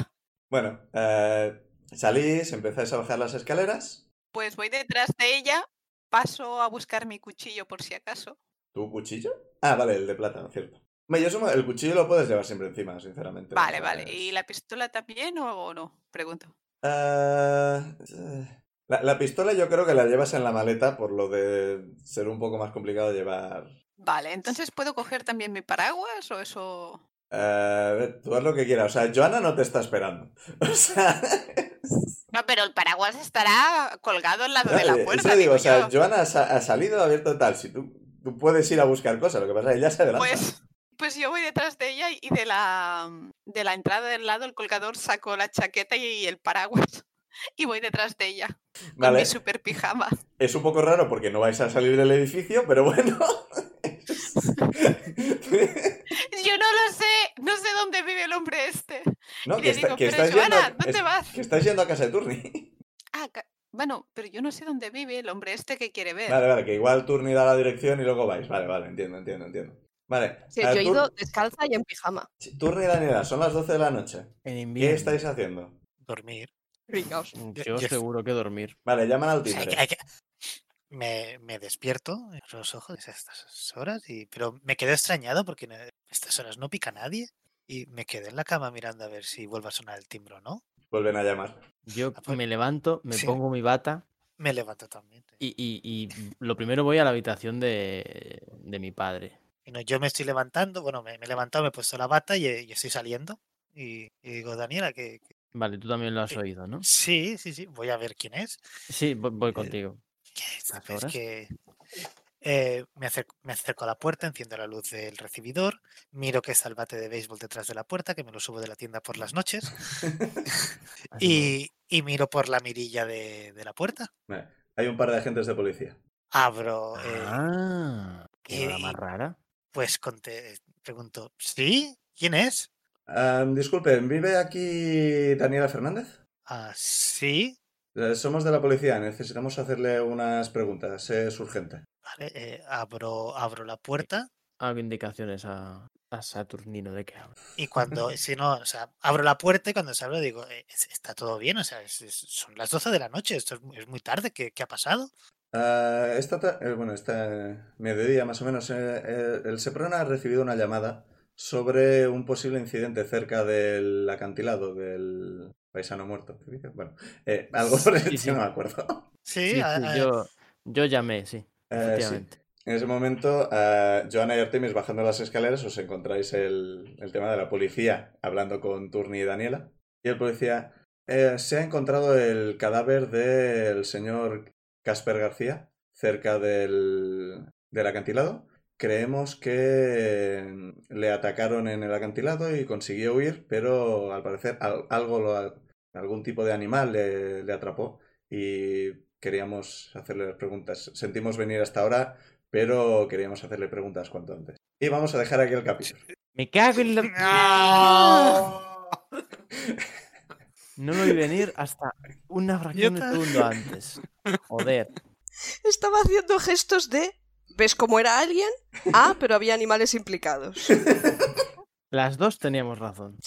[SPEAKER 1] Bueno, eh, salís, empezáis a bajar las escaleras.
[SPEAKER 2] Pues voy detrás de ella, paso a buscar mi cuchillo por si acaso.
[SPEAKER 1] ¿Tu cuchillo? Ah, vale, el de plátano, cierto. Bueno, yo sumo, el cuchillo lo puedes llevar siempre encima, sinceramente.
[SPEAKER 2] Vale,
[SPEAKER 1] o sea,
[SPEAKER 2] vale.
[SPEAKER 1] es-
[SPEAKER 2] ¿Y la pistola también o o no? Pregunto.
[SPEAKER 1] Ah, eh, la, la pistola yo creo que la llevas en la maleta, por lo de ser un poco más complicado llevar.
[SPEAKER 2] Vale, entonces puedo coger también mi paraguas o eso.
[SPEAKER 1] Ah, a ver, tú haz lo que quieras. O sea, Joana no te está esperando. O sea,
[SPEAKER 2] No, pero el paraguas estará colgado al lado de
[SPEAKER 1] eh,
[SPEAKER 2] la
[SPEAKER 1] eso
[SPEAKER 2] puerta.
[SPEAKER 1] digo,
[SPEAKER 2] digo
[SPEAKER 1] o sea,
[SPEAKER 2] yo.
[SPEAKER 1] Joana ha, sa- ha salido, ha abierto tal. Si tú Tú puedes ir a buscar cosas, lo que pasa es que ella se adelanta.
[SPEAKER 2] Pues, pues yo voy detrás de ella y de la, mm, de la entrada del lado, el colgador, saco la chaqueta y el paraguas. Y voy detrás de ella, con
[SPEAKER 1] vale,
[SPEAKER 2] mi super pijama.
[SPEAKER 1] es un poco raro porque no vais a salir del edificio, pero bueno.
[SPEAKER 2] Yo no lo sé, no sé dónde vive el hombre este.
[SPEAKER 1] no,
[SPEAKER 2] y
[SPEAKER 1] que,
[SPEAKER 2] le
[SPEAKER 1] está-
[SPEAKER 2] digo,
[SPEAKER 1] que
[SPEAKER 2] pero
[SPEAKER 1] estáis
[SPEAKER 2] Joana,
[SPEAKER 1] yendo,
[SPEAKER 2] ¿dónde
[SPEAKER 1] es-
[SPEAKER 2] vas?
[SPEAKER 1] que estáis yendo a casa de Turni.
[SPEAKER 2] Ah, ca- bueno, pero yo no sé dónde vive el hombre este que quiere ver.
[SPEAKER 1] Vale, vale, que igual Turni da la dirección y luego vais. Vale, vale, entiendo, entiendo, entiendo. Vale,
[SPEAKER 5] Sí,
[SPEAKER 1] a
[SPEAKER 5] yo
[SPEAKER 1] ver,
[SPEAKER 5] he
[SPEAKER 1] Tur-
[SPEAKER 5] ido descalza y en pijama.
[SPEAKER 1] Turni y Daniela, son las 12 de la noche.
[SPEAKER 3] En
[SPEAKER 1] ¿Qué
[SPEAKER 3] invierno.
[SPEAKER 1] estáis haciendo?
[SPEAKER 4] dormir.
[SPEAKER 5] Fijaos.
[SPEAKER 3] Mm, Yo
[SPEAKER 4] Yo-
[SPEAKER 3] seguro que dormir.
[SPEAKER 1] Vale, llaman al
[SPEAKER 2] Pues
[SPEAKER 4] O sea, hay
[SPEAKER 1] timbre.
[SPEAKER 4] que- hay que- Me, me despierto, abro los ojos a estas horas, y... pero me quedé extrañado porque no- a estas horas no pica nadie. Y me quedé en la cama mirando a ver si vuelve a sonar el timbre o no.
[SPEAKER 1] Vuelven a llamar.
[SPEAKER 3] Yo
[SPEAKER 4] Ah, pues-
[SPEAKER 3] me levanto, me
[SPEAKER 4] sí.
[SPEAKER 3] pongo mi bata
[SPEAKER 4] Me levanto también. sí.
[SPEAKER 3] y, y- y lo primero voy a la habitación de, de mi padre.
[SPEAKER 4] Y no, yo me estoy levantando, bueno, me, me he levantado, me he puesto la bata y, eh, y estoy saliendo. Y, y digo, Daniela, que, que-
[SPEAKER 3] Vale, tú también lo has
[SPEAKER 4] Sí.
[SPEAKER 3] oído, ¿no?
[SPEAKER 4] sí, sí, sí, voy a ver quién es.
[SPEAKER 3] Sí, voy,
[SPEAKER 4] Eh,
[SPEAKER 3] voy contigo.
[SPEAKER 4] ¿Qué es?
[SPEAKER 3] ¿Las
[SPEAKER 4] Pues
[SPEAKER 3] horas?
[SPEAKER 4] que eh, me, acerco, me acerco a la puerta, enciendo la luz del recibidor, miro que está el bate de béisbol detrás de la puerta, que me lo subo de la tienda por las noches,
[SPEAKER 3] Así
[SPEAKER 4] y, y miro por la mirilla de, de la puerta.
[SPEAKER 1] Vale, Hay un par de agentes de policía.
[SPEAKER 3] que-
[SPEAKER 4] Abro, eh,
[SPEAKER 3] Ah, qué hora
[SPEAKER 4] y-
[SPEAKER 3] más rara.
[SPEAKER 4] pues conté- pregunto, ¿sí? ¿Quién es?
[SPEAKER 1] Ah, disculpen, ¿vive aquí Daniela Fernández?
[SPEAKER 4] Ah, sí.
[SPEAKER 1] Eh, Somos de la policía, necesitamos hacerle unas preguntas, es urgente.
[SPEAKER 4] Vale, eh, abro, abro la puerta
[SPEAKER 3] Hago Ah, indicaciones a, a Saturnino de que habla.
[SPEAKER 4] y cuando, si no, o sea, abro la puerta y cuando salgo digo, "Eh, es- está todo bien, o sea, es- es- son las 12 de la noche, esto es, mu- es muy tarde, ¿qué, qué ha pasado?
[SPEAKER 1] Ah, esta ta- eh, bueno, esta mediodía más o menos, eh, eh, el Seprona ha recibido una llamada sobre un posible incidente cerca del acantilado del paisano muerto. ¿qué dije? Bueno, eh, algo por el
[SPEAKER 3] Sí, sí.
[SPEAKER 1] estilo, no me acuerdo.
[SPEAKER 4] Sí,
[SPEAKER 3] Sí,
[SPEAKER 4] a-
[SPEAKER 3] sí,
[SPEAKER 4] a-
[SPEAKER 3] yo, yo llamé, sí,
[SPEAKER 1] Eh, sí.
[SPEAKER 3] efectivamente.
[SPEAKER 1] En ese momento, ah, Joana y Artemis bajando las escaleras, os encontráis el, el tema de la policía hablando con Turni y Daniela. Y el policía, eh, se ha encontrado el cadáver del señor Casper García cerca del, del acantilado. Creemos que mm, le atacaron en el acantilado y consiguió huir, pero al parecer al- algo lo a- algún tipo de animal le, le atrapó y queríamos hacerle las preguntas. Sentimos venir hasta ahora, pero queríamos hacerle preguntas cuanto antes. Y vamos a dejar aquí el capítulo.
[SPEAKER 3] Me cago en la...
[SPEAKER 4] Ah.
[SPEAKER 3] No
[SPEAKER 4] ¡No!
[SPEAKER 3] lo vi venir hasta una fracción de
[SPEAKER 4] ta-
[SPEAKER 3] segundo antes. Joder.
[SPEAKER 5] Estaba haciendo gestos de. ¿Ves cómo era alguien? Ah, pero había animales implicados.
[SPEAKER 3] Las dos teníamos razón.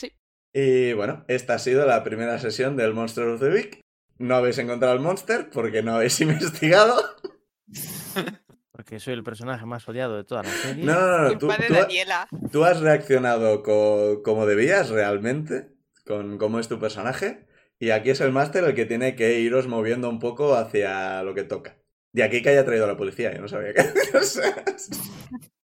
[SPEAKER 1] Y bueno, esta ha sido la primera sesión del Monster of the Week. No habéis encontrado al monster porque no habéis investigado.
[SPEAKER 3] Porque soy el personaje más odiado de toda la serie.
[SPEAKER 1] No, no, no. Tú,
[SPEAKER 2] Culpa de
[SPEAKER 1] tú ha-
[SPEAKER 2] Daniela.
[SPEAKER 1] tú has reaccionado co- como debías realmente, con cómo es tu personaje. Y aquí es el máster el que tiene que iros moviendo un poco hacia lo que toca. De aquí que haya traído a la policía, yo no sabía que. o sea,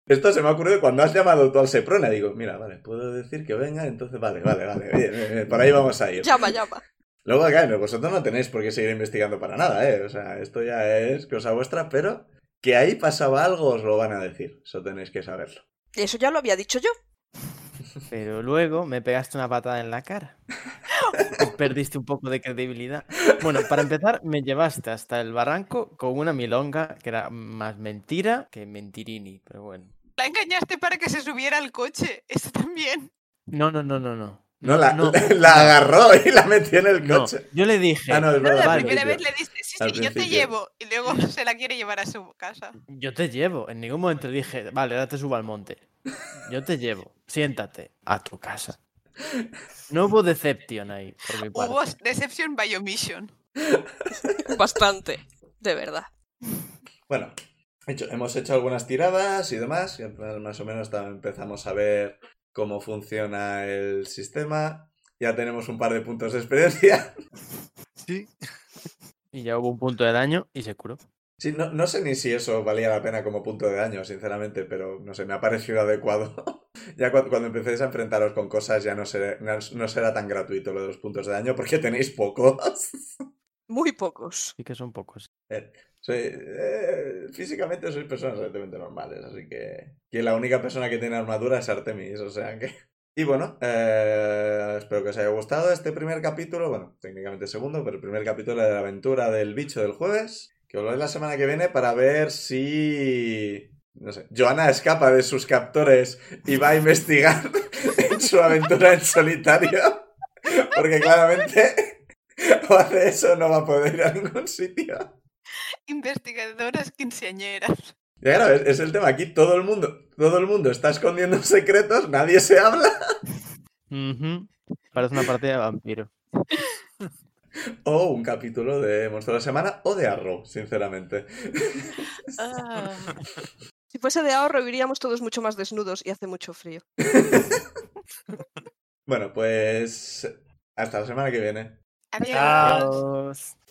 [SPEAKER 1] Esto se me ha ocurrido cuando has llamado tú al Seprona. Digo, mira, vale, puedo decir que venga, entonces vale, vale, vale. bien, bien, bien, por ahí vamos a ir.
[SPEAKER 5] Llama, llama.
[SPEAKER 1] Luego, claro, vosotros no tenéis por qué seguir investigando para nada, ¿eh? O sea, esto ya es cosa vuestra, pero que ahí pasaba algo os lo van a decir. Eso tenéis que saberlo.
[SPEAKER 5] Eso ya lo había dicho yo.
[SPEAKER 3] Pero luego me pegaste una patada en la cara. Y Perdiste un poco de credibilidad. Bueno, para empezar, me llevaste hasta el barranco con una milonga que era más mentira que mentirini, pero bueno.
[SPEAKER 2] La engañaste para que se subiera al coche. Eso también.
[SPEAKER 3] No, no, no, no, no.
[SPEAKER 1] No, la,
[SPEAKER 3] no,
[SPEAKER 1] la
[SPEAKER 3] no,
[SPEAKER 1] agarró y la metió en el
[SPEAKER 3] no.
[SPEAKER 1] coche.
[SPEAKER 3] Yo le dije,
[SPEAKER 1] Ah, no, es
[SPEAKER 2] No, la
[SPEAKER 1] verdad.
[SPEAKER 3] vale.
[SPEAKER 2] primera vez le diste, sí,
[SPEAKER 1] Al
[SPEAKER 2] sí, yo te
[SPEAKER 1] principio.
[SPEAKER 2] llevo. Y luego se la quiere llevar a su casa.
[SPEAKER 3] yo te llevo. En ningún momento le dije, vale, ahora te subo al monte. Yo te llevo. Siéntate a tu casa. No hubo decepción ahí, por mi parte.
[SPEAKER 2] Hubo Deception by Omission.
[SPEAKER 5] Bastante. De verdad.
[SPEAKER 1] Bueno, hecho, hemos hecho algunas tiradas y demás. y en plan, más o menos tam- empezamos a ver cómo funciona el sistema. Ya tenemos un par de puntos de experiencia.
[SPEAKER 4] Sí.
[SPEAKER 3] Y ya hubo un punto de daño y se curó.
[SPEAKER 1] Sí, no, no sé ni si eso valía la pena como punto de daño, sinceramente, pero no sé, me ha parecido adecuado. ya cu- cuando, empecéis a enfrentaros con cosas ya no, seré- no- no será tan gratuito lo de los puntos de daño porque tenéis pocos.
[SPEAKER 5] Muy pocos.
[SPEAKER 3] Sí que son pocos.
[SPEAKER 1] Eric. Soy, eh, físicamente sois personas relativamente normales, así que, que la única persona que tiene armadura es Artemis, o sea que... Y bueno, eh, espero que os haya gustado este primer capítulo, bueno, técnicamente segundo, pero el primer capítulo de la aventura del bicho del jueves, que volvéis la semana que viene para ver si... No sé, Joana escapa de sus captores y va a investigar en su aventura en solitario, porque claramente o hace eso o no va a poder ir a ningún sitio.
[SPEAKER 2] Investigadoras quinceañeras.
[SPEAKER 1] Ya claro, es, es el tema aquí, todo el mundo, todo el mundo está escondiendo secretos, nadie se habla.
[SPEAKER 3] Ujú. Parece una partida de vampiro.
[SPEAKER 1] O un capítulo de Monstruo de la Semana o de Arrow, sinceramente.
[SPEAKER 2] Ah,
[SPEAKER 5] Si fuese de ahorro, iríamos todos mucho más desnudos y hace mucho frío.
[SPEAKER 1] Bueno, pues hasta la semana que viene.
[SPEAKER 2] adiós.
[SPEAKER 4] Chao.
[SPEAKER 3] Adiós.